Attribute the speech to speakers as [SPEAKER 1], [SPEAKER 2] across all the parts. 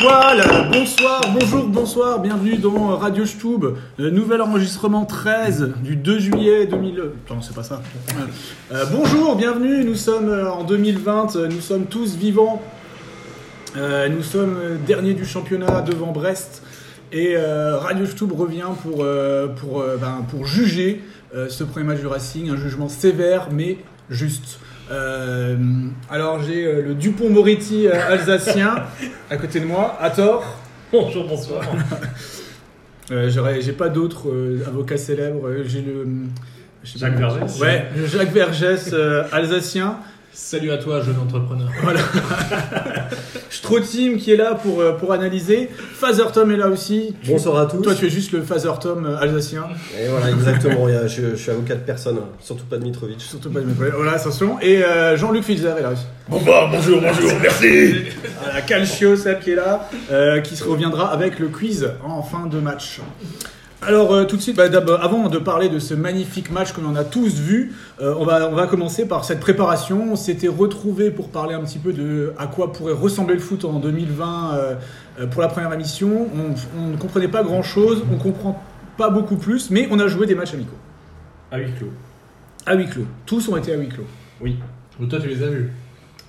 [SPEAKER 1] Voilà, bonsoir, bonjour, bonsoir, bienvenue dans Radio Stub, nouvel enregistrement 13 du 2 juillet 2000. Non, c'est pas ça. Euh, bonjour, bienvenue, nous sommes euh, en 2020, euh, nous sommes tous vivants. Euh, nous sommes euh, derniers du championnat devant Brest et euh, Radio Stub revient pour, euh, pour, euh, ben, pour juger euh, ce premier match du Racing, un jugement sévère mais juste. Euh, alors j'ai euh, le Dupont Moretti euh, alsacien à côté de moi, à tort.
[SPEAKER 2] Bonjour, bonsoir.
[SPEAKER 1] Euh, j'aurais- j'ai pas d'autres euh, avocats célèbres. Euh, J'ai le. je sais
[SPEAKER 2] Jacques
[SPEAKER 1] pas comment-
[SPEAKER 2] Vergès.
[SPEAKER 1] Ouais, le Jacques Vergès, euh, alsacien.
[SPEAKER 3] Salut à toi, jeune entrepreneur.
[SPEAKER 1] Strotim qui est là pour, euh, pour analyser. Father Tom est là aussi. Tu-
[SPEAKER 4] Bonsoir à tous.
[SPEAKER 1] Toi, tu es juste le Father Tom euh, alsacien.
[SPEAKER 4] Et voilà, exactement. il y a- je, je suis avocat de personne, hein, surtout pas de Mitrovic.
[SPEAKER 1] Surtout pas de mes collègues. Voilà, attention. Et euh, Jean-Luc Filzer est là aussi.
[SPEAKER 2] Bon bah, bonjour, bonjour, merci.
[SPEAKER 1] Voilà, Calcio, Seb qui est là, euh, qui se reviendra avec le quiz en fin de match. Alors euh, tout de suite, bah, d'abord, avant de parler de ce magnifique match que l'on a tous vu, euh, on, va, on va commencer par cette préparation. On s'était retrouvé pour parler un petit peu de à quoi pourrait ressembler le foot en 2020 euh, euh, pour la première émission. On, on ne comprenait pas grand-chose, on comprend pas beaucoup plus, mais on a joué des matchs amicaux.
[SPEAKER 3] Ah
[SPEAKER 2] À huis clos.
[SPEAKER 1] À huis clos. Tous ont été à huis clos.
[SPEAKER 2] Oui.
[SPEAKER 3] Mais toi, tu les as vus.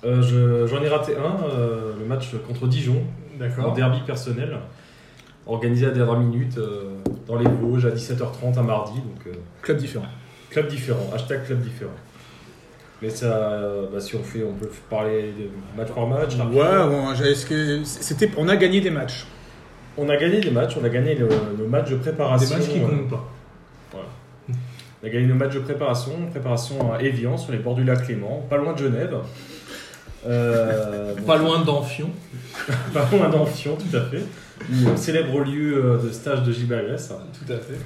[SPEAKER 2] Euh, je- J'en ai raté un, euh, le match contre Dijon, en
[SPEAKER 3] D'accord.
[SPEAKER 2] derby personnel, organisé à dernière minute euh, dans les Vosges à 17h30 un mardi. Donc, euh,
[SPEAKER 1] Club différent.
[SPEAKER 2] club différent, hashtag club différent. Mais ça, euh, bah, si on fait, on peut parler de match par match.
[SPEAKER 1] Ouais,
[SPEAKER 2] rapidement.
[SPEAKER 1] bon, est-ce que c'était, on a gagné des matchs.
[SPEAKER 2] On a gagné des matchs, on a gagné le, le match de
[SPEAKER 3] Des
[SPEAKER 2] préparation.
[SPEAKER 3] matchs qui
[SPEAKER 2] euh,
[SPEAKER 3] comptent pas.
[SPEAKER 2] On a gagné nos matchs de préparation, préparation à Evian, sur les bords du lac Clément, pas loin de Genève. Euh,
[SPEAKER 3] Pas loin d'Anfion.
[SPEAKER 2] pas loin d'Anfion, tout à fait. Ou, euh, Célèbre lieu euh, de stage de Gilles Bagrès.
[SPEAKER 3] Tout à fait.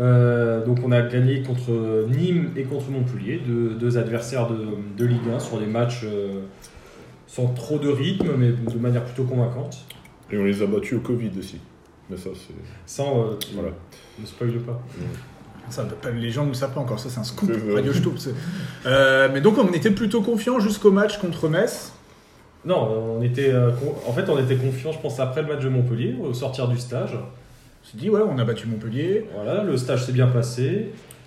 [SPEAKER 2] Euh, donc on a gagné contre euh, Nîmes et contre Montpellier, deux, deux adversaires de, de Ligue 1 sur des matchs euh, sans trop de rythme, mais de manière plutôt convaincante.
[SPEAKER 5] Et on les a battus au Covid aussi. Mais ça, c'est.
[SPEAKER 2] Sans, euh, tu-
[SPEAKER 5] Voilà.
[SPEAKER 2] ne spoil pas.
[SPEAKER 1] Ça, pas- les gens ne le savent pas encore, ça c'est un scoop.
[SPEAKER 5] C'est vrai.
[SPEAKER 1] Radio Stoup, c'est- Euh, mais donc on était plutôt confiant jusqu'au match contre Metz.
[SPEAKER 2] Non, on était, euh, con- en fait on était confiant, je pense, après le match de Montpellier, au sortir du stage.
[SPEAKER 1] On s'est dit ouais, on a battu Montpellier.
[SPEAKER 2] Voilà, le stage s'est bien passé.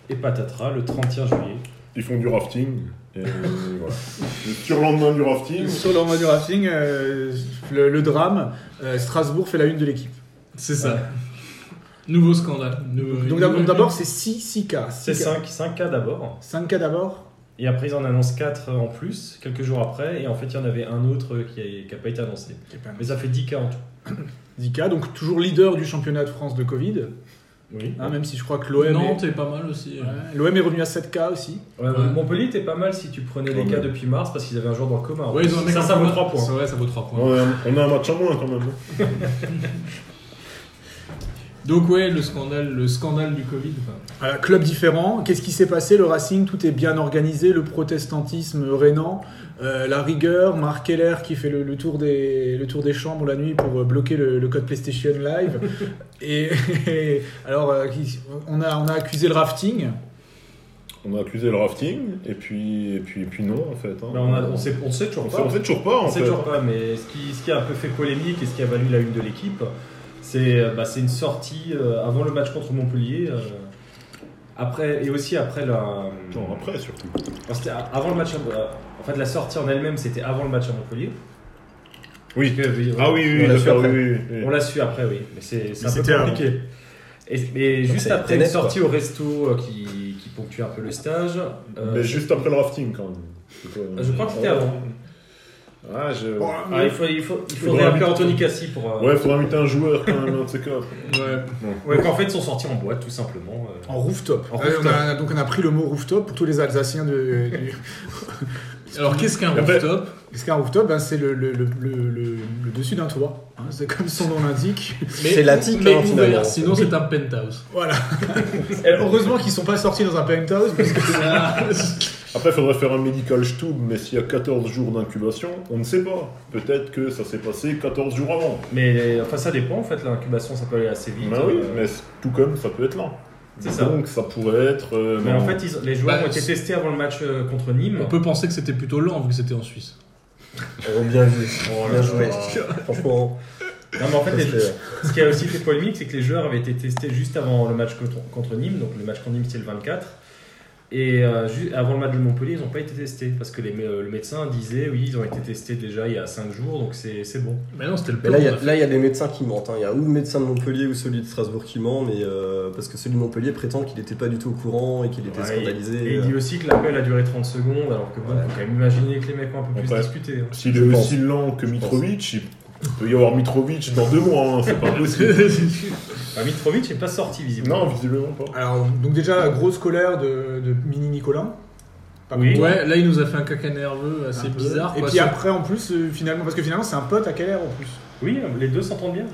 [SPEAKER 2] Et patatras, le 31 juillet.
[SPEAKER 5] Ils font du rafting. Et euh, voilà. Le surlendemain du rafting.
[SPEAKER 1] Sur le lendemain du rafting, euh, le, le drame, euh, Strasbourg fait la une de l'équipe.
[SPEAKER 3] C'est ça. Nouveau scandale. Nouveau-
[SPEAKER 1] Donc d'ab-
[SPEAKER 3] nouveau-
[SPEAKER 1] d'abord c'est 6, 6 cas.
[SPEAKER 2] C'est 5, 5 cas d'abord.
[SPEAKER 1] 5 cas d'abord.
[SPEAKER 2] Et après, ils en annoncent 4 en plus, quelques jours après. Et en fait, il y en avait un autre qui n'a pas été annoncé. Mais ça fait 10 cas en tout.
[SPEAKER 1] 10 cas, donc toujours leader du championnat de France de Covid.
[SPEAKER 2] Oui.
[SPEAKER 1] hein, même si je crois que l'OM
[SPEAKER 3] Nantes
[SPEAKER 1] est...
[SPEAKER 3] est pas mal aussi.
[SPEAKER 1] ouais, l'OM est revenu à 7 cas aussi.
[SPEAKER 2] Montpellier était pas mal si tu prenais les
[SPEAKER 5] Ouais,
[SPEAKER 2] cas
[SPEAKER 5] mais-
[SPEAKER 2] depuis mars parce qu'ils avaient un jour dans le commun.
[SPEAKER 3] Ouais, ils ont un mec
[SPEAKER 2] ça,
[SPEAKER 3] en
[SPEAKER 2] ça vaut
[SPEAKER 3] commun.
[SPEAKER 2] 3 points.
[SPEAKER 3] C'est vrai, ça vaut 3 points.
[SPEAKER 5] On a, on a un match en moins quand même. hein.
[SPEAKER 3] Donc ouais, le scandale, le scandale du Covid. enfin,
[SPEAKER 1] Voilà, club différent. Qu'est-ce qui s'est passé Le Racing, tout est bien organisé. Le protestantisme rénan, euh, la rigueur. Marc Keller qui fait le, le tour des, le tour des chambres la nuit pour euh, bloquer le, le code PlayStation Live. et, et- alors, euh, qui- on, a, on a accusé le rafting.
[SPEAKER 5] On a accusé le rafting. Et puis, et puis, et puis non, en fait. hein.
[SPEAKER 2] Mais Ben, on, a- on sait, on sait toujours
[SPEAKER 5] On
[SPEAKER 2] pas.
[SPEAKER 5] sait- on sait toujours pas,
[SPEAKER 2] On
[SPEAKER 5] en
[SPEAKER 2] sait
[SPEAKER 5] fait.
[SPEAKER 2] toujours pas, mais ce qui, ce qui a un peu fait polémique et ce qui a valu la une de l'équipe, c'est euh, bah, c'est une sortie euh, avant le match contre Montpellier. euh, après, et aussi après la.
[SPEAKER 5] Non, après, surtout.
[SPEAKER 2] Alors, c'était a- avant le match. à- euh, En fait, la sortie en elle-même, c'était avant le match à Montpellier.
[SPEAKER 5] Oui.
[SPEAKER 2] Parce que, oui,
[SPEAKER 5] Ah oui, oui,
[SPEAKER 2] on
[SPEAKER 5] oui,
[SPEAKER 2] l'a su
[SPEAKER 5] d'accord,
[SPEAKER 2] après.
[SPEAKER 5] oui, oui, oui.
[SPEAKER 2] On l'a su après, oui. Mais c'est c'est
[SPEAKER 1] Mais
[SPEAKER 2] un
[SPEAKER 1] c'était
[SPEAKER 2] peu compliqué. Et, mais juste
[SPEAKER 4] ça a
[SPEAKER 2] après
[SPEAKER 4] été
[SPEAKER 2] une
[SPEAKER 4] net,
[SPEAKER 2] sortie au resto euh, qui, qui ponctue un peu le stage. euh,
[SPEAKER 5] Mais juste après le rafting, quand même. C'est quoi,
[SPEAKER 2] Je crois que c'était avant.
[SPEAKER 5] Ah, je.
[SPEAKER 2] Ah, il, faut, il, faut, il
[SPEAKER 5] Faudrait
[SPEAKER 2] faudrait appeler
[SPEAKER 5] habiter-
[SPEAKER 2] Anthony Cassi pour. euh,
[SPEAKER 5] Ouais, faudra inviter un joueur quand même, un de ces quatre.
[SPEAKER 3] Ouais.
[SPEAKER 2] Ouais, qu'en fait, ils sont sortis en boîte, tout simplement. euh.
[SPEAKER 1] En rooftop.
[SPEAKER 2] En
[SPEAKER 1] Ouais, on
[SPEAKER 2] rooftop.
[SPEAKER 1] a- donc on a pris le mot rooftop pour tous les Alsaciens de, du-
[SPEAKER 3] Alors qu'est-ce qu'un
[SPEAKER 5] Après-
[SPEAKER 3] rooftop
[SPEAKER 1] Parce qu'un rooftop, ben, c'est le, le- le- le- le- le dessus d'un toit. hein. c'est comme son nom l'indique.
[SPEAKER 4] C'est la tique,
[SPEAKER 3] mais
[SPEAKER 4] hein,
[SPEAKER 3] ouvert,
[SPEAKER 4] finalement.
[SPEAKER 3] sinon c'est un penthouse.
[SPEAKER 1] Voilà. Et heureusement qu'ils sont pas sortis dans un penthouse. parce que-
[SPEAKER 5] Après, faudrait faire un medical stub, mais s'il y a 14 jours d'incubation, on ne sait pas. Peut-être que ça s'est passé 14 jours avant.
[SPEAKER 2] Mais enfin, ça dépend en fait, l'incubation ça peut aller assez vite.
[SPEAKER 5] Bah oui,
[SPEAKER 2] Euh,
[SPEAKER 5] mais c'est- tout comme ça peut être là.
[SPEAKER 2] C'est ça.
[SPEAKER 5] Donc ça pourrait être. euh,
[SPEAKER 2] Mais
[SPEAKER 5] non.
[SPEAKER 2] en fait, ils- les joueurs
[SPEAKER 3] Bah,
[SPEAKER 2] ont été
[SPEAKER 3] c'est-
[SPEAKER 2] testés avant le match euh, contre Nîmes.
[SPEAKER 3] On peut penser que c'était plutôt lent vu que c'était en Suisse.
[SPEAKER 4] Oh, bien joué.
[SPEAKER 2] Oh là
[SPEAKER 4] Bien joué.
[SPEAKER 2] là.
[SPEAKER 4] Franchement,
[SPEAKER 2] Non, mais en fait,
[SPEAKER 4] parce
[SPEAKER 2] les-
[SPEAKER 4] que-
[SPEAKER 2] ce qui a aussi fait polémique, c'est que les joueurs avaient été testés juste avant le match contre, contre Nîmes. Donc le match contre Nîmes, c'est le 24. Et euh, ju- avant le match de Montpellier, ils n'ont pas été testés. Parce que les, mé- euh, le médecin disait, oui, ils ont été testés déjà il y a 5 jours, donc c'est c'est bon.
[SPEAKER 3] Mais non, c'était le
[SPEAKER 4] Mais
[SPEAKER 3] plan.
[SPEAKER 4] là, il y
[SPEAKER 3] on
[SPEAKER 4] a-
[SPEAKER 3] a fait.
[SPEAKER 4] là, il y a des médecins qui mentent. hein. Il y a ou le médecin de Montpellier ou celui de Strasbourg qui ment, mais euh, parce que celui de Montpellier prétend qu'il n'était pas du tout au courant et qu'il était
[SPEAKER 2] Ouais,
[SPEAKER 4] scandalisé.
[SPEAKER 2] Et il dit aussi que l'appel a duré 30 secondes, alors que bon,
[SPEAKER 4] Ouais.
[SPEAKER 2] faut quand même imaginer que les mecs ont un peu plus
[SPEAKER 5] Ouais.
[SPEAKER 2] discuté. hein.
[SPEAKER 5] S'il
[SPEAKER 4] Je
[SPEAKER 5] est
[SPEAKER 4] pense.
[SPEAKER 5] aussi lent que
[SPEAKER 4] Je pense.
[SPEAKER 5] Mitrovic, il peut y avoir Mitrovic dans deux mois, hein, c'est pas possible.
[SPEAKER 2] Bah, Mitrovic n'est pas sorti, visiblement.
[SPEAKER 5] non, visiblement pas.
[SPEAKER 6] Alors, donc déjà, grosse colère de, de Mini Nicolas. Pas
[SPEAKER 2] Oui.
[SPEAKER 6] content.
[SPEAKER 3] Ouais, là, il nous a fait un caca nerveux
[SPEAKER 6] Un
[SPEAKER 3] assez
[SPEAKER 6] peu.
[SPEAKER 3] bizarre.
[SPEAKER 6] Et
[SPEAKER 3] quoi,
[SPEAKER 6] puis
[SPEAKER 3] sur-
[SPEAKER 6] après, en plus, euh, finalement, parce que finalement, c'est un pote à Keller en plus.
[SPEAKER 2] Oui, les deux s'entendent bien.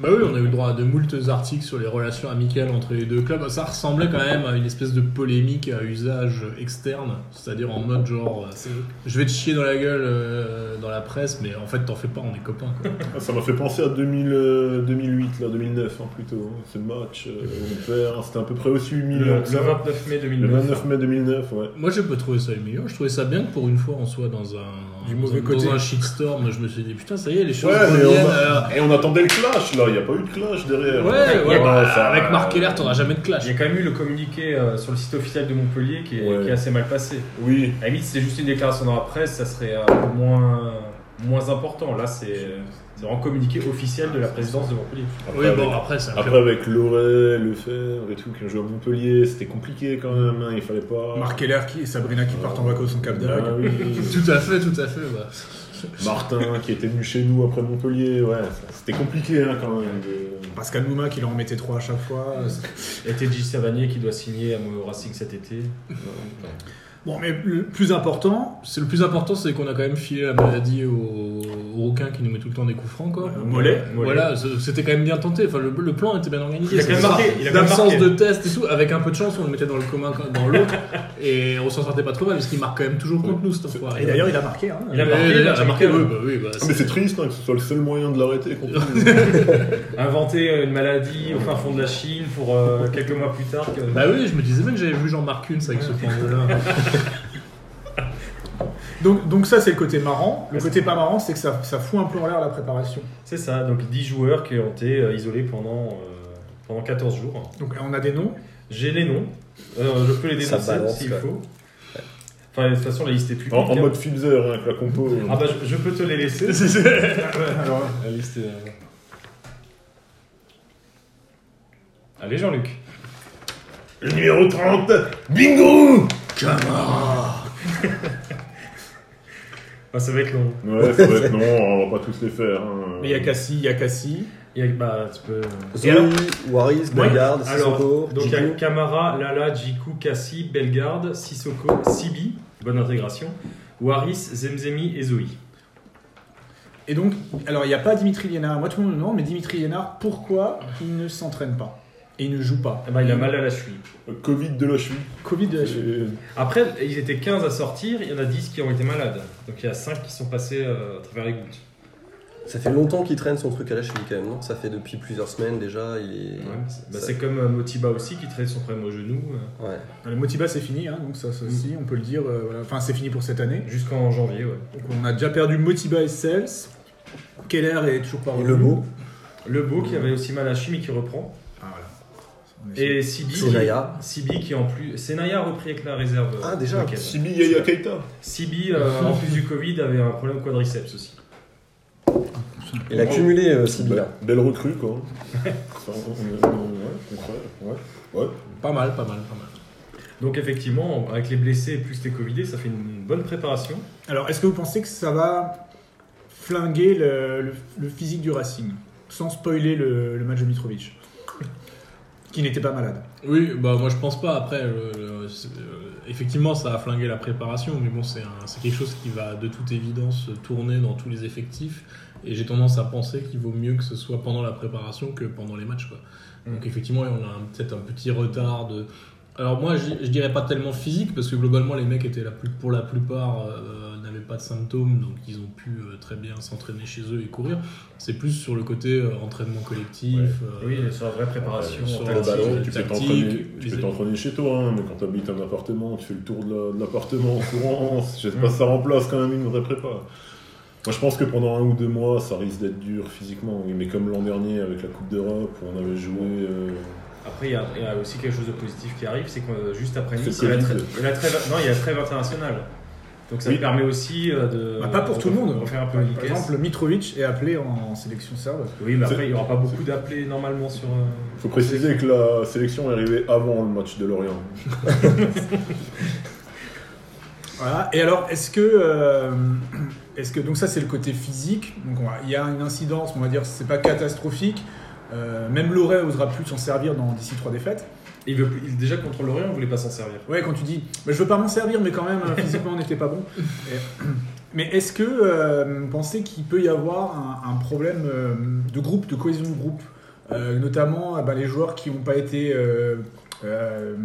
[SPEAKER 3] Bah oui, on a eu droit à de moultes articles sur les relations amicales entre les deux clubs. Ça ressemblait quand même à une espèce de polémique à usage externe, c'est-à-dire en mode genre, euh, je vais te chier dans la gueule euh, dans la presse, mais en fait, t'en fais pas, on est copains. quoi.
[SPEAKER 5] Ah, Ça m'a fait penser à 2000, euh, 2008, là, 2009 hein, plutôt. hein. Ce match, euh, on perd, hein, c'était à peu près aussi
[SPEAKER 2] Le,
[SPEAKER 5] humiliant.
[SPEAKER 2] le
[SPEAKER 5] que ça.
[SPEAKER 2] 29 mai
[SPEAKER 5] Le
[SPEAKER 2] 2009.
[SPEAKER 5] 29 mai 2009, ouais.
[SPEAKER 3] Moi, j'ai pas trouvé ça humiliant. Je trouvais ça bien que pour une fois, on soit dans un
[SPEAKER 6] Du
[SPEAKER 3] dans
[SPEAKER 6] mauvais
[SPEAKER 3] un-
[SPEAKER 6] côté.
[SPEAKER 3] dans un shitstorm. Je me suis dit putain, ça y est, les choses
[SPEAKER 5] Ouais, mais
[SPEAKER 3] reviennent.
[SPEAKER 5] on,
[SPEAKER 3] euh,
[SPEAKER 5] a- et on attendait le clash, là. Il n'y a pas eu de clash derrière.
[SPEAKER 3] Ouais, ouais,
[SPEAKER 5] Ah,
[SPEAKER 3] bah,
[SPEAKER 5] ça-
[SPEAKER 3] avec Marc Keller, t'auras jamais de clash.
[SPEAKER 2] Il y a quand même eu le communiqué euh, sur le site officiel de Montpellier qui est,
[SPEAKER 5] Ouais.
[SPEAKER 2] qui est assez mal passé.
[SPEAKER 5] Oui,
[SPEAKER 2] À la limite, si c'est juste une déclaration dans la presse, ça serait euh, moins, moins important. Là, c'est c'est un communiqué officiel de la présidence de Montpellier.
[SPEAKER 5] après,
[SPEAKER 3] Oui, bon,
[SPEAKER 5] avec-
[SPEAKER 3] après, ça.
[SPEAKER 5] après avec Loret, Lefebvre et tout, qui ont joué à Montpellier, c'était compliqué quand même. hein, il fallait pas.
[SPEAKER 6] Marc Keller qui, et Sabrina qui partent en vacances en Cap d'Agde.
[SPEAKER 5] Ah oui.
[SPEAKER 3] Tout à fait, tout à fait. bah.
[SPEAKER 5] Martin qui était venu chez nous après Montpellier, ouais, ça- c'était compliqué hein, quand même. de-
[SPEAKER 6] Pascal Nouma qui leur en mettait trois à chaque fois.
[SPEAKER 2] Et Teddy Savanier qui doit signer à Mo- Racing cet été. Euh,
[SPEAKER 6] Bon, mais le plus important,
[SPEAKER 3] C'est le plus important, c'est qu'on a quand même filé la maladie aux, aux requins qui nous met tout le temps des coups francs, quoi.
[SPEAKER 6] euh, Mollet.
[SPEAKER 3] Voilà, c- c'était quand même bien tenté. Enfin, le, le plan était bien organisé.
[SPEAKER 2] Il a quand même
[SPEAKER 3] C'est
[SPEAKER 2] marqué,
[SPEAKER 3] ça.
[SPEAKER 2] il a quand même
[SPEAKER 3] D'absence
[SPEAKER 2] marqué.
[SPEAKER 3] de test et tout, avec un peu de chance, on le mettait dans le commun, comme dans l'autre, et on s'en sortait pas trop mal parce qu'il marque quand même toujours contre nous cette fois.
[SPEAKER 6] Et d'ailleurs, il a marqué. Hein.
[SPEAKER 2] Il a
[SPEAKER 3] Ouais,
[SPEAKER 2] marqué,
[SPEAKER 3] d'ailleurs,
[SPEAKER 2] il a
[SPEAKER 3] il a marqué,
[SPEAKER 2] marqué,
[SPEAKER 3] oui, bah, oui, bah,
[SPEAKER 5] Ah, mais c'est
[SPEAKER 3] c'est-
[SPEAKER 5] triste hein, que ce soit le seul moyen de l'arrêter. qu'on-
[SPEAKER 2] Inventer une maladie au fin fond de la Chine pour euh, quelques mois plus tard. que-
[SPEAKER 3] Bah oui, je me disais même que j'avais vu Jean-Marc Kuhn avec ce plan là
[SPEAKER 6] Donc, donc ça, c'est le côté marrant. Le côté pas marrant, c'est que ça, ça fout un peu en l'air la préparation.
[SPEAKER 2] C'est ça, donc 10 joueurs qui ont été euh, isolés pendant, euh, pendant 14 jours.
[SPEAKER 6] Donc on a des noms.
[SPEAKER 2] J'ai les noms, Euh, je peux les
[SPEAKER 4] Ça
[SPEAKER 2] dénoncer
[SPEAKER 4] balance,
[SPEAKER 2] s'il
[SPEAKER 4] quoi.
[SPEAKER 2] faut. Enfin, de toute façon, la liste est publique.
[SPEAKER 5] En, en
[SPEAKER 2] hein.
[SPEAKER 5] mode Fitzer, hein, avec la compo.
[SPEAKER 2] Ah bah, je, je peux te les laisser.
[SPEAKER 6] Alors,
[SPEAKER 2] La liste est, euh, Allez, Jean-Luc.
[SPEAKER 5] Le numéro 30, bingo
[SPEAKER 2] Ah, ça va être long.
[SPEAKER 5] Ouais, ça va être non, on va pas tous les faire. hein.
[SPEAKER 6] mais il y a Cassie, il y a Cassie.
[SPEAKER 2] Il y a, bah, tu peux...
[SPEAKER 4] Zoui, Euh, Waris, Bellegarde,
[SPEAKER 2] Alors,
[SPEAKER 4] Sissoko,
[SPEAKER 2] donc il y a
[SPEAKER 4] Djikou.
[SPEAKER 2] Camara, Lala, Djikou, Kassi, Bellegarde, Sissoko, Sibi, bonne intégration, Waris, Zemzemi et Zoé.
[SPEAKER 6] Et donc, alors il n'y a pas Dimitri Liénard. Moi, tout le monde me demande, mais Dimitri Liénard, pourquoi il ne s'entraîne pas Et il ne joue pas
[SPEAKER 2] Ah bah, il a mal à la cheville.
[SPEAKER 5] Covid de la cheville.
[SPEAKER 6] Covid de la
[SPEAKER 2] Euh,
[SPEAKER 6] cheville.
[SPEAKER 5] Et-
[SPEAKER 2] Après, ils étaient 15 à sortir, il y en a 10 qui ont été malades. Donc il y a 5 qui sont passés euh, à travers les gouttes.
[SPEAKER 4] Ça fait longtemps qu'il traîne son truc à la cheville quand même, non Ça fait depuis plusieurs semaines déjà. Il est...
[SPEAKER 2] Ouais, c'est- bah,
[SPEAKER 4] ça-
[SPEAKER 2] c'est comme euh, Motiba aussi qui traite son problème au genou euh,
[SPEAKER 4] ouais.
[SPEAKER 6] Le Motiba, c'est fini, hein, donc ça, ça
[SPEAKER 2] Mm.
[SPEAKER 6] aussi, on peut le dire. euh, voilà. Enfin, c'est fini pour cette année.
[SPEAKER 2] jusqu'en janvier. ouais.
[SPEAKER 6] Donc, on a déjà perdu Motiba et Sels. Keller est toujours pas
[SPEAKER 4] Et
[SPEAKER 6] revenu.
[SPEAKER 4] le beau,
[SPEAKER 2] Le Beau qui avait aussi mal à la chimie qui reprend.
[SPEAKER 6] Ah, voilà. On est
[SPEAKER 2] Et Sibi. qui-
[SPEAKER 4] Senaya.
[SPEAKER 2] Sibi qui en plus. Senaya a repris avec la réserve. euh,
[SPEAKER 4] Ah, déjà.
[SPEAKER 2] week-end.
[SPEAKER 5] Sibi Yaya Keita.
[SPEAKER 2] Sibi, euh, en plus du Covid, avait un problème quadriceps aussi.
[SPEAKER 4] Il a cumulé euh, Sibyl.
[SPEAKER 5] Bah, belle recrue, quoi. Enfin, on- on- on- ouais, ouais, ouais.
[SPEAKER 3] Pas mal, pas mal, pas mal.
[SPEAKER 2] Donc effectivement, avec les blessés plus les Covidés, ça fait une bonne préparation.
[SPEAKER 6] sur- Alors, est-ce que vous pensez que ça va flinguer le, le- le physique du Racing Sans spoiler le, le match de Mitrovic, qui n'était pas malade.
[SPEAKER 3] Oui, bah moi je pense pas. Après, le- le- c'est- euh, effectivement, ça a flingué la préparation, mais bon, c'est un- c'est quelque chose qui va de toute évidence tourner dans tous les effectifs. Et j'ai tendance à penser qu'il vaut mieux que ce soit pendant la préparation que pendant les matchs. Quoi. Donc effectivement, on a un- peut-être un petit retard de. Alors moi, je, je dirais pas tellement physique parce que globalement, les mecs étaient la plus, pour la plupart euh, n'avaient pas de symptômes, donc ils ont pu euh, très bien s'entraîner chez eux et courir. C'est plus sur le côté euh, entraînement collectif. euh,
[SPEAKER 2] Oui, sur la vraie préparation.
[SPEAKER 5] Euh,
[SPEAKER 3] sur
[SPEAKER 5] le
[SPEAKER 3] tactique,
[SPEAKER 5] ballon, tu peux
[SPEAKER 3] tactique,
[SPEAKER 5] t'entraîner- tu
[SPEAKER 3] les-
[SPEAKER 5] peux t'entraîner chez toi, hein, mais quand tu habites un hein. appartement, tu fais le tour de la- de l'appartement en courant. Je sais pas, ça remplace quand même une vraie prépa. Moi, je pense que pendant un ou deux mois, ça risque d'être dur physiquement. oui, Mais comme l'an dernier avec la Coupe d'Europe, où on avait joué. euh,
[SPEAKER 2] Après, il y, a- il y a aussi quelque chose de positif qui arrive, c'est que euh, juste après
[SPEAKER 5] C'est
[SPEAKER 2] Nice,
[SPEAKER 5] le
[SPEAKER 2] il y a la
[SPEAKER 5] Covid.
[SPEAKER 2] trêve- il y a la trêve- non, il y a la trêve internationale. Donc ça
[SPEAKER 5] Oui.
[SPEAKER 2] te permet aussi euh, de.
[SPEAKER 1] Bah, pas pour
[SPEAKER 2] de
[SPEAKER 1] tout le monde.
[SPEAKER 2] Refaire un peu
[SPEAKER 1] Par
[SPEAKER 2] une caisse.
[SPEAKER 1] exemple, Mitrovic est appelé en sélection serbe.
[SPEAKER 2] Oui, mais
[SPEAKER 5] C'est-
[SPEAKER 2] après, il n'y aura pas beaucoup d'appelés normalement sur. euh,
[SPEAKER 5] Faut préciser que la sélection est arrivée avant le match de Lorient.
[SPEAKER 1] Voilà. Et alors, est-ce que, euh, est-ce que donc ça c'est le côté physique. Donc on va- il y a une incidence, on va dire c'est pas catastrophique. Euh, même Loret osera plus s'en servir dans d'ici trois défaites.
[SPEAKER 2] Il veut plus- il- déjà contre l'Orient, on voulait pas s'en servir.
[SPEAKER 1] Ouais, quand tu dis, bah, je veux pas m'en servir, mais quand même euh, physiquement on n'était pas bon. Et- mais est-ce que euh, vous pensez qu'il peut y avoir un, un problème euh, de groupe, de cohésion de groupe, Euh, notamment ah bah, les joueurs qui n'ont pas été euh, euh,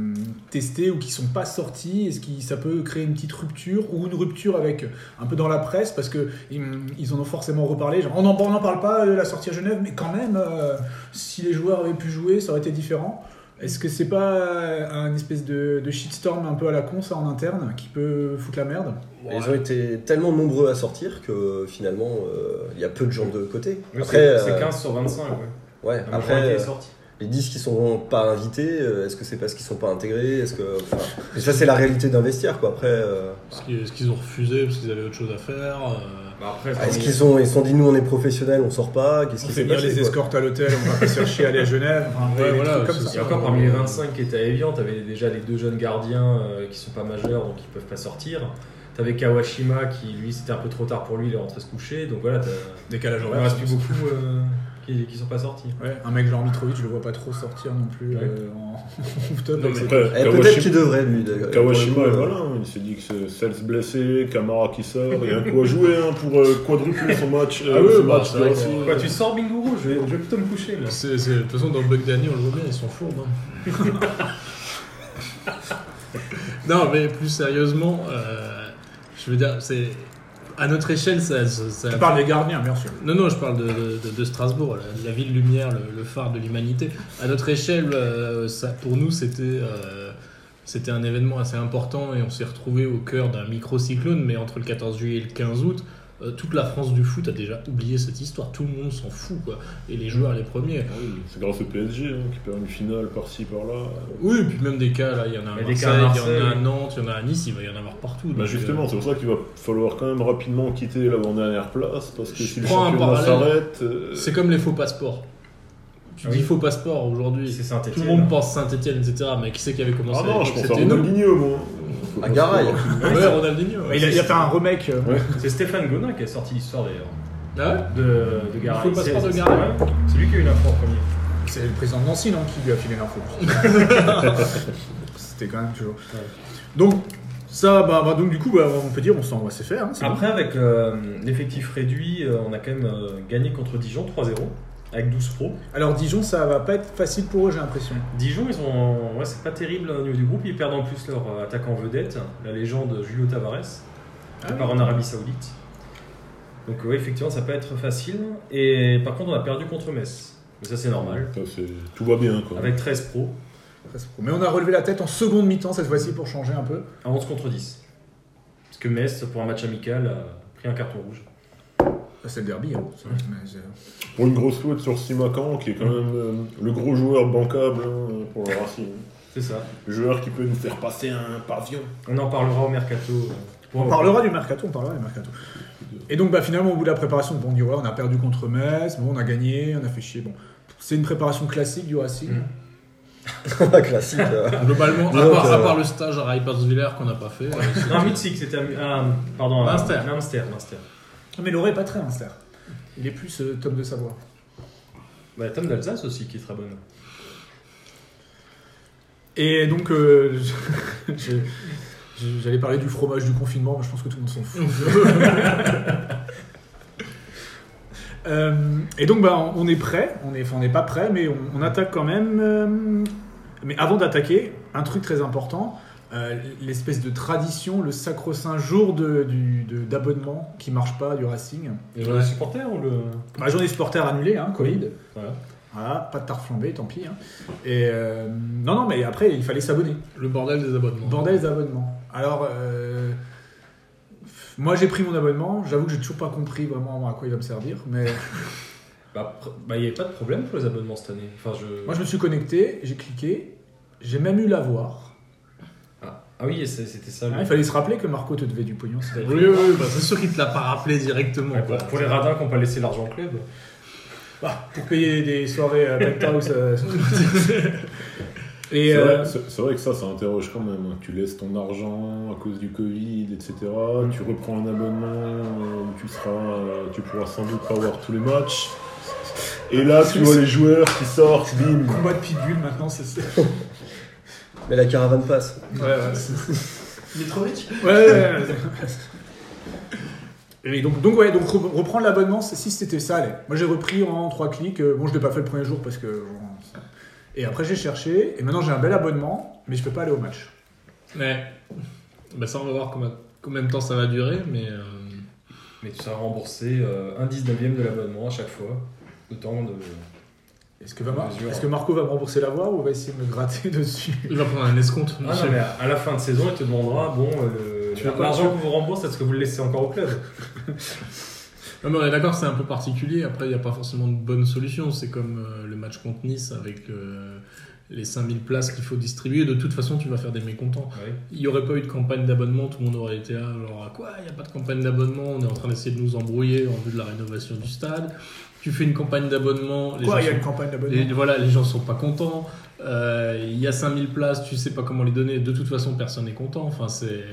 [SPEAKER 1] testés ou qui sont pas sortis, est-ce que ça peut créer une petite rupture ou une rupture avec un peu dans la presse parce que hum, ils en ont forcément reparlé. Genre, on n'en on en parle pas euh, la sortie à Genève, mais quand même, euh, si les joueurs avaient pu jouer, ça aurait été différent. Est-ce que c'est pas euh, un espèce de, de shitstorm un peu à la con ça en interne qui peut foutre la merde
[SPEAKER 4] Et Ils ont été tellement nombreux à sortir que finalement, euh, il y a peu de gens de côté.
[SPEAKER 2] Mais
[SPEAKER 4] Après,
[SPEAKER 2] c'est- c'est
[SPEAKER 4] euh,
[SPEAKER 2] 15 sur 25. Ouais.
[SPEAKER 4] ouais,
[SPEAKER 2] La
[SPEAKER 4] après
[SPEAKER 2] majorité est
[SPEAKER 4] euh,
[SPEAKER 2] sortie.
[SPEAKER 4] les 10 qui sont pas invités, euh, est-ce que c'est parce qu'ils sont pas intégrés Est-ce que enfin, et ça c'est la réalité d'investir quoi. Après, euh,
[SPEAKER 3] Ce qui- ce qu'ils ont refusé parce qu'ils avaient autre chose à faire. euh,
[SPEAKER 2] Bah, après,
[SPEAKER 4] Ah, est-ce
[SPEAKER 2] c'est-
[SPEAKER 4] qu'ils ont ils se sont dit nous on est professionnels, on sort pas Qu'est-ce qui s'est passé quoi
[SPEAKER 1] escortes à l'hôtel, on va pas chercher à aller à Genève.
[SPEAKER 3] Ouais,
[SPEAKER 1] des- des
[SPEAKER 3] voilà,
[SPEAKER 1] trucs
[SPEAKER 3] c'est
[SPEAKER 1] comme
[SPEAKER 2] Et
[SPEAKER 1] ça.
[SPEAKER 2] encore parmi les 25 qui étaient à Evian, t'avais déjà les deux jeunes gardiens euh, qui sont pas majeurs donc ils peuvent pas sortir. T'avais Kawashima qui lui c'était un peu trop tard pour lui, il est rentré se coucher donc voilà, t'as-
[SPEAKER 1] Décalage
[SPEAKER 2] il en
[SPEAKER 1] horaire,
[SPEAKER 2] reste
[SPEAKER 1] c'est
[SPEAKER 2] plus beaucoup euh, qui, qui sont pas sortis.
[SPEAKER 1] Ouais, un mec genre Mitrovic, je le vois pas trop sortir non plus
[SPEAKER 2] Ouais.
[SPEAKER 1] euh, en rooftop.
[SPEAKER 3] Non,
[SPEAKER 1] avec
[SPEAKER 3] mais
[SPEAKER 1] ses-
[SPEAKER 5] Après,
[SPEAKER 4] Eh, Peut-être
[SPEAKER 5] Kawashi-
[SPEAKER 4] qu'il devrait lui. d'ailleurs.
[SPEAKER 5] Kawashima
[SPEAKER 4] Pour
[SPEAKER 5] est
[SPEAKER 4] le coup, euh,
[SPEAKER 5] malin, il s'est dit que c'est Sels blessé, Kamara qui sort, il y a un coup à jouer hein, pour euh, quadrupler son match. euh,
[SPEAKER 3] Ah oui,
[SPEAKER 5] ce
[SPEAKER 3] bah,
[SPEAKER 5] match
[SPEAKER 3] c'est vrai
[SPEAKER 5] de
[SPEAKER 3] que-
[SPEAKER 5] Racing.
[SPEAKER 2] Quoi, tu sors Bingourou je vais, je vais plutôt me coucher là.
[SPEAKER 3] c'est- c'est- de toute façon, dans le bug d'année, on le voit bien, ils sont fourbes. hein. non, mais plus sérieusement, euh, je veux dire, c'est à notre échelle, ça. ça, ça-
[SPEAKER 1] Tu parles des gardiens, bien sûr.
[SPEAKER 3] Non, non, je parle de, de- de Strasbourg, la, la ville lumière, le, le phare de l'humanité. À notre échelle, euh, ça, pour nous, c'était euh, c'était un événement assez important et on s'est retrouvé au cœur d'un micro-cyclone, mais entre le 14 juillet et le 15 août, euh, toute la France du foot a déjà oublié cette histoire. Tout le monde s'en fout, quoi. Et les joueurs les premiers.
[SPEAKER 5] Ah Oui, C'est grâce au PSG hein, qui perd une finale par-ci par-là.
[SPEAKER 3] Oui, et puis même des cas, là, il y en a à
[SPEAKER 2] Il y a des
[SPEAKER 3] Marseille,
[SPEAKER 2] cas à
[SPEAKER 3] il y en a à
[SPEAKER 2] Marseille.
[SPEAKER 3] Nantes, il y en a à Nice, il va y en avoir partout.
[SPEAKER 5] Bah
[SPEAKER 3] donc,
[SPEAKER 5] justement,
[SPEAKER 3] euh,
[SPEAKER 5] c'est pour ça qu'il va falloir quand même rapidement quitter la dernière place parce que
[SPEAKER 3] Je
[SPEAKER 5] si le
[SPEAKER 3] prends un
[SPEAKER 5] championnat
[SPEAKER 3] parallèle.
[SPEAKER 5] s'arrête, euh,
[SPEAKER 3] c'est comme les faux passports. Tu
[SPEAKER 2] Ah
[SPEAKER 3] dis
[SPEAKER 2] oui.
[SPEAKER 3] faux passport aujourd'hui.
[SPEAKER 2] C'est
[SPEAKER 3] Tout
[SPEAKER 2] Saint-Etienne.
[SPEAKER 3] le monde pense Saint-Etienne, etc. Mais qui c'est qui avait commencé
[SPEAKER 5] ah non, je pense à
[SPEAKER 3] C'était nous.
[SPEAKER 5] Ronaldinho, moi. Faut
[SPEAKER 4] À
[SPEAKER 5] pas
[SPEAKER 4] Garay.
[SPEAKER 5] se voir.
[SPEAKER 3] Ouais, Ronaldinho.
[SPEAKER 1] Il a, il a fait un remake. euh,
[SPEAKER 2] C'est Stéphane Gonin qui a sorti l'histoire d'ailleurs.
[SPEAKER 3] Ah ouais
[SPEAKER 2] De, de Garay.
[SPEAKER 3] Il faut le passeport de
[SPEAKER 2] C'est-
[SPEAKER 3] Garay.
[SPEAKER 2] ouais, C'est lui qui a eu l'info en premier.
[SPEAKER 1] C'est le président de Nancy non, qui lui a filé l'info. C'était quand même toujours. Donc ça, bah, bah, donc du coup, bah, on peut dire, on s'en va c'est faire. hein, c'est bon.
[SPEAKER 2] Après, avec euh, l'effectif réduit, euh, on a quand même euh, gagné contre Dijon 3-0 avec 12 pros.
[SPEAKER 1] Alors Dijon, ça va pas être facile pour eux, j'ai l'impression.
[SPEAKER 2] Dijon, ils ont. Ouais, c'est pas terrible hein, au niveau du groupe. Ils perdent en plus leur euh, attaquant vedette, la légende Julio Tavares, qui part en Arabie Saoudite. Donc, ouais, effectivement, ça peut être facile. Et par contre, on a perdu contre Metz. Mais ça, c'est normal.
[SPEAKER 5] Ça, c'est- Tout va bien, quoi.
[SPEAKER 2] Avec 13 pros,
[SPEAKER 1] Mais on a relevé la tête en seconde mi-temps cette fois-ci pour changer un peu.
[SPEAKER 2] à 11 contre 10. Parce que Metz, pour un match amical, a pris un carton rouge.
[SPEAKER 1] Ah, C'est le derby. hein. Mais c'est-
[SPEAKER 5] Pour une grosse faute sur Simacan, qui est quand même euh, le gros joueur bancable hein, pour le Racing.
[SPEAKER 2] C'est ça.
[SPEAKER 5] Le joueur qui peut nous faire passer un pavillon.
[SPEAKER 2] On en parlera au mercato. euh, pour-
[SPEAKER 1] On parlera du mercato, on parlera du mercato. Et donc bah, finalement au bout de la préparation, bon, on dit ouais, on a perdu contre Metz, bon, on a gagné, on a fait chier. Bon, c'est une préparation classique du Racing.
[SPEAKER 2] Mm.
[SPEAKER 4] classique. euh.
[SPEAKER 3] Globalement, à
[SPEAKER 4] Donc,
[SPEAKER 3] part,
[SPEAKER 4] euh,
[SPEAKER 3] à part le stage à Reiperswiller qu'on n'a pas fait, euh, c'est-
[SPEAKER 2] Non, Mutzig, c'était à. Mu- à- pardon, à-
[SPEAKER 3] Munster.
[SPEAKER 2] à Munster, Munster.
[SPEAKER 1] Mais Loré est pas très hein, Munster. Il est plus euh, Tom de Savoie.
[SPEAKER 2] Bah, Tom d'Alsace aussi, qui est très bonne.
[SPEAKER 1] Et donc, euh, je- je- je- j'allais parler du fromage du confinement, mais je pense que tout le monde s'en fout. Euh, et donc, bah, on est prêt, on est, enfin, on n'est pas prêt, mais on, on attaque quand même. euh, mais avant d'attaquer, un truc très important. euh, l'espèce de tradition, le sacro-saint jour de- du- de- d'abonnement qui marche pas du Racing.
[SPEAKER 2] Et le supporter ou le.
[SPEAKER 1] Bah, journée supporter annulée, hein, Covid.
[SPEAKER 2] Voilà.
[SPEAKER 1] Voilà, pas de tarte flambée, tant pis. hein. Et euh, non, non, mais après, il fallait s'abonner.
[SPEAKER 3] le bordel des abonnements.
[SPEAKER 1] Bordel des abonnements. Alors, euh, Moi, j'ai pris mon abonnement. J'avoue que j'ai toujours pas compris vraiment à quoi il va me servir. Mais
[SPEAKER 2] Bah, pr- bah, il n'y avait pas de problème pour les abonnements cette année. Enfin, je...
[SPEAKER 1] moi, je me suis connecté, j'ai cliqué, j'ai même eu l'avoir.
[SPEAKER 2] ah, ah oui, et c'est- c'était ça. le-
[SPEAKER 1] Ah, il fallait se rappeler que Marco te devait du pognon. si t'avais
[SPEAKER 3] Oui,
[SPEAKER 1] pris.
[SPEAKER 3] oui, oui, bah, c'est sûr qu'il te l'a pas rappelé directement.
[SPEAKER 2] Ouais,
[SPEAKER 3] quoi.
[SPEAKER 2] pour, pour les radins qui n'ont pas laissé l'argent au club.
[SPEAKER 1] Bah, pour payer des soirées à Penthouse. euh, Et
[SPEAKER 5] C'est
[SPEAKER 1] euh,
[SPEAKER 5] vrai, c'est- c'est vrai que ça, ça interroge quand même. hein. Tu laisses ton argent à cause du Covid, etc. Tu reprends un abonnement euh, où tu seras, euh, tu pourras sans doute pas voir tous les matchs. Et là, tu vois les joueurs qui sortent, bim.
[SPEAKER 1] combat de pitbull maintenant, c'est ça.
[SPEAKER 4] Mais la caravane passe.
[SPEAKER 1] Ouais, ouais.
[SPEAKER 7] Il est trop riche
[SPEAKER 1] Ouais, ouais, ouais. Et donc, donc ouais, donc re- reprendre l'abonnement, c'est- si c'était ça, allez. Moi j'ai repris en trois clics. Euh, Bon, je l'ai pas fait le premier jour parce que. bon, ça- Et après j'ai cherché, et maintenant j'ai un bel abonnement, mais je peux pas aller au match.
[SPEAKER 3] Ouais. Bah, ça, on va voir combien, combien de temps ça va durer, mais. euh,
[SPEAKER 2] Mais tu seras remboursé euh, un 19ème de l'abonnement à chaque fois. Autant de.
[SPEAKER 1] Est-ce que, va Mar-
[SPEAKER 2] Mesure.
[SPEAKER 1] est-ce que Marco va me rembourser la voix ou va essayer de me gratter dessus
[SPEAKER 3] Il va prendre un escompte.
[SPEAKER 2] Ah non, mais à à la fin de saison, il te demandera bon, euh,
[SPEAKER 1] Tu vas
[SPEAKER 2] le-
[SPEAKER 1] pas-
[SPEAKER 2] l'argent qu'on vous rembourse, est-ce que vous le laissez encore au club
[SPEAKER 3] Non, mais on est d'accord, c'est un peu particulier. Après, il n'y a pas forcément de bonne solution. C'est comme euh, le match contre Nice avec euh, les 5000 places qu'il faut distribuer. De toute façon, tu vas faire des mécontents.
[SPEAKER 2] Ouais.
[SPEAKER 3] Il n'y aurait pas eu de campagne d'abonnement, tout le monde aurait été là, genre, quoi, il n'y a pas de campagne d'abonnement, on est en train d'essayer de nous embrouiller en vue de la rénovation du stade. Tu fais une campagne d'abonnement, les,
[SPEAKER 1] Quoi, il y
[SPEAKER 3] gens
[SPEAKER 1] a une
[SPEAKER 3] sont-
[SPEAKER 1] campagne
[SPEAKER 3] les-
[SPEAKER 1] d'abonnement
[SPEAKER 3] voilà, les gens sont pas contents. Euh, Il y a 5000 places, tu sais pas comment les donner. De toute façon, personne n'est content. Enfin, c'est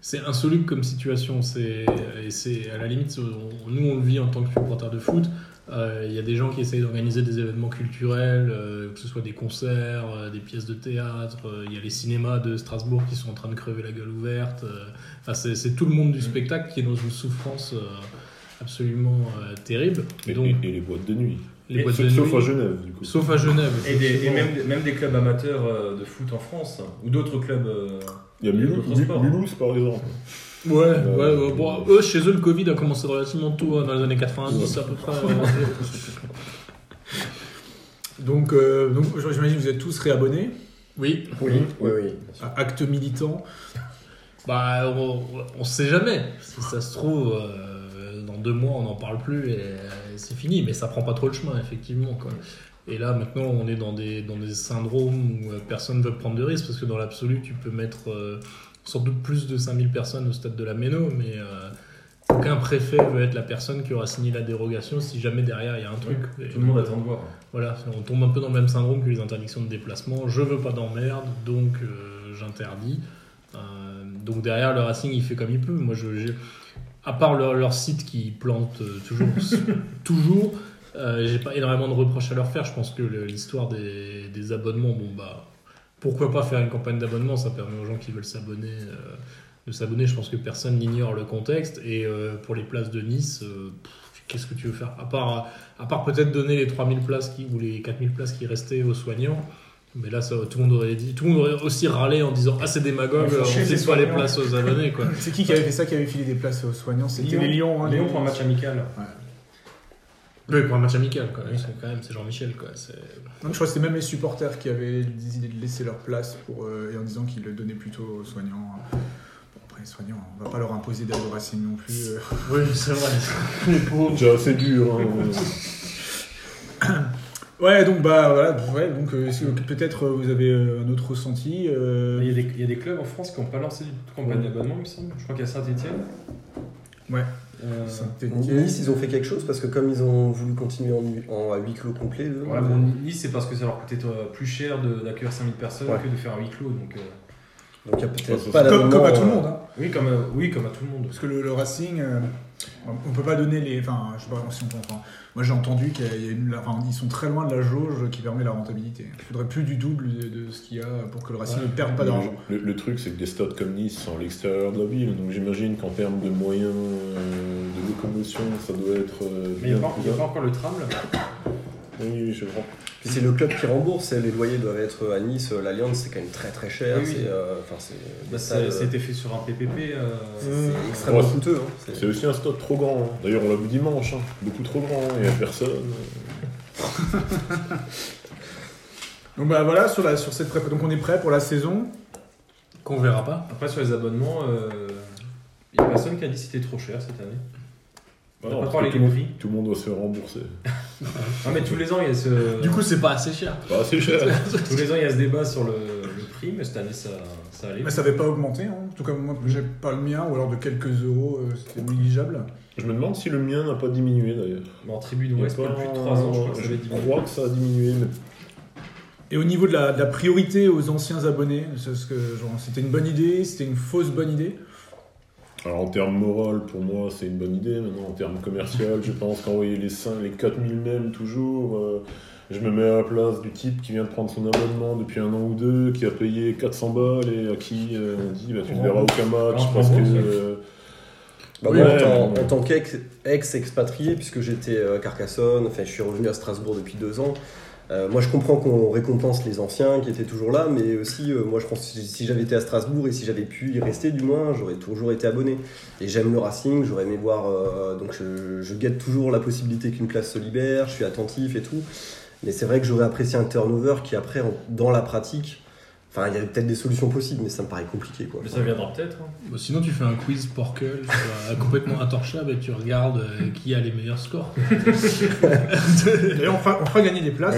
[SPEAKER 3] c'est insoluble comme situation. C'est et c'est à la limite, on- nous on le vit en tant que supporters de foot. Euh, Il y a des gens qui essayent d'organiser des événements culturels, euh, que ce soit des concerts, euh, des pièces de théâtre. Euh, Il y a les cinémas de Strasbourg qui sont en train de crever la gueule ouverte. Euh, Enfin, c'est c'est tout le monde
[SPEAKER 5] Mm.
[SPEAKER 3] du spectacle qui est dans une souffrance euh, absolument euh, terrible.
[SPEAKER 5] Et,
[SPEAKER 3] Donc,
[SPEAKER 5] et- et les boîtes de nuit.
[SPEAKER 3] les
[SPEAKER 2] et
[SPEAKER 3] boîtes de
[SPEAKER 5] Sauf- Sauf
[SPEAKER 3] nuit-
[SPEAKER 5] à Genève, du coup.
[SPEAKER 3] Sauf à Genève.
[SPEAKER 2] Et, des- et
[SPEAKER 3] effectivement.
[SPEAKER 2] même, même des clubs amateurs euh, de foot en France, hein, ou d'autres clubs. euh,
[SPEAKER 5] Il y a Mulhouse,
[SPEAKER 2] D'autres sports.
[SPEAKER 5] Mulhouse, par exemple.
[SPEAKER 3] Ouais,
[SPEAKER 2] Euh,
[SPEAKER 3] ouais, ouais, bon, eux, chez eux, le Covid a commencé relativement tôt, hein, dans les années 90 à peu près. euh,
[SPEAKER 1] Donc, euh, donc j'imagine que vous êtes tous réabonnés, Ah,
[SPEAKER 3] oui,
[SPEAKER 4] Oui, oui, oui.
[SPEAKER 1] acte militant.
[SPEAKER 3] bah, on, on sait jamais. Si ça se trouve, euh, dans deux mois, on n'en parle plus et, euh, c'est fini. Mais ça prend pas trop le chemin, effectivement. Quoi. Et là, maintenant, on est dans des, dans des syndromes où euh, personne ne veut prendre de risques, parce que dans l'absolu, tu peux mettre euh, sans doute plus de 5000 personnes au stade de la Méno, mais euh, aucun préfet veut être la personne qui aura signé la dérogation si jamais derrière il y a un truc. Et-
[SPEAKER 2] Tout le monde attend de voir.
[SPEAKER 3] Voilà, on tombe un peu dans le même syndrome que les interdictions de déplacement. Je veux pas d'emmerde, donc euh, j'interdis. Euh, donc derrière, le Racing, il fait comme il peut. Moi, je, j'ai- à part leur, leur site qui plante euh, toujours, toujours, euh, j'ai pas énormément de reproches à leur faire. Je pense que le- l'histoire des, des abonnements, bon bah, pourquoi pas faire une campagne d'abonnement Ça permet aux gens qui veulent s'abonner. euh, de s'abonner, je pense que personne n'ignore le contexte. Et euh, pour les places de Nice, euh, pff, qu'est-ce que tu veux faire À part à part peut-être donner les 3000 places qui, ou les 4000 places qui restaient aux soignants. Mais là, ça, tout le monde aurait dit, tout le monde aurait aussi râlé en disant Ah, c'est démagogue,
[SPEAKER 2] Ouais,
[SPEAKER 3] on
[SPEAKER 2] chez les
[SPEAKER 3] fait pas les
[SPEAKER 2] soignants.
[SPEAKER 3] places aux abonnés. Quoi.
[SPEAKER 1] C'est qui qui avait fait ça, qui avait filé des places aux soignants C'était
[SPEAKER 2] Lyon.
[SPEAKER 1] les Lions. hein,
[SPEAKER 2] Lyon
[SPEAKER 1] les-
[SPEAKER 2] pour un match amical.
[SPEAKER 3] Oui, pour un match amical, quoi. Ils sont quand même, c'est Jean-Michel. Quoi. C'est-
[SPEAKER 1] Donc, je crois que c'était même les supporters qui avaient décidé de laisser leur place pour, euh, et en disant qu'ils le donnaient plutôt aux soignants. hein. Bon, après, les soignants, on va pas leur imposer d'aller au Racing non plus. euh.
[SPEAKER 3] Oui, c'est vrai.
[SPEAKER 5] C'est déjà assez dur. hein.
[SPEAKER 1] Ouais, donc, bah voilà, ouais, donc euh, est-ce que peut-être euh, vous avez euh, un autre ressenti. euh,
[SPEAKER 2] Il y, a des, il y a des clubs en France qui n'ont pas lancé de campagne d'abonnement, il me semble. Je crois qu'il y a Saint-Etienne.
[SPEAKER 1] Ouais.
[SPEAKER 2] Euh,
[SPEAKER 1] Saint-Étienne.
[SPEAKER 4] Nice, ils ont fait quelque chose parce que comme ils ont voulu continuer en, en- à huis clos complet, eux, euh,
[SPEAKER 2] ouais, bon, Nice, c'est parce que ça leur coûtait euh, plus cher de- d'accueillir 5000 personnes
[SPEAKER 4] Ouais.
[SPEAKER 2] que de faire un huis clos. Donc, euh,
[SPEAKER 4] donc il y a
[SPEAKER 5] Ouais, ça,
[SPEAKER 4] peut-être pas
[SPEAKER 1] Comme,
[SPEAKER 4] d'abonnement,
[SPEAKER 1] comme à tout le
[SPEAKER 4] euh,
[SPEAKER 1] monde, hein.
[SPEAKER 2] oui, comme, euh, oui, comme à tout le monde.
[SPEAKER 1] parce que le, le Racing, euh, on peut pas donner les. Enfin, je sais pas si on peut. enfin, moi, j'ai entendu qu'il y a une. Enfin, ils sont très loin de la jauge qui permet la rentabilité. Il faudrait plus du double de, de ce qu'il y a pour que le Racing ne perde pas d'argent.
[SPEAKER 5] Le, le truc, c'est que des stades comme Nice sont à l'extérieur de la ville, donc j'imagine qu'en termes de moyens euh, de locomotion, ça doit être. euh,
[SPEAKER 2] Mais il n'y a,
[SPEAKER 5] bien
[SPEAKER 2] pas- il
[SPEAKER 5] plus
[SPEAKER 2] y a pas
[SPEAKER 5] important.
[SPEAKER 2] encore le tram là.
[SPEAKER 5] Oui, oui, je crois.
[SPEAKER 4] Puis c'est le club qui rembourse, et les loyers doivent être à Nice, euh, l'Alliance c'est quand même très très cher,
[SPEAKER 2] Oui, oui.
[SPEAKER 4] c'est euh, enfin, c'est
[SPEAKER 2] Bah,
[SPEAKER 4] des
[SPEAKER 2] ça-
[SPEAKER 4] salles, euh,
[SPEAKER 2] C'était fait sur un PPP. euh,
[SPEAKER 4] c'est extrêmement
[SPEAKER 5] Ouais.
[SPEAKER 4] coûteux. hein, c'est-
[SPEAKER 5] C'est aussi un stade trop grand. hein. D'ailleurs, on l'a vu dimanche, hein. beaucoup trop grand, il n'y a personne.
[SPEAKER 1] Donc bah voilà sur la sur cette prépa. Donc on est prêt pour la saison.
[SPEAKER 3] Qu'on verra pas.
[SPEAKER 2] Après, sur les abonnements, euh, Il n'y a personne qui a dit que c'était trop cher cette année. On
[SPEAKER 5] Bah
[SPEAKER 2] n'a
[SPEAKER 5] non,
[SPEAKER 2] pas
[SPEAKER 5] parce
[SPEAKER 2] parlé
[SPEAKER 5] que
[SPEAKER 2] des
[SPEAKER 5] tout, le monde-
[SPEAKER 2] prix.
[SPEAKER 5] tout le monde doit se faire rembourser.
[SPEAKER 2] Non, Ah, mais tous les ans, il y a ce.
[SPEAKER 3] Du coup, c'est pas assez cher.
[SPEAKER 5] Bah, c'est cher.
[SPEAKER 2] Tous les ans, il y a ce débat sur le, le prix, mais cette année, ça, ça allait.
[SPEAKER 1] Mais ça n'avait pas augmenté, hein. en tout cas moi j'ai pas le mien, ou alors de quelques euros, euh, c'était négligeable.
[SPEAKER 5] Je me demande si le mien n'a pas diminué d'ailleurs.
[SPEAKER 2] Mais en tribu
[SPEAKER 5] Il y a
[SPEAKER 2] d'Ouest,
[SPEAKER 5] pas-
[SPEAKER 2] depuis 3 ans, je crois que ça avait diminué.
[SPEAKER 5] crois que ça a diminué, mais
[SPEAKER 1] Et au niveau de la, de la priorité aux anciens abonnés, c'est ce que genre, c'était une bonne idée, c'était une fausse bonne idée.
[SPEAKER 5] Alors en termes moral, pour moi, c'est une bonne idée. Maintenant, en termes commercial, je pense qu'envoyer les 5, les 4000 mêmes toujours, euh, je me mets à la place du type qui vient de prendre son abonnement depuis un an ou deux, qui a payé 400 balles et à qui euh, on dit bah, tu ne verras aucun match
[SPEAKER 2] Ah,
[SPEAKER 5] parce que...
[SPEAKER 2] rembourse, ouais.
[SPEAKER 5] euh,
[SPEAKER 4] Bah,
[SPEAKER 5] Oui,
[SPEAKER 4] moi,
[SPEAKER 5] ouais,
[SPEAKER 4] en,
[SPEAKER 5] mais-
[SPEAKER 4] tant- en tant qu'ex- ex-expatrié, puisque j'étais euh, à Carcassonne, enfin je suis revenu à Strasbourg depuis deux ans, euh, moi je comprends qu'on récompense les anciens qui étaient toujours là, mais aussi euh, moi je pense que si- si j'avais été à Strasbourg et si j'avais pu y rester du moins, j'aurais toujours été abonné. Et j'aime le Racing, j'aurais aimé voir, euh, donc je, je guette toujours la possibilité qu'une place se libère, je suis attentif et tout, mais c'est vrai que j'aurais apprécié un turnover qui après, en- dans la pratique, enfin il y avait peut-être des solutions possibles, mais ça me paraît compliqué quoi.
[SPEAKER 2] Mais ça viendra peut-être. hein.
[SPEAKER 3] Bon, sinon, tu fais un quiz Porkel euh, complètement intorchable et tu regardes euh, qui a les meilleurs scores.
[SPEAKER 1] D'ailleurs on fera, on fera gagner des places.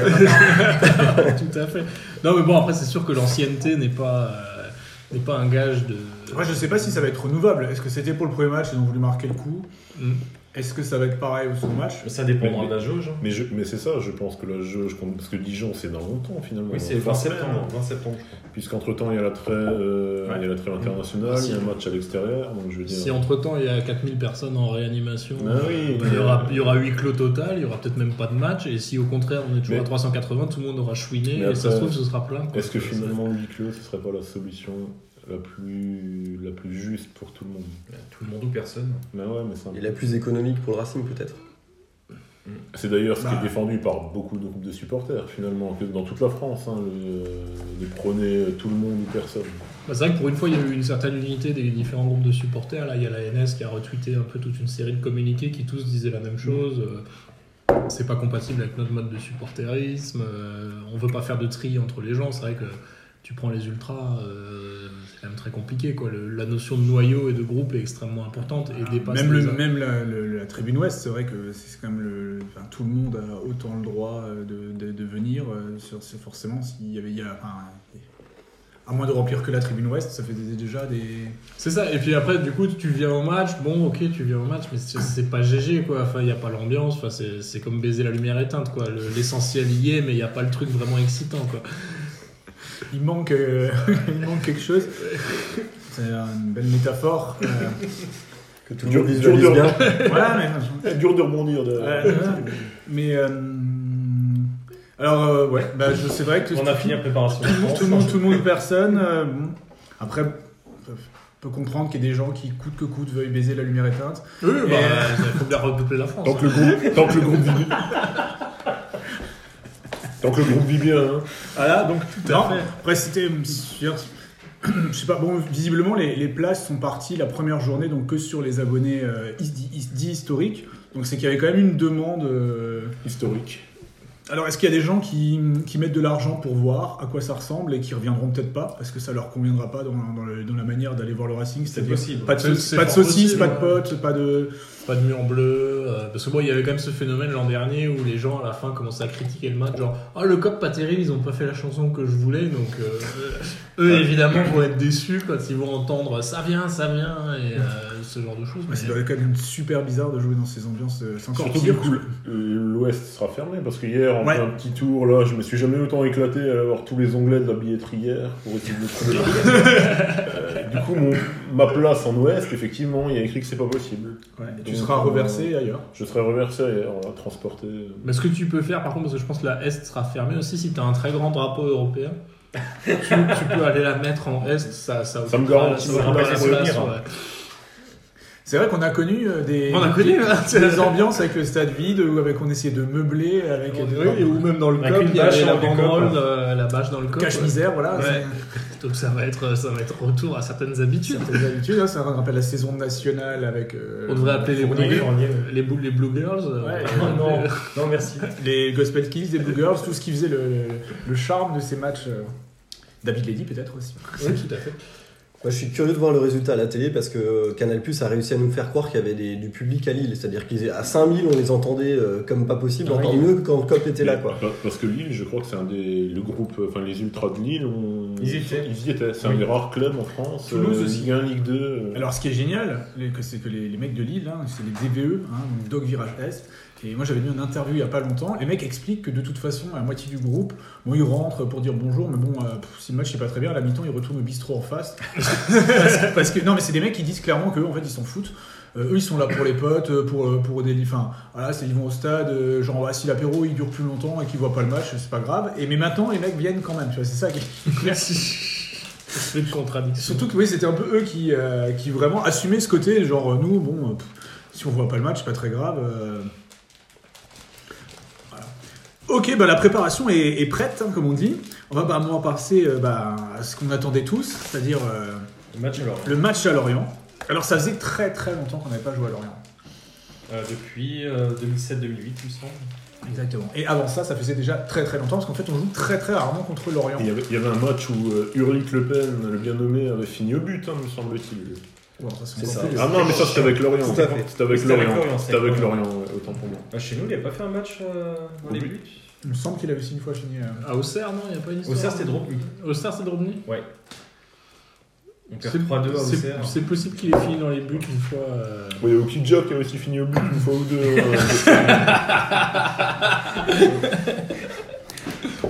[SPEAKER 3] Tout à fait. Non, mais bon, après, c'est sûr que l'ancienneté n'est pas, euh, n'est pas un gage de.
[SPEAKER 1] Moi je sais pas si ça va être renouvelable, est-ce que c'était pour le premier match, ils ont voulu marquer le coup
[SPEAKER 3] Mm.
[SPEAKER 1] Est-ce que ça va être pareil au second match
[SPEAKER 2] Mais ça dépendra
[SPEAKER 5] Mais-
[SPEAKER 2] de la jauge. hein.
[SPEAKER 5] Mais, je- mais c'est ça, je pense que la jauge, compte- parce que Dijon, c'est dans longtemps finalement.
[SPEAKER 2] Oui, c'est
[SPEAKER 5] Enfin,
[SPEAKER 2] 20 septembre. 20 septembre.
[SPEAKER 5] Puisqu'entre temps, il y a la trêve euh,
[SPEAKER 1] Ouais.
[SPEAKER 5] il y a la trêve internationale,
[SPEAKER 3] Si.
[SPEAKER 5] il y a un match à l'extérieur, donc je veux dire.
[SPEAKER 3] Si entre temps il y a 4000 personnes en réanimation,
[SPEAKER 5] Ah
[SPEAKER 3] euh,
[SPEAKER 5] oui,
[SPEAKER 3] il, y aura,
[SPEAKER 5] mais-
[SPEAKER 3] il y aura huit clos total, il y aura peut-être même pas de match, et si au contraire on est toujours
[SPEAKER 5] Mais-
[SPEAKER 3] à 380, tout le monde aura chouiné,
[SPEAKER 5] Mais
[SPEAKER 3] et ça se
[SPEAKER 5] après,
[SPEAKER 3] trouve ce sera plein. quoi.
[SPEAKER 5] Est-ce que
[SPEAKER 3] Ça-
[SPEAKER 5] finalement, huis clos, ce serait pas la solution la plus, la plus juste pour tout le monde
[SPEAKER 2] Tout le monde ou personne.
[SPEAKER 5] Mais ouais, mais c'est un-
[SPEAKER 4] Et la plus économique pour le Racing peut-être.
[SPEAKER 5] C'est d'ailleurs ce qui
[SPEAKER 1] Bah.
[SPEAKER 5] est défendu par beaucoup de groupes de supporters, finalement, que dans toute la France, hein, le- de prôner tout le monde ou personne.
[SPEAKER 3] Bah, c'est vrai que pour une fois, il y a eu une certaine unité des différents groupes de supporters. Là, il y a la NS qui a retweeté un peu toute une série de communiqués qui tous disaient la même chose. Euh, c'est pas compatible avec notre mode de supporterisme. Euh, on veut pas faire de tri entre les gens. C'est vrai que tu prends les ultras, euh, c'est quand même très compliqué. Quoi. Le- la notion de noyau et de groupe est extrêmement importante et dépasse
[SPEAKER 1] Ah, Même,
[SPEAKER 3] les
[SPEAKER 1] le,
[SPEAKER 3] a-
[SPEAKER 1] même la, le- la tribune ouest, c'est vrai que c'est quand même le, enfin, tout le monde a autant le droit euh, de, de- de venir. euh, sur- C'est forcément s'il y avait, il y a- enfin, à moins de remplir que la tribune ouest, ça fait des- déjà des.
[SPEAKER 3] C'est ça, et puis après, du coup, tu viens au match, bon, ok, tu viens au match, mais c'est- c'est pas GG, quoi. Enfin, il n'y a pas l'ambiance, enfin, c'est c'est comme baiser la lumière éteinte, quoi. Le- L'essentiel y est, mais il n'y a pas le truc vraiment excitant, quoi.
[SPEAKER 1] Il manque, euh, il manque quelque chose. C'est une belle métaphore. euh,
[SPEAKER 4] Que tout le
[SPEAKER 5] Dur-
[SPEAKER 4] monde
[SPEAKER 5] dur
[SPEAKER 4] visualise
[SPEAKER 5] de-
[SPEAKER 4] bien.
[SPEAKER 1] voilà, mais.
[SPEAKER 5] Dur de rebondir. De...
[SPEAKER 1] ouais, ouais. mais euh, alors euh, ouais, bah, je- c'est vrai que
[SPEAKER 2] On a fini la préparation.
[SPEAKER 1] tout le monde, tout le monde, tout le monde, personne. euh, bon. Après, on peut- peut comprendre qu'il y a des gens qui, coûte que coûte, veuillent baiser la lumière éteinte.
[SPEAKER 3] Oui, bah,
[SPEAKER 1] Et-
[SPEAKER 3] il faut bien repeupler la France. hein.
[SPEAKER 5] Tant que le groupe, tant que le groupe vit bien. Tant que le groupe vit bien. hein.
[SPEAKER 1] Voilà, donc tout
[SPEAKER 3] à
[SPEAKER 1] non,
[SPEAKER 3] fait.
[SPEAKER 1] Après, c'était. hum, Je sais pas, bon, visiblement, les, les places sont parties la première journée, donc que sur les abonnés euh, is- is- dits historiques. Donc c'est qu'il y avait quand même une demande. euh,
[SPEAKER 5] Historique.
[SPEAKER 1] Alors, est-ce qu'il y a des gens qui, qui mettent de l'argent pour voir à quoi ça ressemble et qui reviendront peut-être pas parce que ça leur conviendra pas dans, dans le- dans la manière d'aller voir le Racing C'est-à-dire
[SPEAKER 2] possible.
[SPEAKER 1] pas de,
[SPEAKER 3] C'est-
[SPEAKER 1] sau-
[SPEAKER 3] c'est
[SPEAKER 1] pas de
[SPEAKER 3] fort
[SPEAKER 1] saucisses,
[SPEAKER 3] possible,
[SPEAKER 1] pas de
[SPEAKER 3] ouais.
[SPEAKER 1] potes, pas de.
[SPEAKER 3] Pas de mur bleu, euh, parce que bon, il y avait quand même ce phénomène l'an dernier où les gens à la fin commençaient à critiquer le match, genre, oh, le cop pas terrible, ils ont pas fait la chanson que je voulais, donc euh, euh, eux, évidemment, vont être déçus quand ils vont entendre ça vient, ça vient, et euh, ce genre de choses.
[SPEAKER 1] Ouais, ça
[SPEAKER 3] mais-
[SPEAKER 1] doit être quand même super bizarre de jouer dans ces ambiances euh, sans
[SPEAKER 5] Surtout
[SPEAKER 1] sortir.
[SPEAKER 5] que l'Ouest sera fermé parce que hier, on
[SPEAKER 1] Ouais.
[SPEAKER 5] fait un petit tour là, je me suis jamais autant éclaté à avoir tous les onglets de la billetterie hier pour essayer de trouver. Euh, du coup, mon- ma place en Ouest, effectivement, il y a écrit que c'est pas possible.
[SPEAKER 1] Ouais, et tu
[SPEAKER 5] Donc,
[SPEAKER 1] seras
[SPEAKER 5] euh,
[SPEAKER 1] reversé ailleurs.
[SPEAKER 5] Je serais reversé ailleurs, là, transporté. euh,
[SPEAKER 3] Mais ce que tu peux faire, par contre, parce que je pense que la Est sera fermée aussi, si tu as un très grand drapeau européen, tu, tu peux aller la mettre en Est, ça, ça,
[SPEAKER 5] Ça me garantit
[SPEAKER 3] ça
[SPEAKER 5] beaucoup
[SPEAKER 3] occupera
[SPEAKER 5] plus
[SPEAKER 3] la
[SPEAKER 5] de
[SPEAKER 3] place,
[SPEAKER 2] souvenirs.
[SPEAKER 3] ouais.
[SPEAKER 1] C'est vrai qu'on a connu euh, des,
[SPEAKER 3] On a connu, hein,
[SPEAKER 1] des,
[SPEAKER 3] c'est
[SPEAKER 1] des ambiances avec le stade vide ou avec on essayait de meubler avec des-
[SPEAKER 3] Oui, ou même dans le
[SPEAKER 2] Avec
[SPEAKER 3] cop,
[SPEAKER 2] une
[SPEAKER 3] il y
[SPEAKER 2] bâche
[SPEAKER 3] avait
[SPEAKER 2] en
[SPEAKER 3] la
[SPEAKER 2] haut du cop,
[SPEAKER 3] banderole,
[SPEAKER 2] ouais.
[SPEAKER 3] euh, la bâche dans le cop. ouais.
[SPEAKER 1] cache-misère, voilà.
[SPEAKER 3] Ouais.
[SPEAKER 1] c'est-
[SPEAKER 3] Donc ça va, être, ça va être retour à certaines habitudes.
[SPEAKER 1] Certaines habitudes, hein, ça rappelle la saison nationale avec. euh,
[SPEAKER 3] On devrait appeler les
[SPEAKER 2] On y
[SPEAKER 3] Blue
[SPEAKER 2] est,
[SPEAKER 3] Girls.
[SPEAKER 2] on y est. Ah
[SPEAKER 3] Les, bou- les Blue Girls. euh,
[SPEAKER 1] Ouais,
[SPEAKER 3] on va
[SPEAKER 2] non.
[SPEAKER 3] appeler-
[SPEAKER 2] Non, merci.
[SPEAKER 1] Les Gospel Kids, les Blue Girls, tout ce qui faisait le, le charme de ces matchs. euh, David Lady peut-être aussi.
[SPEAKER 3] Oui, tout à fait.
[SPEAKER 4] Moi, je suis curieux de voir le résultat à la télé parce que euh, Canal a réussi à nous faire croire qu'il y avait des- du public à Lille. C'est-à-dire qu'ils à 5000, on les entendait euh, comme pas possible,
[SPEAKER 2] Ah oui.
[SPEAKER 4] encore mieux que quand Cop était là. quoi.
[SPEAKER 5] Pa- Parce que Lille, je crois que c'est un des le groupe, enfin les ultras de Lille, on-
[SPEAKER 2] Ils y étaient.
[SPEAKER 5] Ils y étaient. C'est un
[SPEAKER 2] Oui.
[SPEAKER 5] des rares clubs en France.
[SPEAKER 1] Toulouse
[SPEAKER 5] euh,
[SPEAKER 1] aussi.
[SPEAKER 5] Ligue 1, Ligue 2. euh.
[SPEAKER 1] Alors, ce qui est génial, les- que c'est que les, les mecs de Lille, hein, c'est les DVE, hein, donc Dog Virage Est. Et moi, j'avais lu une interview il y a pas longtemps. Les mecs expliquent que de toute façon, la moitié du groupe, bon, ils rentrent pour dire bonjour, mais bon, euh, pff, si le match n'est pas très bien, à la mi-temps, ils retournent au bistrot en face. parce, que- parce que, non, mais c'est des mecs qui disent clairement qu'eux, en fait, ils s'en foutent. Euh, eux, ils sont là pour les potes, euh, pour, euh, pour des. Enfin, voilà, c'est- ils vont au stade, euh, genre, bah, si l'apéro il dure plus longtemps et qu'ils voient pas le match, c'est pas grave. Et, mais maintenant, les mecs viennent quand même, tu vois, c'est ça qui
[SPEAKER 3] Merci. C'est une contradiction.
[SPEAKER 1] Surtout que oui, c'était un peu eux qui, euh, qui vraiment assumaient ce côté, genre euh, nous, bon, euh, pff, si on voit pas le match, c'est pas très grave. euh. Voilà. Ok, bah, la préparation est, est prête, hein, comme on dit. On va bah, maintenant passer euh, bah, à ce qu'on attendait tous, c'est-à-dire euh,
[SPEAKER 2] Le match alors.
[SPEAKER 1] le match à Lorient. Alors ça faisait très très longtemps qu'on n'avait pas joué à Lorient.
[SPEAKER 2] Euh, depuis euh, 2007-2008, il me semble.
[SPEAKER 1] Exactement. Et avant ça, ça faisait déjà très très longtemps, parce qu'en fait on joue très très rarement contre Lorient.
[SPEAKER 5] Il y, avait, il y avait un match où euh, Urlich Le Pen, le bien nommé, avait fini au but, hein, me semble-t-il.
[SPEAKER 1] Ouais, ça, c'est
[SPEAKER 4] C'est
[SPEAKER 1] encore
[SPEAKER 4] ça.
[SPEAKER 1] plus. euh,
[SPEAKER 5] Ah non, mais ça c'était avec Lorient.
[SPEAKER 4] Tout à fait.
[SPEAKER 5] C'était avec
[SPEAKER 2] C'était avec
[SPEAKER 5] Lorient.
[SPEAKER 2] Lorient,
[SPEAKER 5] C'était avec
[SPEAKER 2] c'est-
[SPEAKER 5] Lorient, ouais, autant pour moi.
[SPEAKER 2] Bah, chez nous, il n'y a pas fait un match euh, dans les
[SPEAKER 5] Oui.
[SPEAKER 2] buts.
[SPEAKER 1] Il me semble qu'il avait aussi une fois fini. euh,
[SPEAKER 3] À Auxerre, non Il n'y a pas une histoire
[SPEAKER 2] Auxerre, c'était Drobny.
[SPEAKER 3] Auxerre, c'est Drobny
[SPEAKER 2] On perd 3-2 à
[SPEAKER 3] c'est-
[SPEAKER 2] Auxerre.
[SPEAKER 3] C'est possible qu'il ait fini dans les buts une fois. euh,
[SPEAKER 5] Bon, Il y a Okidja qui a aussi fini au but une fois ou deux. hein.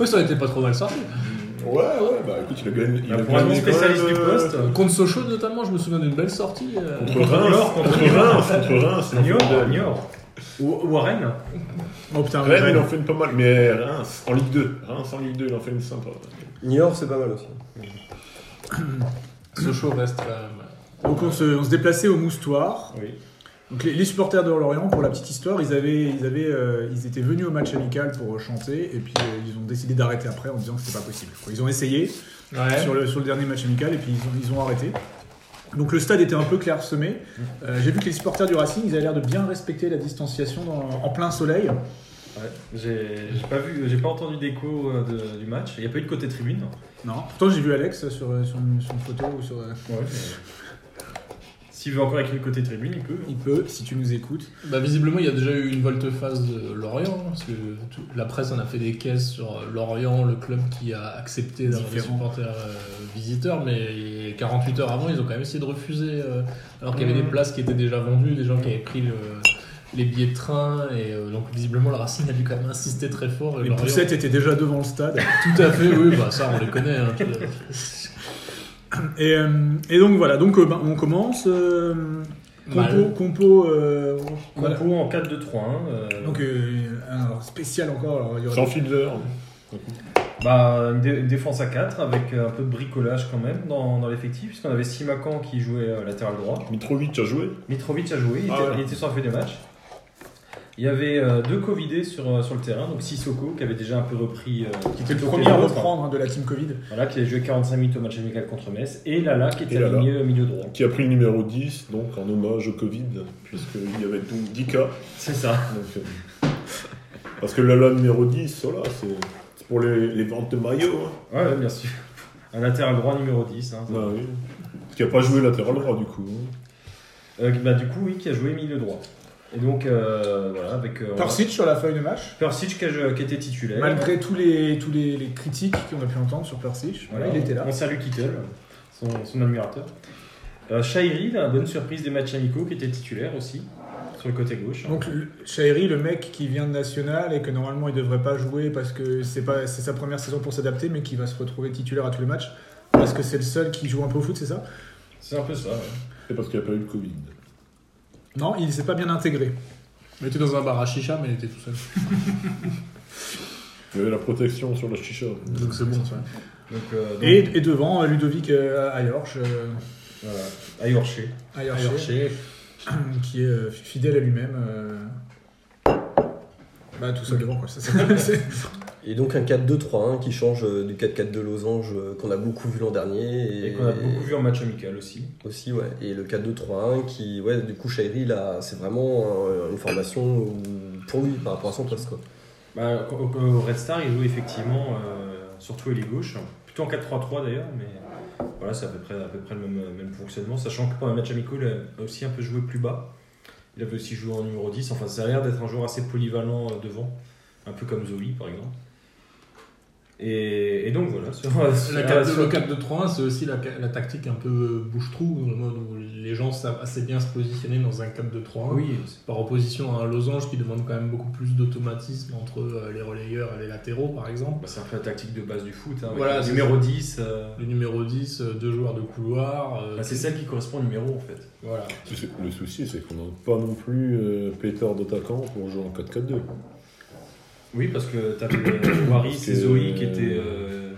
[SPEAKER 3] Ouais, ça aurait été pas trop mal sorti.
[SPEAKER 5] ouais, ouais, bah écoute, il a gagné. Il
[SPEAKER 2] Bah,
[SPEAKER 5] a
[SPEAKER 2] Pour un
[SPEAKER 5] gagné quand
[SPEAKER 2] spécialiste
[SPEAKER 5] même,
[SPEAKER 2] du
[SPEAKER 5] euh,
[SPEAKER 2] poste,
[SPEAKER 3] Contre Sochaux, notamment, je me souviens d'une belle sortie. euh,
[SPEAKER 5] Contre Reims,
[SPEAKER 2] Contre
[SPEAKER 5] contre Reims, contre Reims, c'est
[SPEAKER 2] Niort,
[SPEAKER 5] Niort.
[SPEAKER 2] Niort. Ou, ou à Rennes.
[SPEAKER 1] Oh putain,
[SPEAKER 5] Rennes,
[SPEAKER 1] Rennes.
[SPEAKER 5] il en fait une pas mal, mais Reims en Ligue 2. Reims en Ligue 2, il en fait une sympa.
[SPEAKER 4] Niort, c'est pas mal aussi.
[SPEAKER 3] Sochaux reste quand même. euh,
[SPEAKER 1] Donc on se, on se déplaçait au Moustoir.
[SPEAKER 2] Oui.
[SPEAKER 1] Donc les, les supporters de Lorient, pour la petite histoire, ils, avaient, ils, avaient, euh, ils étaient venus au match amical pour euh, chanter et puis euh, ils ont décidé d'arrêter après en disant que c'était pas possible. quoi. Ils ont essayé
[SPEAKER 3] euh,
[SPEAKER 1] sur, le, sur le dernier match amical et puis ils ont, ils ont arrêté. Donc le stade était un peu clairsemé. Euh, J'ai vu que les supporters du Racing, ils avaient l'air de bien respecter la distanciation dans- en plein soleil.
[SPEAKER 2] Ouais. J'ai j'ai pas vu, j'ai pas entendu d'écho euh, de- du match. Il n'y a pas eu de côté tribune. hein.
[SPEAKER 1] Non. Pourtant j'ai vu Alex sur, euh, sur, une, sur une photo ou sur... euh,
[SPEAKER 2] Ouais. S'il veut encore avec le côté tribune, il peut.
[SPEAKER 1] Il peut, si tu nous écoutes.
[SPEAKER 3] Bah, visiblement, il y a déjà eu une volte-face de Lorient, hein, parce que tout- la presse en a fait des caisses sur euh, Lorient, le club qui a accepté d'avoir des
[SPEAKER 1] Différent.
[SPEAKER 3] supporters euh, visiteurs, mais 48 heures avant, ils ont quand même essayé de refuser, euh, alors qu'il y avait
[SPEAKER 2] Mhm.
[SPEAKER 3] des places qui étaient déjà vendues, des gens qui avaient pris le- les billets de train, et euh, donc visiblement, la Racing a dû quand même insister très fort. et
[SPEAKER 1] Les
[SPEAKER 3] Lorient-
[SPEAKER 1] poussettes étaient déjà devant le stade.
[SPEAKER 3] Tout à fait, oui, bah, ça, on les connaît. hein, tout-
[SPEAKER 1] Et, euh, et donc voilà, donc euh, ben, on commence. euh, compo,
[SPEAKER 3] Mal.
[SPEAKER 1] compo, euh, voilà.
[SPEAKER 2] Compo en 4-2-3. hein, euh,
[SPEAKER 1] Donc euh, alors, spécial encore. Alors, il y aura-
[SPEAKER 5] Sans Fielder.
[SPEAKER 2] Bah, une, dé- une défense à 4 avec euh, un peu de bricolage quand même dans, dans l'effectif, puisqu'on avait Simakan qui jouait euh, latéral droit.
[SPEAKER 5] Mitrovic a joué.
[SPEAKER 2] Mitrovic a joué, il,
[SPEAKER 5] Ah
[SPEAKER 2] était,
[SPEAKER 5] ouais.
[SPEAKER 2] il était forfait des matchs. Il y avait euh, deux Covidés sur, euh, sur le terrain, donc Sissoko qui avait déjà un peu repris. euh, qui
[SPEAKER 1] C'était le
[SPEAKER 2] toquait
[SPEAKER 1] premier à
[SPEAKER 2] l'autre.
[SPEAKER 1] reprendre hein, de la team Covid.
[SPEAKER 2] Voilà, qui a joué 45 minutes au match amical contre Metz. Et Lala qui était
[SPEAKER 5] Et Lala.
[SPEAKER 2] aligné au milieu droit.
[SPEAKER 5] Qui a pris le numéro 10, donc en hommage au Covid, puisqu'il y avait donc 10 cas.
[SPEAKER 2] C'est ça.
[SPEAKER 5] Donc, euh, parce que Lala numéro 10, voilà, c'est c'est pour les, les ventes de maillots. Hein.
[SPEAKER 2] Ouais, ouais, bien sûr. Un latéral droit numéro 10. hein.
[SPEAKER 5] Bah oui. Qui a pas joué latéral droit du coup. hein.
[SPEAKER 2] Euh, bah, du coup, oui, qui a joué milieu droit. Et donc, euh, voilà, avec. euh,
[SPEAKER 1] Persic sur la feuille de match.
[SPEAKER 2] Persic qui, a joué- qui était titulaire.
[SPEAKER 1] Malgré tous les tous les, les critiques qu'on a pu entendre sur Persic,
[SPEAKER 2] Voilà,
[SPEAKER 1] il était là.
[SPEAKER 2] On salue Kittel, son, son admirateur. Euh, Shairi, la bonne surprise des matchs amicaux, qui était titulaire aussi, sur le côté gauche.
[SPEAKER 1] Donc le- Shairi, le mec qui vient de national et que normalement il devrait pas jouer parce que c'est pas c'est sa première saison pour s'adapter, mais qui va se retrouver titulaire à tous les matchs parce que c'est le seul qui joue un peu au foot, c'est ça
[SPEAKER 2] C'est un peu ça. ouais.
[SPEAKER 5] C'est parce qu'il n'y a pas eu le Covid.
[SPEAKER 1] Non, il s'est pas bien intégré.
[SPEAKER 3] Il était dans un bar à chicha, mais il était tout seul.
[SPEAKER 5] Il y avait la protection sur la chicha.
[SPEAKER 3] Donc c'est bon, tu vois.
[SPEAKER 2] Donc, euh, donc,
[SPEAKER 1] Et, et devant euh, Ludovic euh, Ajorch, euh,
[SPEAKER 2] voilà, à Yorcher.
[SPEAKER 1] Ajorché, qui est euh, fidèle à lui-même. euh, Bah, tout seul devant, quoi. Ça, c'est- c'est-
[SPEAKER 4] Et donc un 4-2-3-1 qui change euh, du 4-4 de losange euh, qu'on a beaucoup vu l'an dernier.
[SPEAKER 2] Et qu'on a beaucoup vu en match amical aussi.
[SPEAKER 4] Aussi, ouais. Et le 4-2-3-1 qui, ouais, du coup, Shairi, là, c'est vraiment euh, une formation où- pour lui par rapport à son poste, quoi.
[SPEAKER 2] Bah, au, au- au Red Star, il joue effectivement, euh, surtout les gauche. Plutôt en 4-3-3 d'ailleurs, mais Voilà, c'est à peu près, à peu près le même, même fonctionnement, sachant que pour un match amical, il a aussi un peu joué plus bas. Il avait aussi joué en numéro 10. Enfin, ça a l'air d'être un joueur assez polyvalent euh, devant, un peu comme Zoli par exemple. Et, et donc voilà, sur, sur-
[SPEAKER 3] La 4
[SPEAKER 2] sur-
[SPEAKER 3] le 4-2-3-1, c'est aussi la, la tactique un peu bouche-trou, dans le mode où les gens savent assez bien se positionner dans un 4-2-3-1.
[SPEAKER 2] Oui,
[SPEAKER 3] Par opposition à un losange qui demande quand même beaucoup plus d'automatisme entre euh, les relayeurs et les latéraux, par exemple.
[SPEAKER 2] bah, c'est un peu la tactique de base du foot. Hein, avec
[SPEAKER 3] Voilà,
[SPEAKER 2] le
[SPEAKER 3] c'est
[SPEAKER 2] numéro 10, euh,
[SPEAKER 3] Le numéro 10, euh, deux joueurs de couloir. euh,
[SPEAKER 2] bah, c'est celle qui correspond au numéro en fait.
[SPEAKER 3] Voilà.
[SPEAKER 5] Le souci, c'est qu'on n'a pas non plus euh, pléthore d'attaquants pour jouer en 4-4-2.
[SPEAKER 2] Oui, parce que t'avais euh, Waris et
[SPEAKER 5] C'est-
[SPEAKER 2] Zoé qui étaient, euh,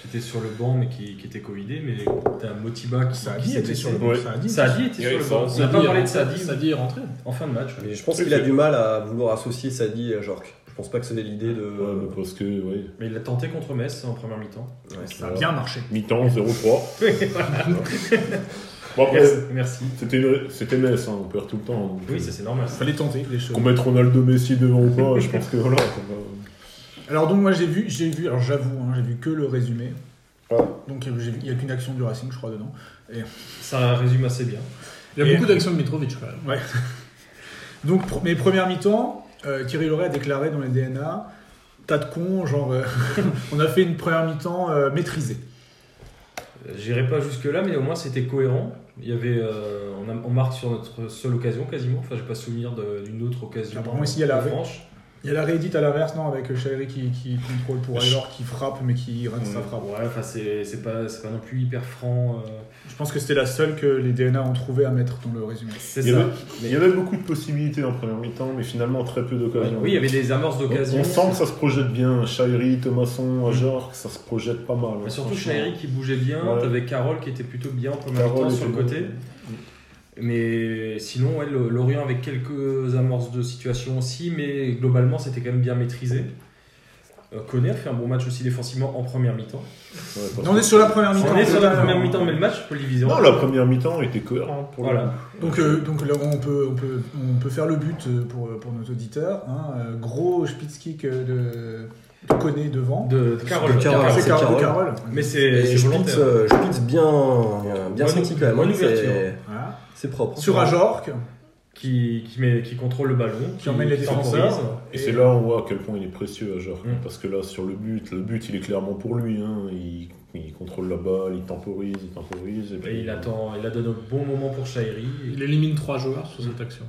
[SPEAKER 2] qui étaient sur le banc mais qui, qui étaient Covidés, mais t'as Motiba qui,
[SPEAKER 1] Ça a
[SPEAKER 2] qui
[SPEAKER 1] dit,
[SPEAKER 2] s'est
[SPEAKER 1] était
[SPEAKER 2] blessé.
[SPEAKER 1] sur le banc.
[SPEAKER 5] Ouais.
[SPEAKER 1] Ça a dit.
[SPEAKER 2] Sadi était
[SPEAKER 5] Oui,
[SPEAKER 2] sur le
[SPEAKER 5] ça,
[SPEAKER 2] banc. On n'a
[SPEAKER 3] Sadi
[SPEAKER 2] pas
[SPEAKER 3] est
[SPEAKER 2] parlé de
[SPEAKER 3] rentré-
[SPEAKER 2] Sadi
[SPEAKER 3] Sadi est rentré.
[SPEAKER 2] en fin de match.
[SPEAKER 4] Mais je pense qu'il a du mal à vouloir associer Sadi à Jork. Je pense pas que ce n'est l'idée de.
[SPEAKER 2] Euh.
[SPEAKER 4] euh,
[SPEAKER 5] Ouais, mais parce que, ouais.
[SPEAKER 2] Mais il l'a tenté contre Metz en première mi-temps.
[SPEAKER 4] Ouais.
[SPEAKER 1] Ça a bien marché.
[SPEAKER 5] Mi-temps, 0-3. Bon, après,
[SPEAKER 2] Merci. Merci.
[SPEAKER 5] c'était une- c'était Metz, hein, on perd tout le temps. donc, euh,
[SPEAKER 2] Oui, ça c'est normal. ça.
[SPEAKER 1] Fallait tenter les choses.
[SPEAKER 5] Qu'on mette Ronaldo Messi devant ou pas, je pense que voilà. qu'on
[SPEAKER 1] Alors donc moi j'ai vu, j'ai vu, alors j'avoue, hein, j'ai vu que le résumé.
[SPEAKER 5] Ouais.
[SPEAKER 1] Donc euh, j'ai vu- il n'y a qu'une action du Racing, je crois, dedans.
[SPEAKER 2] Ça résume assez bien.
[SPEAKER 3] Il y a
[SPEAKER 1] Et-
[SPEAKER 3] beaucoup d'actions de Mitrovic quand même.
[SPEAKER 1] Donc pr- mes premières mi-temps, euh, Thierry Loret a déclaré dans les DNA, tas de cons, genre euh, on a fait une première mi-temps euh, maîtrisée.
[SPEAKER 2] Euh, J'irai pas jusque là, mais au moins c'était cohérent. Il y avait, euh, on, a- on marque sur notre seule occasion quasiment. Enfin, j'ai pas souvenir de- d'une autre occasion.
[SPEAKER 1] Ah, par contre, si, elle
[SPEAKER 2] de
[SPEAKER 1] avait-
[SPEAKER 2] franche.
[SPEAKER 1] Il y a la réédite à l'inverse, non, avec Chéri qui, qui contrôle pour Aylor qui frappe mais qui rate sa frappe.
[SPEAKER 2] Ouais, enfin c'est c'est pas c'est pas non plus hyper franc. euh,
[SPEAKER 1] Je pense que c'était la seule que les DNA ont trouvé à mettre dans le résumé.
[SPEAKER 2] c'est
[SPEAKER 5] Il y
[SPEAKER 2] ça.
[SPEAKER 5] avait- Mais il y avait beaucoup de possibilités en première mi-temps, mais finalement très peu d'occasions.
[SPEAKER 2] Bah, Oui, il y avait des amorces
[SPEAKER 5] On-
[SPEAKER 2] d'occasion.
[SPEAKER 5] Bah, On sent que ça se projette bien. Chahiri, Thomasson, Ajor, ça se projette pas mal. hein,
[SPEAKER 2] Mm. Mais Bah, surtout
[SPEAKER 5] franchement.
[SPEAKER 2] Shairi qui bougeait bien,
[SPEAKER 5] Ouais.
[SPEAKER 2] t'avais Carole qui était plutôt bien en première
[SPEAKER 5] Carole
[SPEAKER 2] mi-temps sur le
[SPEAKER 5] était
[SPEAKER 2] côté.
[SPEAKER 5] bonne.
[SPEAKER 2] Mais sinon, ouais, le- Lorient avec quelques amorces de situation aussi, mais globalement c'était quand même bien maîtrisé. Euh, Koné a fait un bon match aussi défensivement en première mi-temps.
[SPEAKER 5] Ouais, parce
[SPEAKER 1] on
[SPEAKER 5] que-
[SPEAKER 1] est sur la première Ah, mi-temps.
[SPEAKER 2] On est sur la première mi-temps, mais le match, faut le diviser en
[SPEAKER 5] Non,
[SPEAKER 2] deux.
[SPEAKER 5] la première mi-temps était cohérente pour le
[SPEAKER 2] Voilà.
[SPEAKER 5] coup.
[SPEAKER 1] Donc, euh, donc là, on peut, on, peut, on peut faire le but euh, pour, euh, pour nos auditeurs. hein. Euh, Gros spitzkick de, de Koné devant.
[SPEAKER 2] De, de Carole.
[SPEAKER 4] De Carole.
[SPEAKER 2] Carole.
[SPEAKER 1] c'est
[SPEAKER 4] c'est
[SPEAKER 1] Carole.
[SPEAKER 4] Carole.
[SPEAKER 1] Carole.
[SPEAKER 2] Mais
[SPEAKER 4] Et
[SPEAKER 2] c'est c'est
[SPEAKER 4] Spitz,
[SPEAKER 2] volontaire.
[SPEAKER 4] euh, Spitz bien, euh, bien
[SPEAKER 2] Bonne-
[SPEAKER 4] senti quand même.
[SPEAKER 2] bonne
[SPEAKER 4] hein, c'est-
[SPEAKER 2] ouverture.
[SPEAKER 1] Voilà.
[SPEAKER 4] C'est propre.
[SPEAKER 1] Sur Ajorc,
[SPEAKER 2] Qui, qui, met, qui contrôle le ballon,
[SPEAKER 1] qui emmène les défenseurs.
[SPEAKER 2] temporise.
[SPEAKER 5] Et c'est là on voit à quel point il est précieux, Ajor.
[SPEAKER 2] Mm.
[SPEAKER 5] Parce que là, sur le but, le but, il est clairement pour lui. hein. Il, il contrôle la balle, il temporise, il temporise. Et puis,
[SPEAKER 2] Et il attend, il la donne au bon moment pour Shairi.
[SPEAKER 3] Il élimine trois joueurs sur cette action.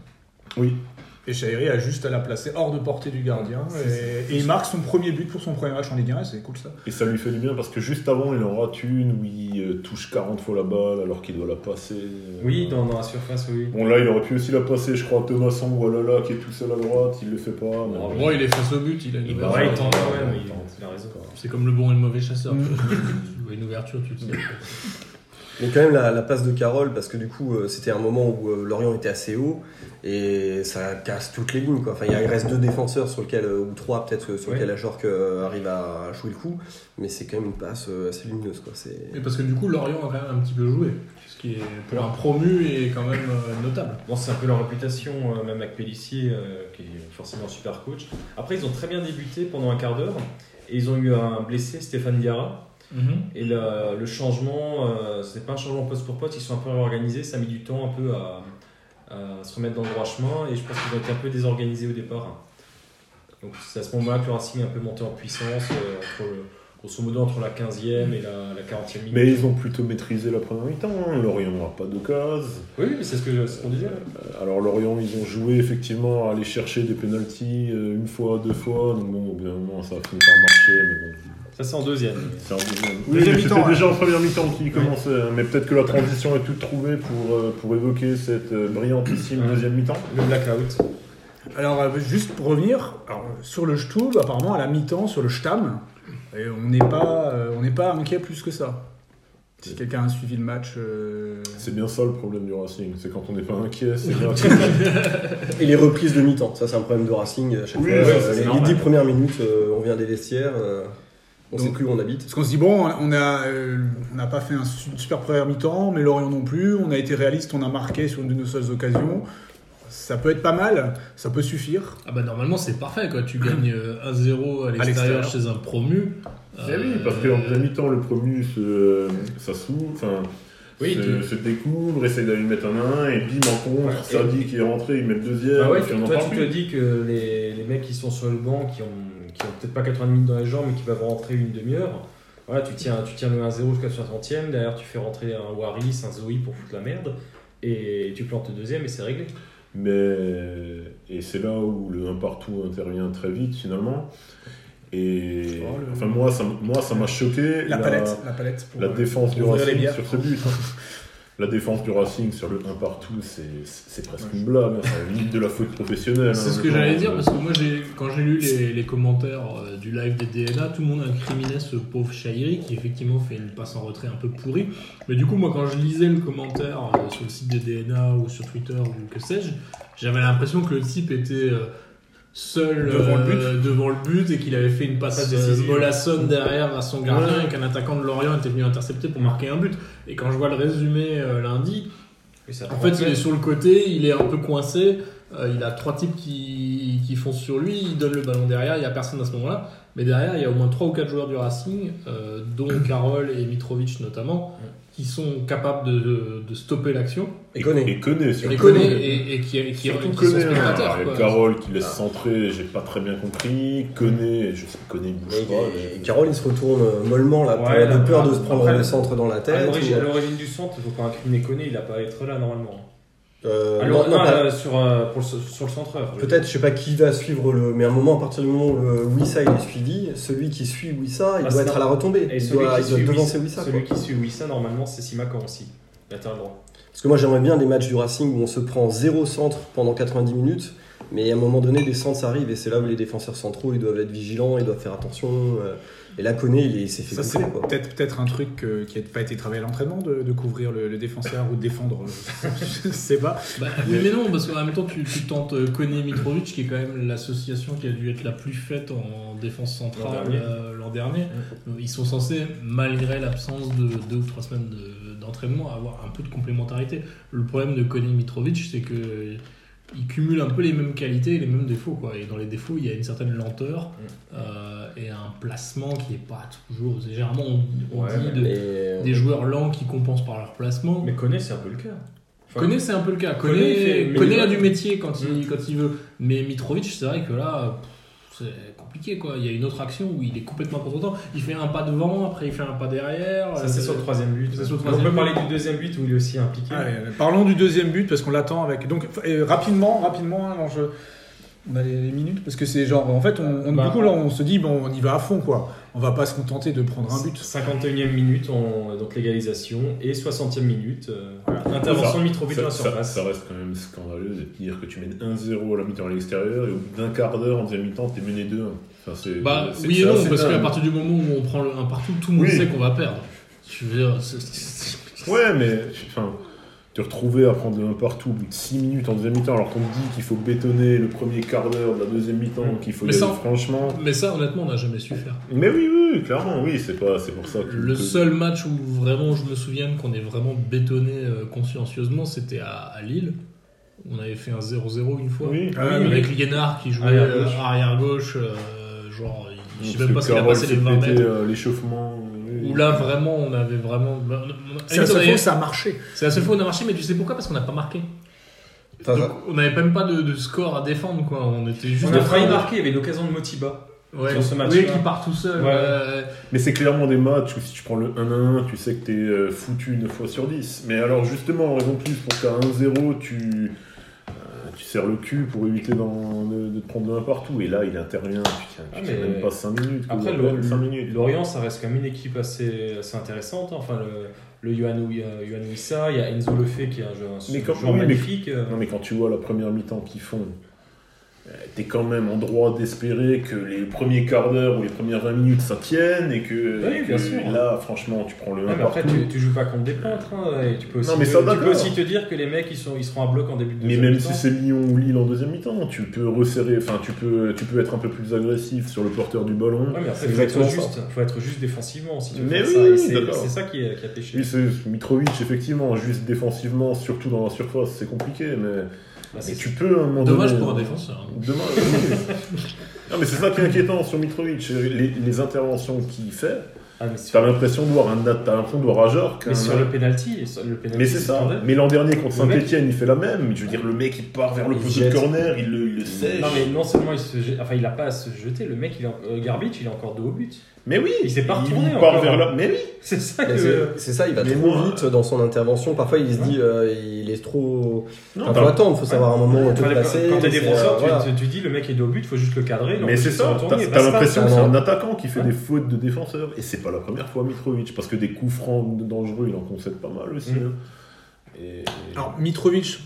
[SPEAKER 1] Et Chahiri a juste à la placer hors de portée du gardien. Et, et il marque son premier but pour son premier match en Ligue 1. C'est cool ça.
[SPEAKER 5] Et ça lui fait du bien parce que juste avant, il en rate une où il euh, touche 40 fois la balle alors qu'il doit la passer. Euh,
[SPEAKER 2] Oui, dans, dans la surface, oui.
[SPEAKER 5] Bon, là, il aurait pu aussi la passer, je crois, à Thomasson ou à Lala qui est tout seul à droite. Il le fait pas. mais-
[SPEAKER 2] Ah
[SPEAKER 3] Bon, il est face au but, il a une
[SPEAKER 5] Il
[SPEAKER 3] ouverture.
[SPEAKER 2] Bah Ouais, il
[SPEAKER 5] Ouais,
[SPEAKER 2] tente quand
[SPEAKER 5] ouais,
[SPEAKER 2] même,
[SPEAKER 5] il
[SPEAKER 2] il-
[SPEAKER 5] tente.
[SPEAKER 2] il a raison.
[SPEAKER 3] C'est comme le bon et le mauvais chasseur.
[SPEAKER 1] Mm.
[SPEAKER 3] tu vois, une ouverture, tu le sais.
[SPEAKER 4] Mais quand même la, la passe de Carole, parce que du coup, euh, c'était un moment où euh, Lorient était assez haut et ça casse toutes les lignes. Quoi. Enfin, il y a- il reste deux défenseurs sur lequel, euh, ou trois peut-être, sur
[SPEAKER 2] Ouais.
[SPEAKER 4] lequel Ajorc euh, arrive à jouer le coup, mais c'est quand même une passe euh, assez lumineuse. Quoi. C'est-
[SPEAKER 3] Et parce que du coup, Lorient a quand même un petit peu joué. Ce qui est pour un promu est quand même euh, notable.
[SPEAKER 2] Bon, c'est un peu leur réputation, euh, même avec Pellissier, euh, qui est forcément un super coach. Après, ils ont très bien débuté pendant un quart d'heure et ils ont eu un blessé, Stéphane Diarra. Et le, le changement, euh, c'est pas un changement poste pour poste, ils sont un peu réorganisés, ça a mis du temps un peu à, à se remettre dans le droit chemin et je pense qu'ils ont été un peu désorganisés au départ. Donc, c'est à ce moment-là que le Racing est un peu monté en puissance, euh, entre le- grosso modo entre la 15e et la, la 40e minute.
[SPEAKER 5] Mais ils ont plutôt maîtrisé la première mi-temps. hein. Lorient n'a pas d'occasion.
[SPEAKER 2] Oui, oui, mais c'est ce que- c'est ce qu'on disait. là.
[SPEAKER 5] Alors Lorient, ils ont joué effectivement à aller chercher des pénalties euh, une fois, deux fois. Donc bon, au bout d'un moment, ça a fini par marcher. Mais bon,
[SPEAKER 2] Ça, c'est en deuxième.
[SPEAKER 5] c'est en deuxième.
[SPEAKER 1] Deuxième
[SPEAKER 5] Oui, mais
[SPEAKER 1] mi-temps,
[SPEAKER 5] c'était
[SPEAKER 1] ouais.
[SPEAKER 5] déjà en première mi-temps qui commençait. hein. Mais peut-être que la transition est toute trouvée pour, euh, pour évoquer cette euh, brillantissime
[SPEAKER 2] Ouais.
[SPEAKER 5] deuxième mi-temps.
[SPEAKER 2] Le blackout.
[SPEAKER 1] Alors, euh, juste pour revenir, alors, sur le Stub, apparemment à la mi-temps, sur le Stam, et on n'est pas, euh, on n'est pas inquiet plus que ça. Si quelqu'un a suivi le match. euh,
[SPEAKER 5] C'est bien ça le problème du Racing. C'est quand on n'est pas inquiet, c'est bien.
[SPEAKER 4] Et les reprises de mi-temps, ça c'est un problème de Racing à chaque
[SPEAKER 5] Oui,
[SPEAKER 4] fois.
[SPEAKER 5] ouais,
[SPEAKER 4] Euh,
[SPEAKER 5] ça, c'est
[SPEAKER 4] les- les
[SPEAKER 5] normal.
[SPEAKER 4] dix premières minutes, euh, on vient des vestiaires, euh, on
[SPEAKER 1] Donc-
[SPEAKER 4] sait plus où on habite.
[SPEAKER 1] Parce qu'on se dit, bon, on a, euh, on n'a pas fait un su- super première mi-temps, mais Lorient non plus, on a été réaliste, on a marqué sur une de nos seules occasions. ça peut être pas mal, ça peut suffire.
[SPEAKER 3] Ah bah normalement c'est parfait quoi, tu gagnes euh, 1-0 à l'extérieur
[SPEAKER 1] l'extérieur.
[SPEAKER 3] chez un promu. euh,
[SPEAKER 5] Eh oui, parce qu'en faisant mi-temps, le promu se, ça s'ouvre, enfin,
[SPEAKER 3] Oui,
[SPEAKER 5] se,
[SPEAKER 3] tu-
[SPEAKER 5] se découvre, essaye d'aller mettre un 1, et bim, en contre, Sergi qui est rentré, il met le deuxième,
[SPEAKER 2] Bah ouais,
[SPEAKER 5] et puis on Ah en
[SPEAKER 2] toi,
[SPEAKER 5] parle
[SPEAKER 2] tu
[SPEAKER 5] plus.
[SPEAKER 2] te dis que les, les mecs qui sont sur le banc, qui ont, qui ont peut-être pas 80 minutes dans les jambes, mais qui peuvent rentrer une demi-heure, voilà, tu tiens, tu tiens le 1-0 jusqu'à la 60ème, derrière tu fais rentrer un Waris, un Zoe pour foutre la merde, et tu plantes le deuxième et c'est réglé.
[SPEAKER 5] Mais et c'est là où le 1 partout intervient très vite finalement. Et
[SPEAKER 1] Oh, le-
[SPEAKER 5] enfin moi ça m- moi ça m'a choqué
[SPEAKER 1] La, palette, la palette. Pour,
[SPEAKER 5] la
[SPEAKER 1] euh,
[SPEAKER 5] défense du
[SPEAKER 1] ouvrir les
[SPEAKER 5] Racing
[SPEAKER 1] bières.
[SPEAKER 5] sur ce but. hein. La défense du Racing sur le 1 partout, c'est c'est presque une blague, hein. c'est à la limite de la faute professionnelle.
[SPEAKER 3] C'est
[SPEAKER 5] hein,
[SPEAKER 3] ce que
[SPEAKER 5] le
[SPEAKER 3] j'allais
[SPEAKER 5] genre,
[SPEAKER 3] dire
[SPEAKER 5] euh,
[SPEAKER 3] parce que moi j'ai quand j'ai lu les, les commentaires euh, du live des DNA, tout le monde incriminait ce pauvre Shairi qui effectivement fait une passe en retrait un peu pourrie. Mais du coup moi quand je lisais le commentaire euh, sur le site des DNA ou sur Twitter ou que sais-je, j'avais l'impression que le type était euh, seul euh,
[SPEAKER 1] Devant le but.
[SPEAKER 3] devant le but et qu'il avait fait une passe
[SPEAKER 2] Passe
[SPEAKER 3] décisive
[SPEAKER 2] décisive.
[SPEAKER 3] Molasson derrière à son gardien
[SPEAKER 2] Ouais.
[SPEAKER 3] et qu'un attaquant de Lorient était venu intercepter pour marquer un but. Et quand je vois le résumé euh, lundi,
[SPEAKER 2] Et ça
[SPEAKER 3] en
[SPEAKER 2] prend
[SPEAKER 3] fait, il
[SPEAKER 2] peine.
[SPEAKER 3] est sur le côté, il est un peu coincé, euh, il a trois types qui, qui foncent sur lui, il donne le ballon derrière, il n'y a personne à ce moment-là. Mais derrière, il y a au moins trois ou quatre joueurs du Racing, euh, dont Carole et Mitrovic notamment, qui sont capables de, de, de stopper l'action,
[SPEAKER 4] Et connaît.
[SPEAKER 5] Et connaît
[SPEAKER 3] et,
[SPEAKER 5] surtout.
[SPEAKER 3] les connaît, et, et qui, et qui,
[SPEAKER 5] Surtout
[SPEAKER 3] qui sont
[SPEAKER 5] Koné, hein.
[SPEAKER 3] spectateurs.
[SPEAKER 5] Il y a
[SPEAKER 3] quoi.
[SPEAKER 5] Carole qui laisse centrer, j'ai pas très bien compris. Connaît, je sais connaît, il bouge pas.
[SPEAKER 4] Et,
[SPEAKER 5] mais-
[SPEAKER 4] Carole, il se retourne euh, mollement là, pour-
[SPEAKER 2] Ouais, là,
[SPEAKER 4] de peur de
[SPEAKER 2] là,
[SPEAKER 4] se prendre
[SPEAKER 2] après,
[SPEAKER 4] le centre dans la
[SPEAKER 2] À
[SPEAKER 4] tête.
[SPEAKER 2] l'origine,
[SPEAKER 4] ou-
[SPEAKER 2] à l'origine du centre, il faut pas incriminer Koné, il a pas à être là normalement.
[SPEAKER 4] Euh,
[SPEAKER 2] Alors,
[SPEAKER 4] non, non,
[SPEAKER 2] non,
[SPEAKER 4] pas-
[SPEAKER 2] euh, sur, euh, pour le, sur le centreur. je veux
[SPEAKER 4] Peut-être, je sais pas qui va suivre le. Mais à un moment, à partir du moment où le Wissa il est suivi, celui qui suit Wissa, il
[SPEAKER 2] Ah,
[SPEAKER 4] doit
[SPEAKER 2] c'est
[SPEAKER 4] être à la
[SPEAKER 2] normal.
[SPEAKER 4] retombée.
[SPEAKER 2] dire. Et
[SPEAKER 4] Il
[SPEAKER 2] celui,
[SPEAKER 4] doit,
[SPEAKER 2] qui
[SPEAKER 4] il doit
[SPEAKER 2] suit
[SPEAKER 4] devancer
[SPEAKER 2] Wissa-
[SPEAKER 4] Wissa. quoi.
[SPEAKER 2] celui qui suit Wissa normalement, c'est Simakan aussi, latéral droit.
[SPEAKER 4] Parce que moi, j'aimerais bien des matchs du Racing où on se prend zéro centre pendant 90 minutes, mais à un moment donné, des centres arrivent et c'est là où les défenseurs centraux ils doivent être vigilants, ils doivent faire attention. euh, et là, Koné, il est- il s'est fait
[SPEAKER 1] Ça, c'est
[SPEAKER 4] gonfler, quoi.
[SPEAKER 1] peut-être peut un truc euh, qui n'a pas été travaillé à l'entraînement, de, de couvrir le, le défenseur ou de défendre, euh, je sais pas.
[SPEAKER 3] Bah, Mais non, parce qu'en même temps, tu, tu tentes euh, Koné Mitrovic, qui est quand même l'association qui a dû être la plus faite en défense
[SPEAKER 2] L'an
[SPEAKER 3] centrale
[SPEAKER 2] dernier.
[SPEAKER 3] euh, l'an dernier. Euh, Ils sont censés, malgré l'absence de deux ou trois semaines de- d'entraînement, avoir un peu de complémentarité. Le problème de Koné Mitrovic, c'est que euh, il cumule un peu les mêmes qualités et les mêmes défauts. Quoi. Et dans les défauts, il y a une certaine lenteur
[SPEAKER 2] Mm.
[SPEAKER 3] euh, et un placement qui n'est pas toujours. Généralement, on, on
[SPEAKER 2] Ouais,
[SPEAKER 3] dit de-
[SPEAKER 4] Et, euh,
[SPEAKER 3] des joueurs lents qui compensent par leur placement.
[SPEAKER 2] Mais Koné, c'est un peu le cas. Enfin,
[SPEAKER 3] Koné, c'est un peu le cas.
[SPEAKER 2] Koné,
[SPEAKER 3] Koné,
[SPEAKER 2] il fait- mais
[SPEAKER 3] Koné
[SPEAKER 2] il
[SPEAKER 3] a
[SPEAKER 2] va-
[SPEAKER 3] du métier quand il, quand il veut. Mais Mitrovic, c'est vrai que là, pff, c'est compliqué quoi. Il y a une autre action où il est complètement content. Il fait un pas devant, après il fait un pas derrière. Euh,
[SPEAKER 2] Ça, c'est sur le troisième but.
[SPEAKER 3] Ça, c'est sur le
[SPEAKER 2] Mais
[SPEAKER 3] troisième
[SPEAKER 2] on peut
[SPEAKER 3] but.
[SPEAKER 2] parler du deuxième but où il est aussi impliqué.
[SPEAKER 1] Allez, euh, parlons du deuxième but parce qu'on l'attend avec. Donc euh, rapidement, rapidement, hein, l'enjeu. On a les, les minutes parce que c'est genre en fait on, on-
[SPEAKER 2] Bah.
[SPEAKER 1] du coup là on se dit bon on y va à fond quoi. On va pas se contenter de prendre un but.
[SPEAKER 2] 51e minute, on- donc l'égalisation, et 60e minute, euh,
[SPEAKER 5] Ça-
[SPEAKER 2] intervention de Mitrovic dans
[SPEAKER 5] Ça,
[SPEAKER 2] la
[SPEAKER 5] ça-
[SPEAKER 2] surface.
[SPEAKER 5] ça reste quand même scandaleux de dire que tu mènes 1-0 à la mi-temps à l'extérieur et au bout d'un quart d'heure en deuxième mi-temps t'es mené 2 Enfin, c'est-
[SPEAKER 3] Bah
[SPEAKER 5] c'est-
[SPEAKER 3] oui
[SPEAKER 5] c'est
[SPEAKER 3] et non,
[SPEAKER 5] assez
[SPEAKER 3] parce qu'à
[SPEAKER 5] dingue.
[SPEAKER 3] partir du moment où on prend le un partout, tout le monde
[SPEAKER 5] Oui.
[SPEAKER 3] sait qu'on va perdre. Je veux dire, c'est- c'est-
[SPEAKER 5] Ouais, mais enfin, te retrouver à prendre le 1 partout au bout de 6 minutes en deuxième mi-temps alors qu'on te dit qu'il faut bétonner le premier quart d'heure de la deuxième mi-temps, qu'il faut y
[SPEAKER 3] Mm. Mais ça-
[SPEAKER 5] aller franchement.
[SPEAKER 3] Mais ça, honnêtement, on n'a jamais su faire.
[SPEAKER 5] Mais oui, oui, clairement, oui, c'est pas, c'est pour ça que.
[SPEAKER 3] Le
[SPEAKER 5] que-
[SPEAKER 3] seul match où vraiment je me souviens qu'on est vraiment bétonné euh, consciencieusement, c'était à, à Lille. On avait fait un 0-0 une fois.
[SPEAKER 5] Oui.
[SPEAKER 1] Ah oui,
[SPEAKER 3] avec Liénard qui jouait
[SPEAKER 2] Arrière gauche.
[SPEAKER 3] euh, arrière gauche, euh, genre, il- je sais
[SPEAKER 5] Parce
[SPEAKER 3] même
[SPEAKER 5] que
[SPEAKER 3] pas s'il a
[SPEAKER 5] Carole
[SPEAKER 3] passé
[SPEAKER 5] s'est
[SPEAKER 3] les 20
[SPEAKER 5] pété,
[SPEAKER 3] mètres.
[SPEAKER 5] euh, L'échauffement. euh,
[SPEAKER 3] Où là, vraiment, on avait vraiment. bah, on a-
[SPEAKER 1] C'est la
[SPEAKER 3] on
[SPEAKER 1] seule
[SPEAKER 3] avait-
[SPEAKER 1] fois où ça a marché.
[SPEAKER 3] c'est la seule fois où on a marché, mais tu sais pourquoi Parce qu'on n'a pas marqué.
[SPEAKER 4] Enfin,
[SPEAKER 3] Donc, on n'avait même pas de, de score à défendre, quoi. On était juste.
[SPEAKER 2] On a
[SPEAKER 3] en train
[SPEAKER 2] failli
[SPEAKER 3] de-
[SPEAKER 2] marquer, il y avait l'occasion de Motiba.
[SPEAKER 3] Ouais,
[SPEAKER 2] sur ce match,
[SPEAKER 3] oui,
[SPEAKER 2] là.
[SPEAKER 3] qui part tout seul.
[SPEAKER 2] Ouais.
[SPEAKER 3] euh,
[SPEAKER 5] Mais c'est clairement des matchs où si tu prends le 1-1, tu sais que t'es euh, foutu 9 fois sur 10. Mais alors justement, en raison de plus, pour qu'à 1-0, tu, euh, tu serres le cul pour éviter d'en- de, de te prendre un partout. Et là, il intervient, putain,
[SPEAKER 2] Ah,
[SPEAKER 5] tu tiens
[SPEAKER 2] mais-
[SPEAKER 5] même pas 5 minutes. quoi,
[SPEAKER 2] Après,
[SPEAKER 5] à
[SPEAKER 2] le-
[SPEAKER 5] peine cinq minutes.
[SPEAKER 2] Lorient, ça reste quand même une équipe assez, assez intéressante. hein. Enfin, le, le Yohan Ou- euh, Yohan Ouissa, il y a Enzo Lefebvre qui est un joueur,
[SPEAKER 5] Mais
[SPEAKER 2] un
[SPEAKER 5] quand-
[SPEAKER 2] joueur
[SPEAKER 5] oui, mais-
[SPEAKER 2] magnifique. euh,
[SPEAKER 5] Non mais quand tu vois la première mi-temps qu'ils font, euh, t'es quand même en droit d'espérer que les premiers quarts d'heure ou les premières 20 minutes ça tienne et que,
[SPEAKER 2] Oui,
[SPEAKER 5] et
[SPEAKER 2] bien
[SPEAKER 5] que
[SPEAKER 2] sûr.
[SPEAKER 5] là franchement tu prends le 1
[SPEAKER 2] Ouais, mais
[SPEAKER 5] partout.
[SPEAKER 2] après, tu, tu joues pas contre des peintres. hein, et tu peux aussi,
[SPEAKER 5] Non, mais
[SPEAKER 2] te,
[SPEAKER 5] ça,
[SPEAKER 2] tu peux
[SPEAKER 5] d'accord.
[SPEAKER 2] aussi te dire que les mecs, ils, sont, ils seront à bloc en début de
[SPEAKER 5] Mais
[SPEAKER 2] deuxième
[SPEAKER 5] même
[SPEAKER 2] mi-temps.
[SPEAKER 5] si c'est Lyon ou Lille en deuxième mi-temps, tu peux resserrer, enfin tu peux, tu peux être un peu plus agressif sur le porteur du ballon.
[SPEAKER 2] Ouais, mais après,
[SPEAKER 4] C'est
[SPEAKER 2] faut être,
[SPEAKER 4] exactement
[SPEAKER 2] juste, faut être juste défensivement. Si tu veux
[SPEAKER 5] Mais
[SPEAKER 2] faire
[SPEAKER 5] oui,
[SPEAKER 2] ça. Et
[SPEAKER 5] oui,
[SPEAKER 2] c'est-
[SPEAKER 5] d'accord.
[SPEAKER 2] c'est ça qui, est- qui a péché.
[SPEAKER 5] Oui, c'est Mitrovic effectivement, juste défensivement, surtout dans la surface, c'est compliqué, mais
[SPEAKER 2] Bah, Ah,
[SPEAKER 5] Mais tu peux à un moment
[SPEAKER 3] Dommage
[SPEAKER 5] donné-
[SPEAKER 3] pour un défenseur. hein.
[SPEAKER 5] Demain, oui. non, mais c'est ça qui est inquiétant sur Mitrovic. Les, les interventions qu'il fait,
[SPEAKER 2] Ah, mais sur,
[SPEAKER 5] t'as l'impression de voir un nat- t'as l'impression de voir Rajor. qu'un-
[SPEAKER 2] mais sur le penalty, le penalty
[SPEAKER 5] Mais c'est ça.
[SPEAKER 2] scandale.
[SPEAKER 5] Mais l'an dernier contre
[SPEAKER 2] Le mec-
[SPEAKER 5] Saint-Etienne, il fait la même. Je veux dire, le mec il part vers le
[SPEAKER 4] Il
[SPEAKER 5] poteau de
[SPEAKER 4] jette.
[SPEAKER 5] corner, il le, il le sèche.
[SPEAKER 2] Non mais non seulement il se jette- enfin il a pas à se jeter, le mec il est en- euh, Garbage il est encore dos au but.
[SPEAKER 5] Mais oui,
[SPEAKER 2] Il s'est pas retourné
[SPEAKER 5] Il
[SPEAKER 2] encore.
[SPEAKER 5] part
[SPEAKER 2] hein.
[SPEAKER 5] vers là. Mais oui.
[SPEAKER 2] C'est ça
[SPEAKER 4] Mais
[SPEAKER 2] que
[SPEAKER 4] c'est- C'est ça, il va
[SPEAKER 5] Mais
[SPEAKER 4] trop
[SPEAKER 5] moi-
[SPEAKER 2] euh,
[SPEAKER 4] vite dans son intervention. Parfois, il se dit, euh, il est trop.
[SPEAKER 5] Non,
[SPEAKER 4] Enfin,
[SPEAKER 5] t'as-
[SPEAKER 4] faut attendre, faut savoir un moment te
[SPEAKER 2] Enfin,
[SPEAKER 4] placer.
[SPEAKER 2] quand t'es
[SPEAKER 4] c'est, euh,
[SPEAKER 2] défenseur, tu,
[SPEAKER 4] voilà.
[SPEAKER 2] tu- tu dis le mec est dos au but, faut juste le cadrer.
[SPEAKER 5] mais
[SPEAKER 2] l'empêcher
[SPEAKER 5] c'est
[SPEAKER 2] de se
[SPEAKER 5] ça,
[SPEAKER 2] retourner, Bah,
[SPEAKER 5] t'as
[SPEAKER 2] et
[SPEAKER 5] t'as
[SPEAKER 2] basta.
[SPEAKER 5] l'impression
[SPEAKER 4] ça,
[SPEAKER 5] que c'est
[SPEAKER 4] non.
[SPEAKER 5] un attaquant qui fait des fautes de défenseur. Et c'est pas la première fois Mitrovic, parce que des coups francs dangereux, il en concède pas mal aussi.
[SPEAKER 2] Mm.
[SPEAKER 5] hein. Et-
[SPEAKER 1] Alors, Mitrovic,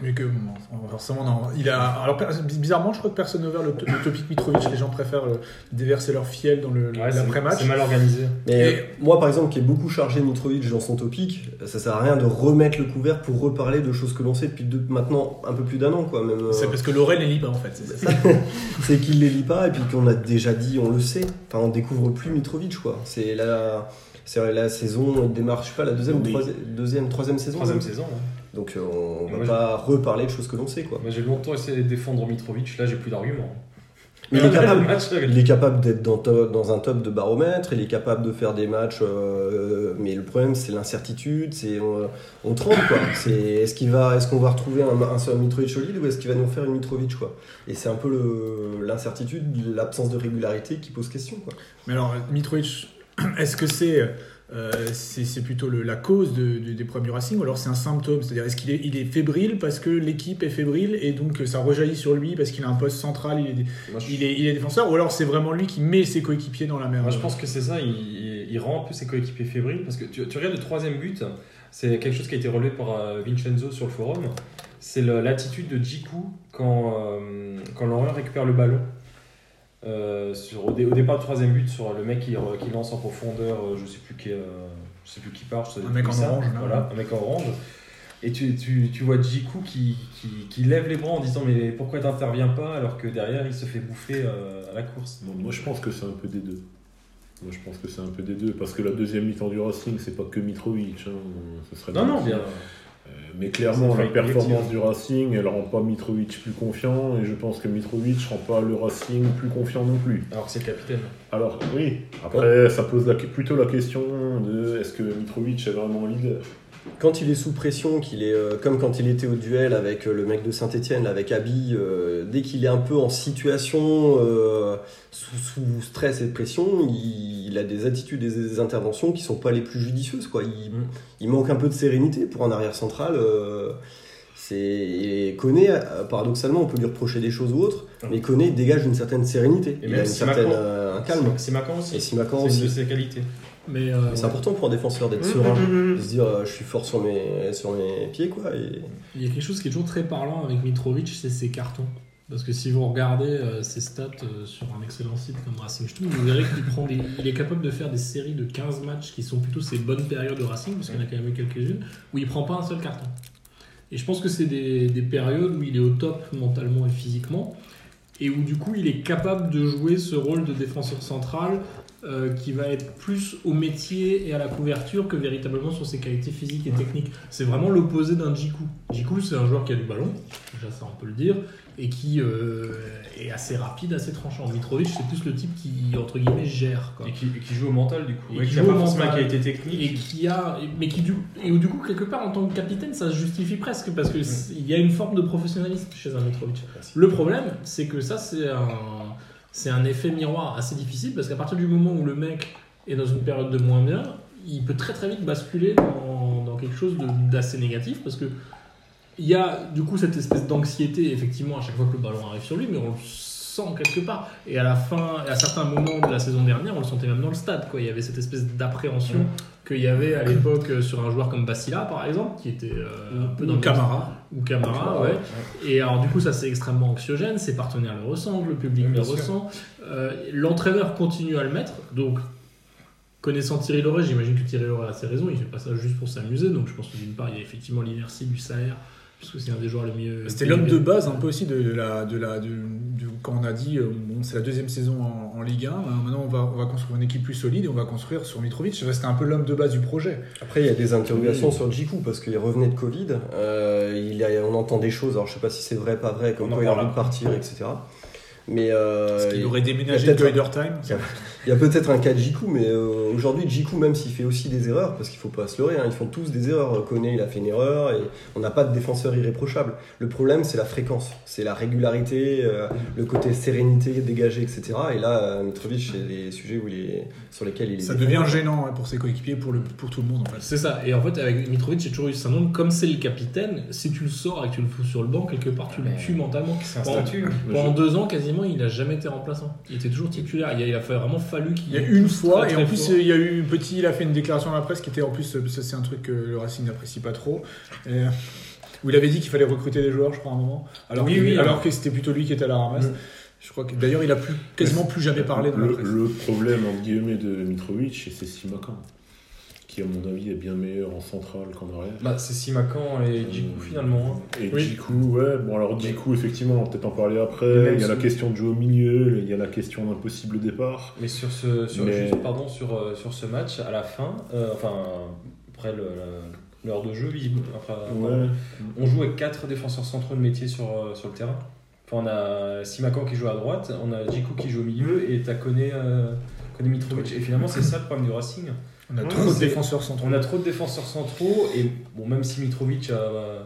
[SPEAKER 1] mais que bon, forcément, non. Il a, alors, per- bizarrement, je crois que personne n'a ouvert le, to- le topic Mitrovic. Les gens préfèrent euh, déverser leur fiel dans le-
[SPEAKER 2] Ouais, c'est-
[SPEAKER 1] l'après-match.
[SPEAKER 2] C'est mal organisé.
[SPEAKER 4] Mais
[SPEAKER 1] Et-
[SPEAKER 4] moi, par exemple, qui ai beaucoup chargé Mitrovic dans son topic, ça sert à rien de remettre le couvert pour reparler de choses que l'on sait depuis deux- maintenant un peu plus d'un an, quoi. Même, euh,
[SPEAKER 1] C'est parce que Laurel est libre, en fait. c'est- c'est ça.
[SPEAKER 4] c'est qu'il les lit pas et puis qu'on a déjà dit, on le sait. Enfin, on découvre plus Mitrovic, quoi. C'est la, c'est la saison, il démarre, je sais pas, la deuxième, ou
[SPEAKER 5] Oui.
[SPEAKER 4] troisième, deuxième, troisième saison.
[SPEAKER 2] Troisième
[SPEAKER 4] même.
[SPEAKER 2] saison. hein.
[SPEAKER 4] Donc, euh, on
[SPEAKER 2] Et
[SPEAKER 4] va
[SPEAKER 2] moi,
[SPEAKER 4] pas reparler de choses que l'on sait, quoi.
[SPEAKER 2] Moi j'ai longtemps essayé de défendre Mitrovic, là j'ai plus d'arguments.
[SPEAKER 4] Mais il est capable.
[SPEAKER 2] Le match, euh,
[SPEAKER 4] Il est capable d'être dans, to- dans un top de baromètre, il est capable de faire des matchs, euh, mais le problème c'est l'incertitude, c'est on, on tremble quoi. C'est est-ce qu'il va, est-ce qu'on va retrouver un, un seul Mitrovic solide ou est-ce qu'il va nous faire une Mitrovic quoi Et c'est un peu le- l'incertitude, l'absence de régularité qui pose question quoi.
[SPEAKER 1] Mais alors, Mitrovic, est-ce que c'est. euh, c'est c'est plutôt le- la cause de- de- des problèmes du Racing ou alors c'est un symptôme C'est-à-dire est-ce qu'il est, il est fébrile parce que l'équipe est fébrile et donc euh, ça rejaillit sur lui parce qu'il a un poste central, il est,
[SPEAKER 4] Moi, je-
[SPEAKER 1] il est, il est défenseur ou alors c'est vraiment lui qui met ses coéquipiers dans la merde
[SPEAKER 2] Moi, je pense que c'est ça, il, il- il rend un peu ses coéquipiers fébriles. Parce que tu, tu regardes le troisième but, c'est quelque chose qui a été relevé par euh, Vincenzo sur le forum. C'est le- l'attitude de Jiku quand, euh, quand Laurent récupère le ballon. Euh, sur, au, dé- au départ du troisième but, sur le mec qui, re- qui lance en profondeur, euh, je sais plus qui, euh, je sais plus qui part. je sais
[SPEAKER 1] Un
[SPEAKER 2] plus
[SPEAKER 1] mec
[SPEAKER 2] qui
[SPEAKER 1] en
[SPEAKER 2] ça.
[SPEAKER 1] orange, là.
[SPEAKER 2] Voilà, un mec en orange. Et tu, tu, tu vois Jiku qui, qui, qui lève les bras en disant mais pourquoi t'interviens pas alors que derrière il se fait bouffer euh, à la course.
[SPEAKER 5] Bon, moi, je pense que c'est un peu des deux. Moi, je pense que c'est un peu des deux. Parce que la deuxième mi-temps du Racing, c'est pas que Mitrovic. hein. Ce serait
[SPEAKER 2] Non, non, bien.
[SPEAKER 5] bien. Euh, Mais clairement,
[SPEAKER 2] Ça
[SPEAKER 5] la
[SPEAKER 2] fait collectif,
[SPEAKER 5] performance
[SPEAKER 2] hein.
[SPEAKER 5] du Racing, elle rend pas Mitrovic plus confiant. Et je pense que Mitrovic rend pas le Racing plus confiant non plus.
[SPEAKER 2] Alors que c'est le capitaine.
[SPEAKER 5] Alors, oui. Après, ça pose la- plutôt la question de est-ce que Mitrovic est vraiment leader
[SPEAKER 4] Quand il est sous pression, qu'il est euh, comme quand il était au duel avec euh, le mec de Saint-Etienne, avec Abby, euh, dès qu'il est un peu en situation euh, sous, sous stress et pression, il, il a des attitudes et des interventions qui sont pas les plus judicieuses. Quoi. Il,
[SPEAKER 2] Mm.
[SPEAKER 4] il manque un peu de sérénité pour un arrière central. euh, c'est et Koné, euh, paradoxalement, on peut lui reprocher des choses ou autres, mais Koné il dégage une certaine sérénité,
[SPEAKER 2] Mm. Et
[SPEAKER 4] il
[SPEAKER 2] même
[SPEAKER 4] a une
[SPEAKER 2] Simakan.
[SPEAKER 4] certaine, euh, un calme.
[SPEAKER 2] C'est Macan
[SPEAKER 4] Et
[SPEAKER 2] aussi. C'est
[SPEAKER 4] Simakan
[SPEAKER 2] une de
[SPEAKER 4] aussi.
[SPEAKER 2] ses qualités.
[SPEAKER 3] Mais, euh,
[SPEAKER 4] Mais C'est important pour un défenseur d'être
[SPEAKER 2] Mm-hmm.
[SPEAKER 4] serein, de se dire euh, je suis fort sur mes, sur mes pieds quoi. Et...
[SPEAKER 3] Il y a quelque chose qui est toujours très parlant avec Mitrovic, c'est ses cartons. Parce que si vous regardez euh, ses stats euh, sur un excellent site comme Racing Stool, vous verrez qu'il prend des- il est capable de faire des séries de 15 matchs qui sont plutôt ses bonnes périodes de Racing, parce qu'il y en a quand même eu quelques-unes, où il prend pas un seul carton. Et je pense que c'est des, des périodes où il est au top mentalement et physiquement, et où du coup il est capable de jouer ce rôle de défenseur central euh, qui va être plus au métier et à la couverture que véritablement sur ses qualités physiques et techniques. C'est vraiment l'opposé d'un Jiku. Jiku, c'est un joueur qui a du ballon, déjà ça on peut le dire, et qui euh, est assez rapide, assez tranchant. Mitrovic, c'est plus le type qui, entre guillemets, gère. Quoi
[SPEAKER 2] Et qui, et qui joue au mental du coup.
[SPEAKER 3] Et
[SPEAKER 2] Ouais,
[SPEAKER 3] qui
[SPEAKER 2] qui n'a
[SPEAKER 3] joue
[SPEAKER 2] pas
[SPEAKER 3] au
[SPEAKER 2] forcément la
[SPEAKER 3] mental.
[SPEAKER 2] qualité
[SPEAKER 3] et
[SPEAKER 2] technique.
[SPEAKER 3] qui a mais qui du et où, du coup quelque part en tant que capitaine ça se justifie presque parce que c'est- il y a une forme de professionnalisme chez un Mitrovic. Le problème c'est que ça c'est un c'est un effet miroir assez difficile parce qu'à partir du moment où le mec est dans une période de moins bien, il peut très très vite basculer dans, dans quelque chose de- d'assez négatif parce que il y a du coup cette espèce d'anxiété effectivement à chaque fois que le ballon arrive sur lui mais on le sent quelque part et à la fin et à certains moments de la saison dernière on le sentait même dans le stade quoi il y avait cette espèce d'appréhension qu'il y avait à l'époque euh, sur un joueur comme Basila par exemple qui était euh, un peu dans
[SPEAKER 1] Ou
[SPEAKER 3] le-
[SPEAKER 1] Camara.
[SPEAKER 3] ou Camara ouais. et alors du coup ça c'est extrêmement anxiogène ses partenaires le ressentent le public
[SPEAKER 2] Oui,
[SPEAKER 3] le
[SPEAKER 2] bien sûr.
[SPEAKER 3] ressent Euh, l'entraîneur continue à le mettre donc Connaissant Thierry Loret, j'imagine que Thierry Loret a ses raisons, il fait pas ça juste pour s'amuser, donc je pense que d'une part, il y a effectivement l'inertie du salaire, puisque c'est un des joueurs le mieux.
[SPEAKER 1] C'était l'homme de base un peu aussi de la, de la, du- du- quand on a dit, euh, bon, c'est la deuxième saison en, en Ligue 1, hein, maintenant on va, on va construire une équipe plus solide et on va construire sur Mitrovic. C'était un peu l'homme de base du projet.
[SPEAKER 4] Après, il y a des interrogations sur Djikou parce qu'il revenait de Covid. Euh, il a- on entend des choses, alors je sais pas si c'est vrai, pas vrai, comme
[SPEAKER 2] On en
[SPEAKER 4] quoi il a envie
[SPEAKER 2] parlera.
[SPEAKER 4] de partir, etc. Mais euh,
[SPEAKER 1] Parce qu'il
[SPEAKER 4] il-
[SPEAKER 1] aurait
[SPEAKER 4] il
[SPEAKER 1] déménagé
[SPEAKER 4] y a
[SPEAKER 1] de
[SPEAKER 4] peut-être
[SPEAKER 1] Goider Time.
[SPEAKER 4] il y a peut-être un cas de Jiku, mais euh, aujourd'hui, Jiku, même s'il fait aussi des erreurs, parce qu'il faut pas se leurrer, hein, ils font tous des erreurs. Koné, il a fait une erreur, et on n'a pas de défenseur irréprochable. Le problème, c'est la fréquence, c'est la régularité, euh, le côté sérénité dégagée, etc. Et là, euh, Mitrovic, c'est des sujets où il est- sur lesquels il est.
[SPEAKER 1] Ça devient gênant hein, pour ses coéquipiers, pour, le, pour tout le monde en fait.
[SPEAKER 3] C'est ça. Et en fait, avec Mitrovic, j'ai toujours eu ce syndrome, comme c'est le capitaine, si tu le sors et que tu le fous sur le banc, quelque part, tu le
[SPEAKER 2] Mais-
[SPEAKER 3] tues mentalement.
[SPEAKER 2] C'est un
[SPEAKER 3] Pendant,
[SPEAKER 2] statut.
[SPEAKER 3] pendant deux ans, quasiment, il n'a jamais été remplaçant. Il était toujours titulaire. Il a, il a vraiment fallu
[SPEAKER 1] Il
[SPEAKER 3] qu'il.
[SPEAKER 1] y a une
[SPEAKER 3] pousse
[SPEAKER 1] fois,
[SPEAKER 3] très,
[SPEAKER 1] et
[SPEAKER 3] très
[SPEAKER 1] en plus euh,
[SPEAKER 3] fort.
[SPEAKER 1] il y a eu Petit, il a fait une déclaration à la presse qui était en plus, euh, ça, c'est un truc que le Racing n'apprécie pas trop, euh, où il avait dit qu'il fallait recruter des joueurs, je crois, à un moment, alors,
[SPEAKER 2] Oui,
[SPEAKER 1] que,
[SPEAKER 2] oui,
[SPEAKER 1] alors que c'était plutôt lui qui était à la ramasse. Je crois que d'ailleurs il a plus, quasiment plus jamais parlé dans la
[SPEAKER 5] le,
[SPEAKER 1] presse.
[SPEAKER 5] le problème, entre guillemets, de Mitrovic, c'est Simakan, qui, à mon avis, est bien meilleur en centrale qu'en arrière.
[SPEAKER 2] Bah, c'est Simakan et Djikou finalement. hein.
[SPEAKER 5] Et
[SPEAKER 3] Oui.
[SPEAKER 5] Djikou, ouais, bon alors Djikou, effectivement, on va peut-être en parler
[SPEAKER 2] Mais
[SPEAKER 5] après.
[SPEAKER 2] même
[SPEAKER 5] Il y a la
[SPEAKER 2] si-
[SPEAKER 5] question de jouer au milieu, il y a la question d'un possible départ.
[SPEAKER 2] Mais sur ce, sur,
[SPEAKER 5] Mais-
[SPEAKER 2] juste, pardon, sur, euh, sur ce match, à la fin, euh, enfin, après le- la- l'heure de jeu, visible, enfin,
[SPEAKER 5] Ouais.
[SPEAKER 2] on joue avec quatre défenseurs centraux de métier sur, euh, sur le terrain. Enfin, on a Simakan qui joue à droite, on a Djikou qui joue au milieu et t'as Koné, euh, Koné Mitrovic. Et finalement, c'est ça le problème du Racing.
[SPEAKER 1] On a
[SPEAKER 2] Ouais,
[SPEAKER 1] trop de
[SPEAKER 2] c'est-
[SPEAKER 1] défenseurs centraux.
[SPEAKER 2] On a trop de défenseurs centraux et bon, même si Mitrovic a,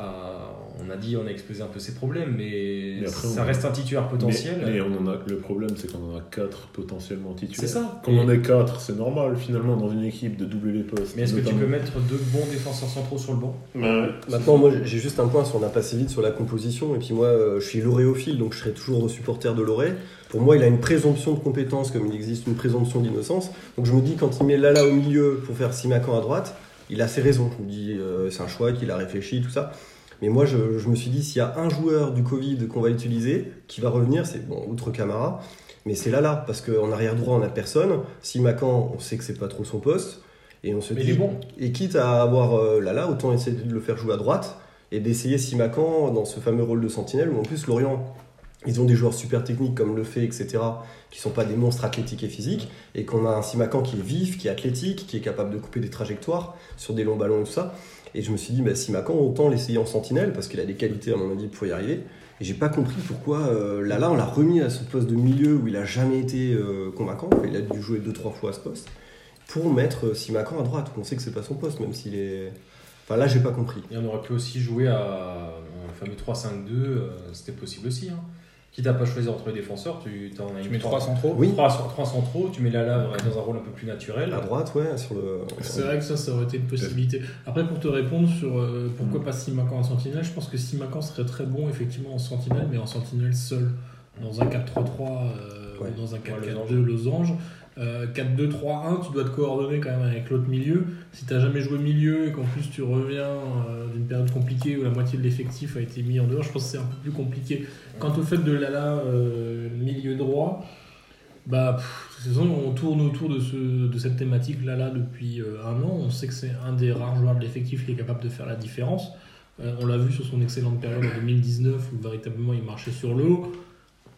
[SPEAKER 2] a- on a dit, on a exposé un peu ses problèmes, mais,
[SPEAKER 5] Mais après,
[SPEAKER 2] ça
[SPEAKER 5] on-
[SPEAKER 2] reste un titulaire potentiel.
[SPEAKER 5] Mais, mais on en a, le problème, c'est qu'on en a 4 potentiellement titulaires.
[SPEAKER 2] C'est ça.
[SPEAKER 5] Quand
[SPEAKER 2] Et-
[SPEAKER 5] on en est 4, c'est normal, finalement, dans une équipe, de doubler les postes.
[SPEAKER 2] Mais est-ce que tu
[SPEAKER 5] notamment.
[SPEAKER 2] peux mettre deux bons défenseurs centraux sur le banc
[SPEAKER 5] Ouais.
[SPEAKER 4] Maintenant, moi, j'ai juste un point, si on a passé vite sur la composition, et puis moi, euh, je suis l'oréophile, donc je serai toujours supporter de l'oré. Pour moi, il a une présomption de compétence, comme il existe une présomption d'innocence. Donc je me dis, quand il met Lala au milieu pour faire Simakan à droite, il a ses raisons. Je me dis, euh, c'est un choix qu'il a réfléchi, tout ça. Mais moi, je, je me suis dit, s'il y a un joueur du Covid qu'on va utiliser, qui va revenir, c'est, bon, outre Camara, mais c'est Lala, parce qu'en arrière droit, on n'a personne. Simakan, on sait que c'est pas trop son poste. Et on se
[SPEAKER 2] Mais
[SPEAKER 4] dit,
[SPEAKER 2] il est bon.
[SPEAKER 4] et quitte à avoir euh, Lala, autant essayer de le faire jouer à droite et d'essayer Simakan dans ce fameux rôle de sentinelle où en plus Lorient, ils ont des joueurs super techniques comme Le Fait, etc., qui sont pas des monstres athlétiques et physiques, et qu'on a un Simakan qui est vif, qui est athlétique, qui est capable de couper des trajectoires sur des longs ballons et tout ça. Et je me suis dit, bah, Simakan, autant l'essayer en sentinelle parce qu'il a des qualités, à mon avis, pour y arriver. Et j'ai pas compris pourquoi euh, Lala, on l'a remis à ce poste de milieu où il a jamais été euh, convaincant. Enfin, il a dû jouer deux, trois fois à ce poste pour mettre euh, Simakan à droite. On sait que c'est pas son poste, même s'il est. Enfin là, j'ai pas compris.
[SPEAKER 2] Et on aurait pu aussi jouer à un fameux 3-5-2, euh, c'était possible aussi. Hein. Quitte à pas choisir entre les défenseurs, tu t'en as
[SPEAKER 1] Tu
[SPEAKER 2] une
[SPEAKER 1] mets trois centraux.
[SPEAKER 4] Oui,
[SPEAKER 2] 3, centraux, tu mets la lave dans un rôle un peu plus naturel.
[SPEAKER 5] Ah,
[SPEAKER 4] à droite, ouais, sur le.
[SPEAKER 3] C'est vrai que ça, ça aurait été une possibilité. Après, pour te répondre sur euh, pourquoi pas Simakan en sentinelle, je pense que Simakan serait très bon effectivement en sentinelle, mais en sentinelle seul. Dans un 4-3-3 euh,
[SPEAKER 4] Ouais.
[SPEAKER 3] ou dans un 4-4-2
[SPEAKER 2] losange.
[SPEAKER 3] losange. Euh, 4-2-3-1, tu dois te coordonner quand même avec l'autre milieu. Si t'as jamais joué milieu et qu'en plus tu reviens euh, d'une période compliquée où la moitié de l'effectif a été mis en dehors, je pense que c'est un peu plus compliqué. Quant au fait de Lala euh, milieu droit, bah, pff, de toute façon, on tourne autour de, ce, de cette thématique-là là, depuis euh, un an. On sait que c'est un des rares joueurs de l'effectif qui est capable de faire la différence. Euh, on l'a vu sur son excellente période en 2019 où véritablement il marchait sur l'eau.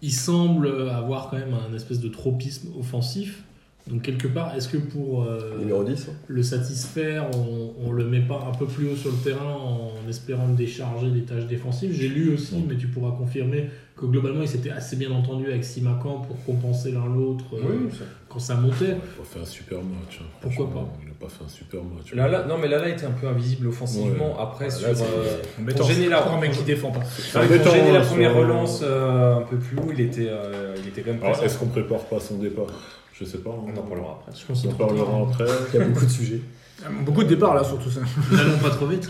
[SPEAKER 3] Il semble avoir quand même un espèce de tropisme offensif. Donc quelque part, est-ce que pour euh,
[SPEAKER 4] Numéro 10. hein.
[SPEAKER 3] le satisfaire, on, on le met pas un peu plus haut sur le terrain en espérant le décharger des tâches défensives. J'ai lu aussi, mais tu pourras confirmer que globalement, ils s'étaient assez bien entendus avec Simakan pour compenser l'un l'autre euh,
[SPEAKER 2] Oui, ça-
[SPEAKER 3] quand ça montait.
[SPEAKER 5] Ouais, il a pas fait un super match. hein,
[SPEAKER 3] Pourquoi
[SPEAKER 5] franchement. Il a pas fait un super match.
[SPEAKER 2] Lala, non mais Lala était un peu invisible offensivement. Après
[SPEAKER 5] Là,
[SPEAKER 2] sur,
[SPEAKER 5] Ah, c'est-
[SPEAKER 2] euh,
[SPEAKER 1] On met
[SPEAKER 2] Pour
[SPEAKER 1] en-
[SPEAKER 2] gêner la-
[SPEAKER 1] pour un mec qui défend pas.
[SPEAKER 5] C'est
[SPEAKER 2] quand
[SPEAKER 5] embêtant,
[SPEAKER 2] j'ai mis la
[SPEAKER 5] hein,
[SPEAKER 2] première
[SPEAKER 5] sur-
[SPEAKER 2] relance euh, un peu plus haut, il était, euh, il était quand même
[SPEAKER 5] Alors,
[SPEAKER 2] présent.
[SPEAKER 5] est-ce qu'on prépare pas son départ Je sais pas. hein.
[SPEAKER 2] On en parlera après.
[SPEAKER 3] Je pense
[SPEAKER 5] On
[SPEAKER 3] qu'il
[SPEAKER 5] en parlera après.
[SPEAKER 4] Il y a beaucoup de sujets.
[SPEAKER 1] Beaucoup de départs là, surtout ça.
[SPEAKER 3] N'allons pas trop vite.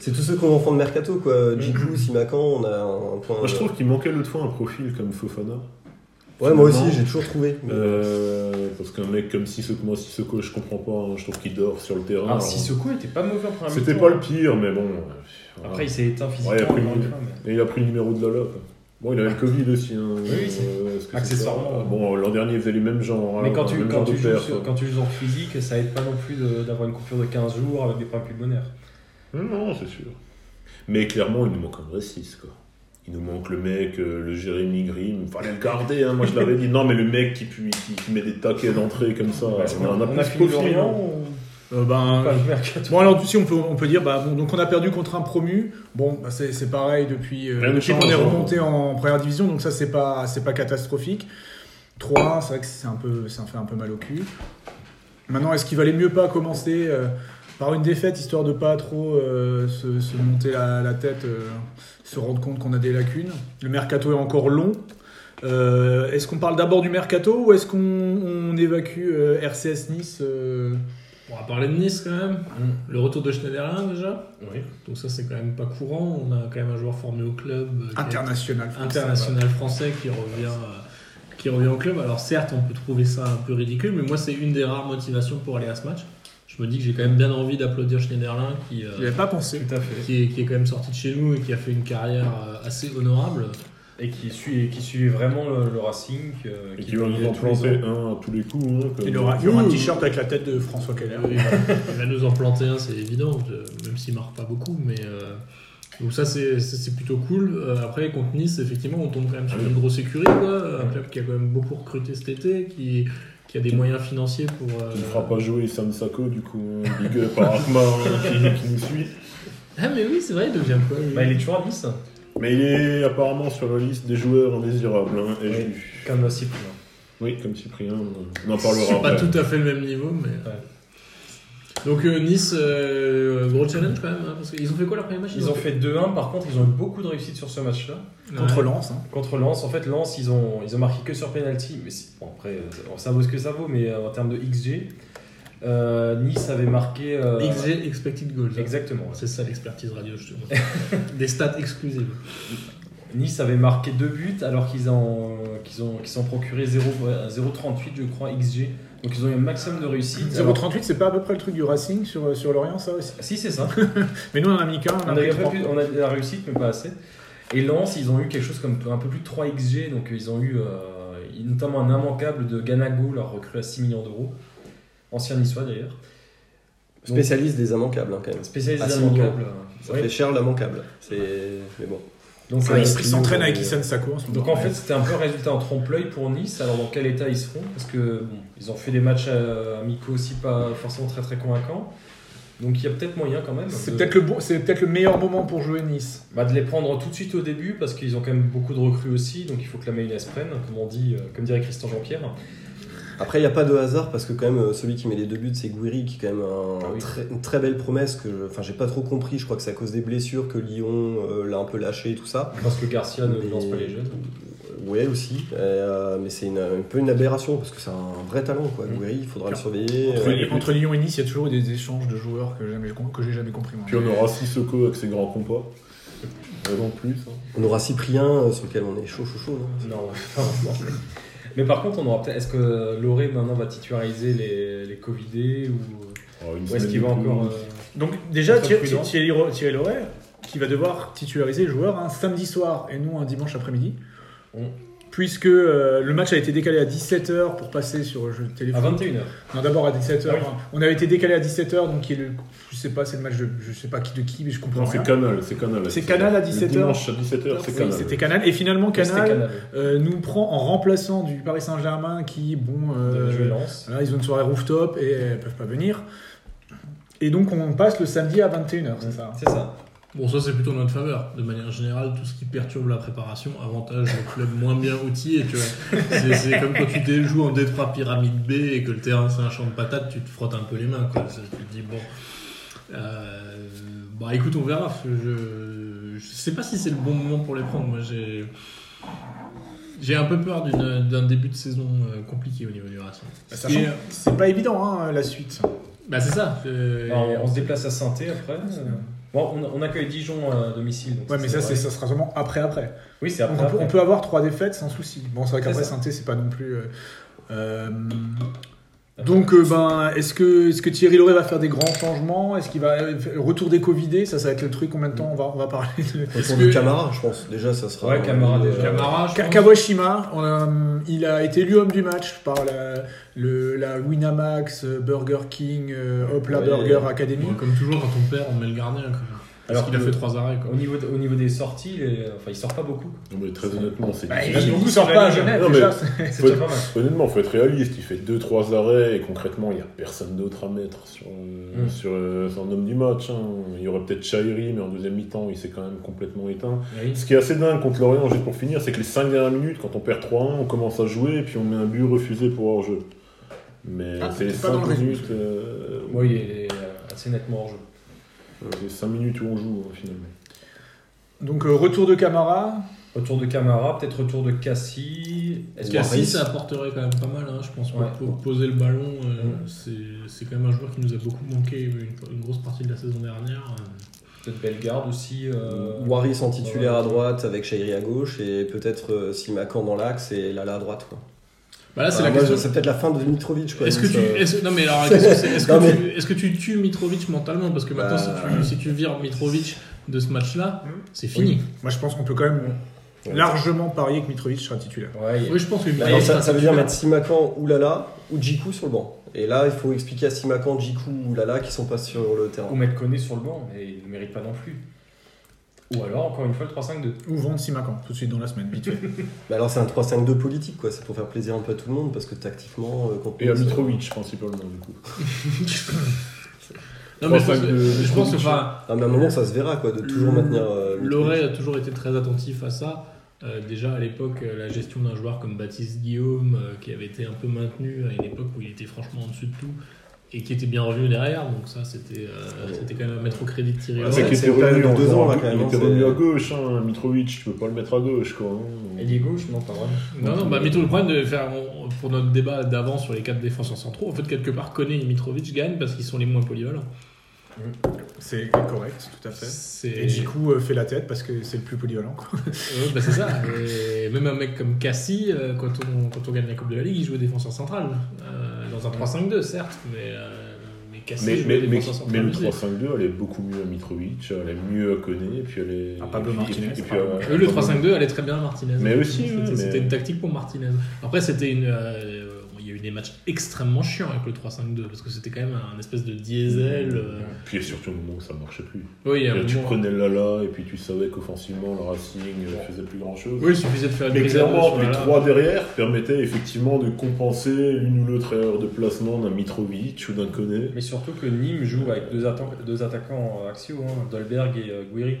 [SPEAKER 4] C'est tous ceux qu'on vend de mercato, quoi. Jiku, Simakan, on a un point.
[SPEAKER 5] Moi, je trouve qu'il manquait l'autre fois un profil comme Fofana.
[SPEAKER 4] euh, Ouais, moi aussi,
[SPEAKER 5] Non.
[SPEAKER 4] j'ai toujours trouvé. mais-
[SPEAKER 5] Euh, parce qu'un mec comme Sissoko, moi Sissoko, je comprends pas. hein, je trouve qu'il dort sur le terrain.
[SPEAKER 2] Ah,
[SPEAKER 5] Alors,
[SPEAKER 2] Sissoko était pas mauvais en première
[SPEAKER 5] C'était
[SPEAKER 2] mi-temps. hein.
[SPEAKER 5] pas le pire, mais bon. euh, voilà.
[SPEAKER 2] Après, il s'est éteint physiquement.
[SPEAKER 5] Ouais, après,
[SPEAKER 2] encore une
[SPEAKER 5] il-
[SPEAKER 2] fois, mais-
[SPEAKER 5] Et il a pris le numéro de Lala. quoi. Bon, il avait le Covid aussi. Hein.
[SPEAKER 2] Ah. Oui, c'est-
[SPEAKER 5] Euh, est-ce que c'est
[SPEAKER 2] accessoirement.
[SPEAKER 5] ça bon, l'an dernier, il faisait les mêmes genres. hein,
[SPEAKER 2] Mais quand
[SPEAKER 5] le
[SPEAKER 2] tu,
[SPEAKER 5] même
[SPEAKER 2] quand,
[SPEAKER 5] genre
[SPEAKER 2] tu
[SPEAKER 5] de
[SPEAKER 2] joues
[SPEAKER 5] paire,
[SPEAKER 2] sur,
[SPEAKER 5] quoi.
[SPEAKER 2] quand tu joues en physique, ça aide pas non plus de- d'avoir une coupure de 15 jours avec des problèmes pulmonaires.
[SPEAKER 5] Non, non, c'est sûr. Mais clairement, il nous manque un vrai 6. Quoi. Il Il nous manque le mec, euh, le Jérémy Grimm. Fallait le garder, hein, moi je l'avais dit. Non, mais le mec qui, pue- qui, qui met des taquets d'entrée comme ça.
[SPEAKER 2] On, a, on a
[SPEAKER 5] plus
[SPEAKER 2] fini
[SPEAKER 5] qu'au film,
[SPEAKER 2] l'Orient
[SPEAKER 5] hein.
[SPEAKER 2] ou...
[SPEAKER 1] Euh, ben,
[SPEAKER 2] Enfin, le mercato.
[SPEAKER 1] Bon, alors tout si on peut, on peut dire, bah, bon, donc on a perdu contre un promu. Bon, bah, c'est c'est pareil depuis, euh,
[SPEAKER 5] Même
[SPEAKER 1] depuis
[SPEAKER 5] chose,
[SPEAKER 1] qu'on est
[SPEAKER 5] hein.
[SPEAKER 1] remonté en première division, donc ça c'est pas, c'est pas catastrophique. 3, c'est vrai que c'est un peu, ça fait un peu mal au cul. Maintenant, est-ce qu'il valait mieux pas commencer euh, par une défaite histoire de pas trop euh, se, se monter la, la tête, euh, se rendre compte qu'on a des lacunes Le mercato est encore long. Euh, est-ce qu'on parle d'abord du mercato ou est-ce qu'on on évacue euh, RCS Nice euh,
[SPEAKER 3] On va parler de Nice quand même. Le retour de Schneiderlin déjà.
[SPEAKER 2] Oui.
[SPEAKER 3] Donc ça c'est quand même pas courant. On a quand même un joueur formé au club. euh, qui a été
[SPEAKER 1] international français,
[SPEAKER 3] international français qui revient, euh, qui revient au club. Alors certes, on peut trouver ça un peu ridicule, mais moi c'est une des rares motivations pour aller à ce match. Je me dis que j'ai quand même bien envie d'applaudir Schneiderlin qui, euh,
[SPEAKER 1] J'y avais pas pensé.
[SPEAKER 2] Tout à fait.
[SPEAKER 3] qui, est, qui est quand même sorti de chez nous et qui a fait une carrière euh, assez honorable.
[SPEAKER 2] Et qui suit, et qui suit vraiment le, le Racing. euh,
[SPEAKER 5] Et qui va nous en
[SPEAKER 2] tous les ans.
[SPEAKER 5] planter un à tous les coups. hein, comme-
[SPEAKER 1] Il aura, il aura un t-shirt avec la tête de François Keller.
[SPEAKER 3] Ah Oui, voilà. Il va nous en planter un, c'est évident, je- même s'il marque pas beaucoup. Mais euh, donc ça, c'est ça, c'est plutôt cool. Euh, après, contre Nice, effectivement, on tombe quand même sur
[SPEAKER 2] Ah
[SPEAKER 3] une grosse écurie, quoi. Un club qui a quand même beaucoup recruté cet été, qui, qui a des moyens financiers pour. euh,
[SPEAKER 5] Qui ne fera pas jouer Sam Sako, du coup. hein. Big up à Rahma, hein, qui, qui nous suit.
[SPEAKER 3] Ah mais oui, c'est vrai, il devient quoi lui
[SPEAKER 2] Bah, il est toujours à 10,
[SPEAKER 5] Mais il est apparemment sur la liste des joueurs indésirables. hein, et
[SPEAKER 2] Oui.
[SPEAKER 5] je-
[SPEAKER 2] comme hein. Cyprien.
[SPEAKER 5] Oui, comme Cyprien, on en
[SPEAKER 3] C'est
[SPEAKER 5] parlera
[SPEAKER 3] pas
[SPEAKER 5] après.
[SPEAKER 3] tout à fait le même niveau, mais. euh.
[SPEAKER 2] Ouais.
[SPEAKER 3] Donc euh, Nice, euh, gros challenge quand même, hein, parce qu'ils ont fait quoi leur premier match
[SPEAKER 2] Ils ont fait 2-1, par contre, ils ont eu beaucoup de réussite sur ce match-là.
[SPEAKER 1] Contre Lens. hein.
[SPEAKER 2] Contre Lens, en fait, Lens, ils ont, ils ont marqué que sur penalty. Mais c'est- bon, après, euh, ça vaut ce que ça vaut, mais euh, en termes de XG, euh, Nice avait marqué. euh,
[SPEAKER 3] XG expected goals. hein.
[SPEAKER 2] Exactement. ouais.
[SPEAKER 3] C'est ça l'expertise radio, je te Des stats exclusives.
[SPEAKER 2] Nice avait marqué deux buts alors qu'ils en, qu'ils ont, qu'ils s'en procuré 0 euh, 0,38, je crois, XG. Donc ils ont eu un maximum de réussite. Alors-
[SPEAKER 1] 0,38, c'est pas à peu près le truc du Racing sur, euh, sur l'Orient, ça aussi.
[SPEAKER 2] si, c'est ça.
[SPEAKER 1] Mais nous, on en a mis qu'un, on en a
[SPEAKER 2] On a,
[SPEAKER 1] pris
[SPEAKER 2] eu un peu
[SPEAKER 1] trois.
[SPEAKER 2] plus- on a de la réussite, mais pas assez. Et Lens, ils ont eu quelque chose comme un peu plus de 3 XG, donc euh, ils ont eu euh, notamment un immanquable de Ganago, leur recrue à 6 millions d'euros. Ancien niçois d'ailleurs. Donc,
[SPEAKER 4] Spécialiste des immanquables, hein, quand même.
[SPEAKER 2] Spécialisé
[SPEAKER 4] Ah,
[SPEAKER 2] des
[SPEAKER 4] six millions.
[SPEAKER 2] immanquables.
[SPEAKER 4] Ça
[SPEAKER 2] Ouais.
[SPEAKER 4] fait cher l'immanquable. C'est. Mais bon.
[SPEAKER 2] Donc,
[SPEAKER 1] Ah,
[SPEAKER 2] euh,
[SPEAKER 1] il s- il s'entraîne avec
[SPEAKER 2] euh,
[SPEAKER 1] Issan Sako en ce moment.
[SPEAKER 2] Donc en fait, c'était un peu un résultat en trompe-l'œil pour Nice. Alors dans quel état ils seront Parce que bon, ils ont fait des matchs euh, amicaux aussi pas forcément très très convaincants. Donc il y a peut-être moyen quand même.
[SPEAKER 1] c'est
[SPEAKER 2] de-
[SPEAKER 1] peut-être le, bon, c'est peut-être le meilleur moment pour jouer Nice.
[SPEAKER 2] bah, de les prendre tout de suite au début parce qu'ils ont quand même beaucoup de recrues aussi, donc il faut que la mayonnaise prenne, comme on dit, euh, comme dirait Christian Jean-Pierre.
[SPEAKER 4] Après, il n'y a pas de hasard parce que quand même euh, celui qui met les deux buts, c'est Guiri, qui est quand même un-
[SPEAKER 2] Ah oui.
[SPEAKER 4] très- une très belle promesse que, je- enfin, j'ai pas trop compris. Je crois que c'est à cause des blessures que Lyon euh, l'a un peu lâché et tout ça.
[SPEAKER 2] Parce que Garcia ne
[SPEAKER 4] Mais-
[SPEAKER 2] lance pas les jeunes.
[SPEAKER 4] Ouais, aussi. Et, euh, mais c'est une- un peu une aberration parce que c'est un vrai talent, quoi.
[SPEAKER 2] Mm.
[SPEAKER 4] Guiri, il faudra le surveiller.
[SPEAKER 5] Entre
[SPEAKER 4] Euh,
[SPEAKER 5] les-
[SPEAKER 1] Entre, entre Lyon et Nice, il y a toujours des échanges de joueurs que, jamais, que j'ai jamais compris. moi.
[SPEAKER 5] Puis on aura Sissoko avec ses grands compas. Raison de plus. hein.
[SPEAKER 4] on aura Cyprien euh, sur lequel on est chaud, chaud, chaud. non
[SPEAKER 2] Non, pas vraiment. Mais par contre, on aura peut-être. Est-ce que Loré maintenant va titulariser les, les Covidés ou,
[SPEAKER 5] Alors, Oh, une
[SPEAKER 2] ou est-ce
[SPEAKER 5] semaine
[SPEAKER 2] qu'il va
[SPEAKER 5] de plus.
[SPEAKER 2] encore. euh,
[SPEAKER 1] Donc déjà,
[SPEAKER 2] Faut être
[SPEAKER 1] Thierry,
[SPEAKER 2] prudent.
[SPEAKER 1] Thierry, Ro- Thierry Loret, qui va devoir titulariser les joueurs un samedi soir et non un dimanche après-midi.
[SPEAKER 2] Mm.
[SPEAKER 1] Puisque euh, le match a été décalé à 17h pour passer sur le jeu de
[SPEAKER 2] À
[SPEAKER 1] téléphone.
[SPEAKER 2] 21h.
[SPEAKER 1] Non, d'abord à 17h.
[SPEAKER 2] Ah oui.
[SPEAKER 1] On avait été décalé à 17h, donc il est le- je sais pas, c'est le match de je sais pas qui de qui, mais je comprends
[SPEAKER 5] Non, c'est
[SPEAKER 1] rien.
[SPEAKER 5] Canal, c'est Canal.
[SPEAKER 1] C'est Canal à
[SPEAKER 5] Le
[SPEAKER 1] 17 heures.
[SPEAKER 5] Dimanche à 17h, c'est
[SPEAKER 1] Oui,
[SPEAKER 5] Canal.
[SPEAKER 1] C'était Canal. Et finalement,
[SPEAKER 2] C'était
[SPEAKER 1] Canal
[SPEAKER 2] Canal.
[SPEAKER 1] euh, nous prend en remplaçant du Paris Saint-Germain qui, bon, euh,
[SPEAKER 2] Je lance.
[SPEAKER 1] voilà, ils ont une soirée rooftop et euh, peuvent pas venir. Et donc on passe le samedi à 21h, c'est ça hein.
[SPEAKER 2] C'est ça.
[SPEAKER 3] Bon, ça c'est plutôt en notre faveur. De manière générale, tout ce qui perturbe la préparation avantage le club moins bien outillé. Tu vois, c'est, c'est comme quand tu t'es joué en D3 pyramide B et que le terrain c'est un champ de patates, tu te frottes un peu les mains. Quoi. Ça, tu te dis bon, euh, bah écoute, on verra. Je, je sais pas si c'est le bon moment pour les prendre. Moi, j'ai j'ai un peu peur d'une- d'un début de saison euh, compliqué au niveau du Racing.
[SPEAKER 1] Bah,
[SPEAKER 2] Bah,
[SPEAKER 1] sachant-
[SPEAKER 3] Et, euh,
[SPEAKER 1] C'est pas évident, hein, la suite.
[SPEAKER 3] bah c'est ça. euh,
[SPEAKER 2] Alors, on se déplace à saint après. euh. Bon, on, on accueille Dijon à domicile. donc
[SPEAKER 1] Ouais, mais ça,
[SPEAKER 2] vrai.
[SPEAKER 1] c'est, ça sera vraiment après-après.
[SPEAKER 2] Oui, c'est
[SPEAKER 1] Donc
[SPEAKER 2] après.
[SPEAKER 1] on peut,
[SPEAKER 2] après.
[SPEAKER 1] on peut avoir trois défaites sans souci. Bon, c'est vrai qu'après
[SPEAKER 2] C'est ça.
[SPEAKER 1] Saint-Étienne, c'est pas non plus. euh, euh,
[SPEAKER 2] Après.
[SPEAKER 1] Donc, euh, ben, est-ce que, est-ce que Thierry Loret va faire des grands changements Est-ce qu'il va euh, faire le retour des Covidés Ça, ça va être le truc. Combien de temps on va, on va parler de...
[SPEAKER 4] Autour
[SPEAKER 3] que-
[SPEAKER 4] du Camara, je pense. Déjà, ça sera.
[SPEAKER 2] Ouais, Camara,
[SPEAKER 4] euh,
[SPEAKER 2] déjà.
[SPEAKER 3] Camara, je
[SPEAKER 1] Ka-
[SPEAKER 3] pense.
[SPEAKER 1] Kawashima, on a, hum, il a été élu homme du match par la, le, la Winamax, euh, Burger King, euh, Hopla
[SPEAKER 4] Ouais.
[SPEAKER 1] Burger Academy.
[SPEAKER 3] Ouais, comme toujours, quand on perd, on met le gardien. Quand même. Alors qu'il a
[SPEAKER 2] que-
[SPEAKER 3] fait trois arrêts. Quoi.
[SPEAKER 2] Au niveau, de- au niveau des sorties, les- enfin, il sort pas beaucoup.
[SPEAKER 5] Non, mais très honnêtement, c'est
[SPEAKER 2] Bah,
[SPEAKER 5] difficile.
[SPEAKER 2] il sort pas à Genève,
[SPEAKER 5] Non,
[SPEAKER 1] hein,
[SPEAKER 5] mais-
[SPEAKER 2] déjà, c'est c'est déjà pas mal.
[SPEAKER 5] Honnêtement, faut être réaliste. Il fait 2-3 arrêts et concrètement, il n'y a personne d'autre à mettre sur, euh,
[SPEAKER 2] Mm.
[SPEAKER 5] sur, euh, sur un homme du match. hein. Il y aurait peut-être Chahiri, mais en deuxième mi-temps, il s'est quand même complètement éteint.
[SPEAKER 2] Oui.
[SPEAKER 5] Ce qui est assez dingue contre Lorient, juste pour finir, c'est que les 5 dernières minutes, quand on perd 3-1, on commence à jouer et puis on met un but refusé pour hors-jeu. Mais
[SPEAKER 6] Ah,
[SPEAKER 5] c'est les
[SPEAKER 6] t'es pas dans
[SPEAKER 5] 5
[SPEAKER 6] le rythme,
[SPEAKER 5] minutes, euh,
[SPEAKER 2] Moi, il est euh, assez nettement hors jeu.
[SPEAKER 5] les cinq minutes où on joue, hein, finalement.
[SPEAKER 1] Donc euh, retour de Camara.
[SPEAKER 2] Retour de Camara, peut-être retour de Cassie. Est-ce que
[SPEAKER 3] Cassis, ça apporterait quand même pas mal, hein, je pense. pour-
[SPEAKER 2] Ouais.
[SPEAKER 3] Pour poser le ballon, euh, c'est- c'est quand même un joueur qui nous a beaucoup manqué une, une grosse partie de la saison dernière. euh.
[SPEAKER 2] peut-être Bellegarde aussi euh,
[SPEAKER 4] Waris en titulaire à droite avec Chahiri à gauche et peut-être euh, Simakan dans l'axe et Lala à droite. quoi.
[SPEAKER 3] Bah là, c'est
[SPEAKER 4] Enfin,
[SPEAKER 3] la
[SPEAKER 4] moi,
[SPEAKER 3] question.
[SPEAKER 4] C'est peut-être la fin de Mitrovic. quoi,
[SPEAKER 3] Est-ce que
[SPEAKER 4] donc,
[SPEAKER 3] tu,
[SPEAKER 4] euh,
[SPEAKER 3] est-ce- non mais alors la question c'est est-ce que,
[SPEAKER 4] Non, mais-
[SPEAKER 3] tu- est-ce que tu tues Mitrovic mentalement parce que maintenant
[SPEAKER 4] Bah.
[SPEAKER 3] si, tu, si tu vires Mitrovic de ce match-là,
[SPEAKER 1] Mhm.
[SPEAKER 3] c'est fini.
[SPEAKER 1] Moi, je pense qu'on peut quand même
[SPEAKER 4] Ouais.
[SPEAKER 1] largement parier que Mitrovic sera titulaire.
[SPEAKER 2] Ouais,
[SPEAKER 3] Oui,
[SPEAKER 2] il-
[SPEAKER 3] je pense que
[SPEAKER 4] Bah,
[SPEAKER 3] Mitrovic-
[SPEAKER 4] alors, ça, ça veut dire mettre Simakan ou Lala ou Djikou sur le banc. Et là, il faut expliquer à Simakan, Djikou ou Lala qui sont pas sur le terrain.
[SPEAKER 2] ou mettre Koné sur le banc, mais il ne mérite pas non plus. Ou alors, encore une fois, le 3-5-2.
[SPEAKER 1] Ou vendre Simakan tout de suite dans la semaine, vite fait.
[SPEAKER 4] Mais Bah alors, c'est un 3-5-2 politique, quoi. C'est pour faire plaisir un peu à tout le monde parce que tactiquement, euh, contre
[SPEAKER 5] Et à
[SPEAKER 4] nous, ça-
[SPEAKER 5] Mitrovic, principalement, du coup.
[SPEAKER 3] Non, mais je pense
[SPEAKER 5] Enfin,
[SPEAKER 3] que,
[SPEAKER 5] de-
[SPEAKER 3] je pense que, enfin,
[SPEAKER 4] Ah, mais à un moment, ça se verra, quoi, de toujours
[SPEAKER 3] Le-
[SPEAKER 4] maintenir. euh, Mitrovic.
[SPEAKER 3] Loret a toujours été très attentif à ça. Euh, déjà à l'époque, euh, la gestion d'un joueur comme Baptiste Guillaume, euh, qui avait été un peu maintenu à une époque où il était franchement en dessus de tout et qui était bien revenu derrière, donc ça c'était euh, c'était quand même à mettre au crédit de Thierry
[SPEAKER 5] Ah, C'est
[SPEAKER 3] Loret.
[SPEAKER 5] qu'il
[SPEAKER 4] c'est
[SPEAKER 5] était
[SPEAKER 4] une période de
[SPEAKER 5] revenu en
[SPEAKER 4] deux ans,
[SPEAKER 5] joueur à
[SPEAKER 4] là, quand
[SPEAKER 5] gauche.
[SPEAKER 4] même,
[SPEAKER 5] Il était
[SPEAKER 4] hein,
[SPEAKER 5] revenu
[SPEAKER 4] c'est-
[SPEAKER 5] à gauche, hein, Mitrovic, tu peux pas le mettre à gauche, quoi. hein.
[SPEAKER 2] Ailier gauche, non, pas vraiment.
[SPEAKER 3] Non, non, bah Mitro, le problème de faire, on- pour notre débat d'avant sur les quatre défenseurs centraux, en fait, quelque part, Koné et Mitrovic gagnent parce qu'ils sont les moins polyvalents.
[SPEAKER 1] C'est correct, tout à fait.
[SPEAKER 3] C'est.
[SPEAKER 1] Et Djikou euh, fait la tête parce que c'est le plus polyvalent. quoi.
[SPEAKER 3] Ouais, bah, c'est ça. Et même un mec comme Cassie, euh, quand, on, quand on gagne la Coupe de la Ligue, il jouait défenseur central. Euh, dans un 3-5-2, certes, mais, euh, mais Cassie
[SPEAKER 5] Mais, mais,
[SPEAKER 3] jouait
[SPEAKER 5] mais,
[SPEAKER 3] défenseur
[SPEAKER 5] mais
[SPEAKER 3] central.
[SPEAKER 5] le
[SPEAKER 3] aussi.
[SPEAKER 5] 3-5-2, elle est beaucoup mieux à Mitrovic, elle est mieux à Koné, et puis elle est.
[SPEAKER 1] À Pablo
[SPEAKER 5] et puis-
[SPEAKER 1] Martinez,
[SPEAKER 5] et puis euh,
[SPEAKER 1] pardon.
[SPEAKER 5] à-
[SPEAKER 3] Eux, le 3-5-2 allait très bien à Martinez.
[SPEAKER 5] Mais aussi,
[SPEAKER 3] C'était-
[SPEAKER 5] oui, mais-
[SPEAKER 3] C'était une tactique pour Martinez. Après, c'était une. euh, il y a eu des matchs extrêmement chiants avec le 3-5-2 parce que c'était quand même un espèce de diesel. euh,
[SPEAKER 5] Puis surtout au moment où ça marchait plus.
[SPEAKER 3] Oui, il y a un
[SPEAKER 5] Là, Mmh. tu
[SPEAKER 3] moment-
[SPEAKER 5] prenais Lala, et puis tu savais qu'offensivement, le Racing euh, faisait plus grand chose.
[SPEAKER 3] Oui, il suffisait de faire une
[SPEAKER 5] Mais
[SPEAKER 3] brise à deux
[SPEAKER 5] clairement,
[SPEAKER 3] sur
[SPEAKER 5] les
[SPEAKER 3] la-
[SPEAKER 5] trois derrière permettaient effectivement de compenser l'une ou l'autre erreur de placement d'un Mitrovic ou d'un Koné.
[SPEAKER 2] Mais surtout que Nîmes joue avec deux, atta- deux attaquants euh, axiaux, hein, Dolberg et euh, Guiri.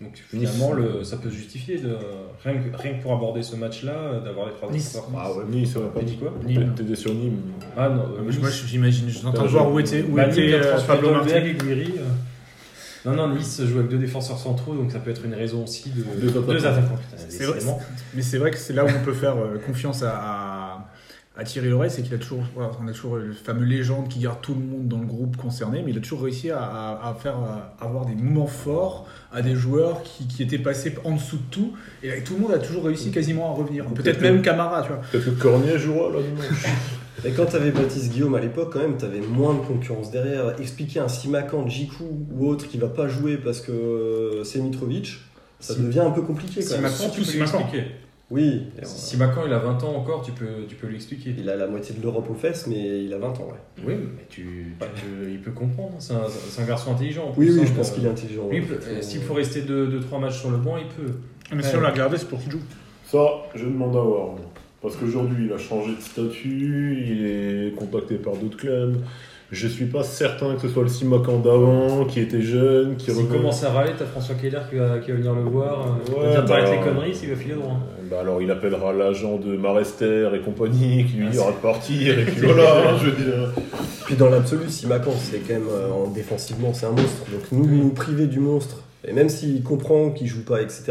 [SPEAKER 2] Donc finalement, le, ça peut se justifier, de, rien, que, rien que pour aborder ce match-là, euh, d'avoir les trois
[SPEAKER 1] Nice.
[SPEAKER 2] défenseurs.
[SPEAKER 5] Ah ouais, Nice, ça va pas.
[SPEAKER 2] T'as dit quoi
[SPEAKER 5] T'étais t'étais sur Nîmes.
[SPEAKER 2] Ah non, euh,
[SPEAKER 1] Moi,
[SPEAKER 2] Nice.
[SPEAKER 1] je- j'imagine, j'entends
[SPEAKER 5] Euh,
[SPEAKER 1] voir où
[SPEAKER 5] je-
[SPEAKER 1] était, où
[SPEAKER 2] Bah, Nîmes,
[SPEAKER 1] était
[SPEAKER 2] t'as
[SPEAKER 1] euh,
[SPEAKER 2] transféré
[SPEAKER 1] Pablo
[SPEAKER 2] Dolberg
[SPEAKER 1] Martinez.
[SPEAKER 2] et Guiri, euh. Non, non, Nice joue avec deux défenseurs centraux, donc ça peut être une raison aussi de.
[SPEAKER 5] Deux attaquants.
[SPEAKER 2] attaquants, putain, c'est
[SPEAKER 1] C'est vrai,
[SPEAKER 2] décidément.
[SPEAKER 1] Mais c'est vrai que c'est là où on peut faire euh, confiance à, à, à Thierry Loret, c'est qu'il a toujours, voilà, on a toujours le fameux légende qui garde tout le monde dans le groupe concerné, mais il a toujours réussi à, à- à faire à avoir des moments forts à des joueurs qui, qui étaient passés en dessous de tout, et là, tout le monde a toujours réussi quasiment à revenir. Mm. Peut-être
[SPEAKER 5] Peut-être
[SPEAKER 1] même
[SPEAKER 5] que-
[SPEAKER 1] Camara, tu vois.
[SPEAKER 5] Peut-être que Cornier jouera là dimanche.
[SPEAKER 4] Et quand t'avais Baptiste Guillaume à l'époque, quand même, t'avais moins de concurrence derrière. Expliquer à un Simakan, Djikou ou autre qui va pas jouer parce que euh, c'est Mitrovic, ça
[SPEAKER 2] Si-
[SPEAKER 4] devient un peu compliqué quand même.
[SPEAKER 1] Simakan,
[SPEAKER 2] Surtout,
[SPEAKER 1] tu peux
[SPEAKER 2] tu peux
[SPEAKER 1] Simakan.
[SPEAKER 2] l'expliquer.
[SPEAKER 4] Oui, et, euh,
[SPEAKER 2] Si si Macan il a 20 ans encore, tu peux, tu peux l'expliquer.
[SPEAKER 4] il a la moitié de l'Europe aux fesses, mais il a 20 ans, ouais.
[SPEAKER 2] Oui, mais tu, tu peux- il peut comprendre. hein. C'est un, c'est un garçon intelligent. en
[SPEAKER 4] Oui,
[SPEAKER 2] plus,
[SPEAKER 4] oui,
[SPEAKER 2] hein,
[SPEAKER 4] je
[SPEAKER 2] de-
[SPEAKER 4] pense qu'il est intelligent.
[SPEAKER 2] Oui,
[SPEAKER 4] ouais.
[SPEAKER 2] euh, S'il faut rester 2-3 matchs sur le banc, il peut.
[SPEAKER 1] Mais
[SPEAKER 2] si
[SPEAKER 1] si
[SPEAKER 2] on
[SPEAKER 1] on
[SPEAKER 2] l'a
[SPEAKER 1] l'a regardé, c'est pour qu'il joue.
[SPEAKER 5] Ça, je demande à voir. Parce qu'aujourd'hui, il a changé de statut, il est contacté par d'autres clubs. Je suis pas certain que ce soit le Simacan d'avant, qui était jeune, qui
[SPEAKER 2] S'il
[SPEAKER 5] revenait-
[SPEAKER 2] commence à râler, t'as François Keller qui va, qui va venir le voir. euh,
[SPEAKER 5] Ouais,
[SPEAKER 2] va dire,
[SPEAKER 5] bah,
[SPEAKER 2] T'arrêtes les conneries, s'il va filer droit.
[SPEAKER 5] Euh, bah alors il appellera l'agent de Marester et compagnie qui lui
[SPEAKER 2] Ah,
[SPEAKER 5] dira de partir et puis voilà, hein, je veux dire.
[SPEAKER 4] Puis dans l'absolu, Simakan, c'est quand même euh, en- défensivement, c'est un monstre. Donc nous, nous priver du monstre, et même s'il comprend qu'il joue pas, etc.,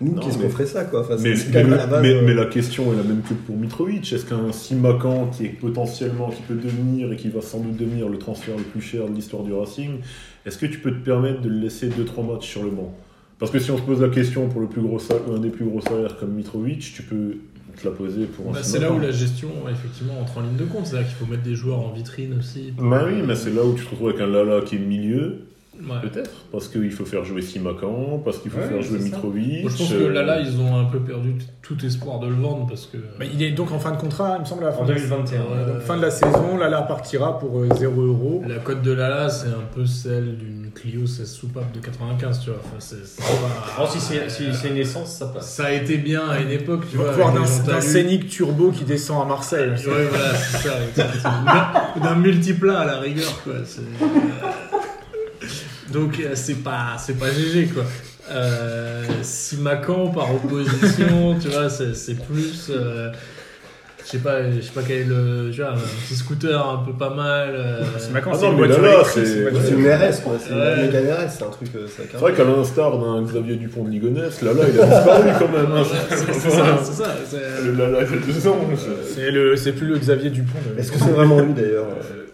[SPEAKER 4] nous,
[SPEAKER 5] Non,
[SPEAKER 4] qu'est-ce
[SPEAKER 5] mais-
[SPEAKER 4] qu'on ferait ça, quoi Enfin, c'est-
[SPEAKER 5] Mais,
[SPEAKER 4] c'est
[SPEAKER 5] mais
[SPEAKER 4] quand même
[SPEAKER 5] le-
[SPEAKER 4] à la base,
[SPEAKER 5] mais-
[SPEAKER 4] euh,
[SPEAKER 5] mais la question est la même que pour Mitrovic. Est-ce qu'un Simacan qui est potentiellement, qui peut devenir et qui va sans doute devenir le transfert le plus cher de l'histoire du Racing, est-ce que tu peux te permettre de le laisser 2-3 matchs sur le banc Parce que si on se pose la question pour le plus gros sal- un des plus gros salaires comme Mitrovic, tu peux te la poser pour un
[SPEAKER 3] Bah, c'est
[SPEAKER 5] Simakan.
[SPEAKER 3] là où la gestion, effectivement, entre en ligne de compte. C'est-à-dire qu'il faut mettre des joueurs en vitrine aussi.
[SPEAKER 5] Bah oui, mais c'est là où tu te retrouves avec un Lala qui est milieu,
[SPEAKER 3] Ouais.
[SPEAKER 5] Peut-être, parce qu'il faut faire jouer Simakan, parce qu'il faut
[SPEAKER 2] Ouais,
[SPEAKER 5] faire jouer
[SPEAKER 2] c'est ça.
[SPEAKER 5] Mitrovic.
[SPEAKER 3] Bon, je pense que
[SPEAKER 5] euh,
[SPEAKER 3] là, là, ils ont un peu perdu t- tout espoir de le vendre parce que.
[SPEAKER 1] Bah, il est donc en fin de contrat, il me semble, à la fin,
[SPEAKER 2] En
[SPEAKER 1] de,
[SPEAKER 2] 2021.
[SPEAKER 3] Ouais.
[SPEAKER 1] donc fin de la saison. Lala partira pour euh, 0 euros.
[SPEAKER 3] La cote de Lala, c'est un peu celle d'une une Clio 16 soupapes de 95, tu vois. Enfin, c'est, c'est
[SPEAKER 2] Oh,
[SPEAKER 3] pas-
[SPEAKER 2] si c'est si c'est une essence, ça passe.
[SPEAKER 3] Ça a été bien à une époque,
[SPEAKER 1] Tu
[SPEAKER 3] tu
[SPEAKER 1] vas
[SPEAKER 3] vois.
[SPEAKER 1] voir
[SPEAKER 3] avec
[SPEAKER 1] d'un
[SPEAKER 3] les gens
[SPEAKER 1] d'un
[SPEAKER 3] talus.
[SPEAKER 1] scénic turbo qui descend à Marseille.
[SPEAKER 5] Ah
[SPEAKER 3] Ouais, voilà, c'est ça. exactement. D'un- D'un multiplat à la rigueur, quoi. c'est- euh, Donc, euh, c'est pas, c'est pas GG, quoi. Euh, si Macan par opposition, tu vois, c'est c'est plus. euh, je sais pas, je sais pas quel est le. Tu vois, un petit scooter un peu pas mal. euh,
[SPEAKER 1] C'est Macan,
[SPEAKER 5] Ah
[SPEAKER 1] c'est
[SPEAKER 5] non,
[SPEAKER 1] une
[SPEAKER 5] mais
[SPEAKER 1] voiture
[SPEAKER 5] là, là,
[SPEAKER 1] électrique.
[SPEAKER 5] c'est-
[SPEAKER 1] une voiture-
[SPEAKER 4] C'est une RS, quoi. C'est
[SPEAKER 3] Ouais.
[SPEAKER 4] une méga RS, c'est un truc. euh, ça
[SPEAKER 5] C'est
[SPEAKER 4] cartonne.
[SPEAKER 5] vrai qu'à l'instar d'un Xavier Dupont de Ligonnès, là là, il a disparu quand même. hein.
[SPEAKER 3] c'est c'est ça, c'est ça. c'est- euh,
[SPEAKER 5] Le- Là là, il y a deux ans. c'est-
[SPEAKER 1] C'est le, c'est plus le Xavier Dupont. de-
[SPEAKER 4] Est-ce que c'est vraiment lui d'ailleurs euh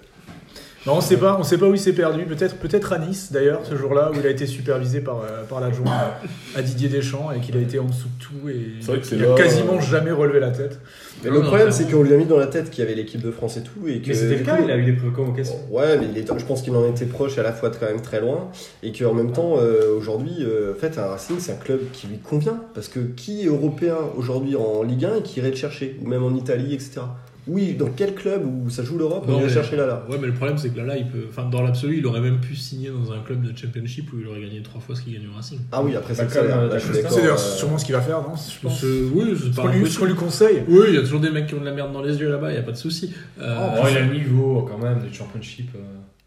[SPEAKER 1] Non, on sait pas, on sait pas où il s'est perdu. Peut-être, peut-être à Nice d'ailleurs, ce jour-là où il a été supervisé par euh, par l'adjoint à Didier Deschamps et qu'il a été en dessous de tout et
[SPEAKER 5] C'est vrai que c'est
[SPEAKER 1] il a
[SPEAKER 5] là,
[SPEAKER 1] quasiment
[SPEAKER 5] euh,
[SPEAKER 1] jamais relevé la tête.
[SPEAKER 4] Mais
[SPEAKER 3] Non,
[SPEAKER 4] le
[SPEAKER 3] non,
[SPEAKER 4] problème, c'est
[SPEAKER 3] clairement.
[SPEAKER 4] qu'on lui a mis dans la tête qu'il y avait l'équipe de France et tout. Et que,
[SPEAKER 2] Mais c'était
[SPEAKER 4] du
[SPEAKER 2] le cas,
[SPEAKER 4] coup,
[SPEAKER 2] il a eu des convocations.
[SPEAKER 4] Ouais, mais il est- je pense qu'il en était proche et à la fois quand même très loin. Et qu'en même temps, euh, aujourd'hui, euh, en fait, un Racing, c'est un club qui lui convient. Parce que qui est européen aujourd'hui en Ligue 1 et qui irait le chercher Ou même en Italie, etc. Oui, dans quel club où ça joue l'Europe,
[SPEAKER 3] Non,
[SPEAKER 4] on irait
[SPEAKER 3] mais-
[SPEAKER 4] chercher là, là
[SPEAKER 3] Ouais, mais le problème, c'est que là, là, il peut. Enfin, dans l'absolu, il aurait même pu signer dans un club de Championship où il aurait gagné trois fois ce qu'il gagne au Racing.
[SPEAKER 4] Ah oui, après, c'est
[SPEAKER 2] Bah,
[SPEAKER 4] le salaire.
[SPEAKER 2] comme, euh,
[SPEAKER 4] Là, je suis
[SPEAKER 2] Dacosta.
[SPEAKER 4] d'accord,
[SPEAKER 1] C'est d'ailleurs
[SPEAKER 4] euh,
[SPEAKER 1] sûrement ce qu'il va faire, non Je pense.
[SPEAKER 3] Ce- Oui, c'est
[SPEAKER 1] Ce
[SPEAKER 3] pas
[SPEAKER 1] qu'on lui,
[SPEAKER 3] impossible.
[SPEAKER 1] ce qu'on lui conseille.
[SPEAKER 3] Oui, il y a toujours des mecs qui ont de la merde dans les yeux là-bas, il n'y a pas de souci. Euh,
[SPEAKER 2] Oh, il a le niveau quand même du championship. euh.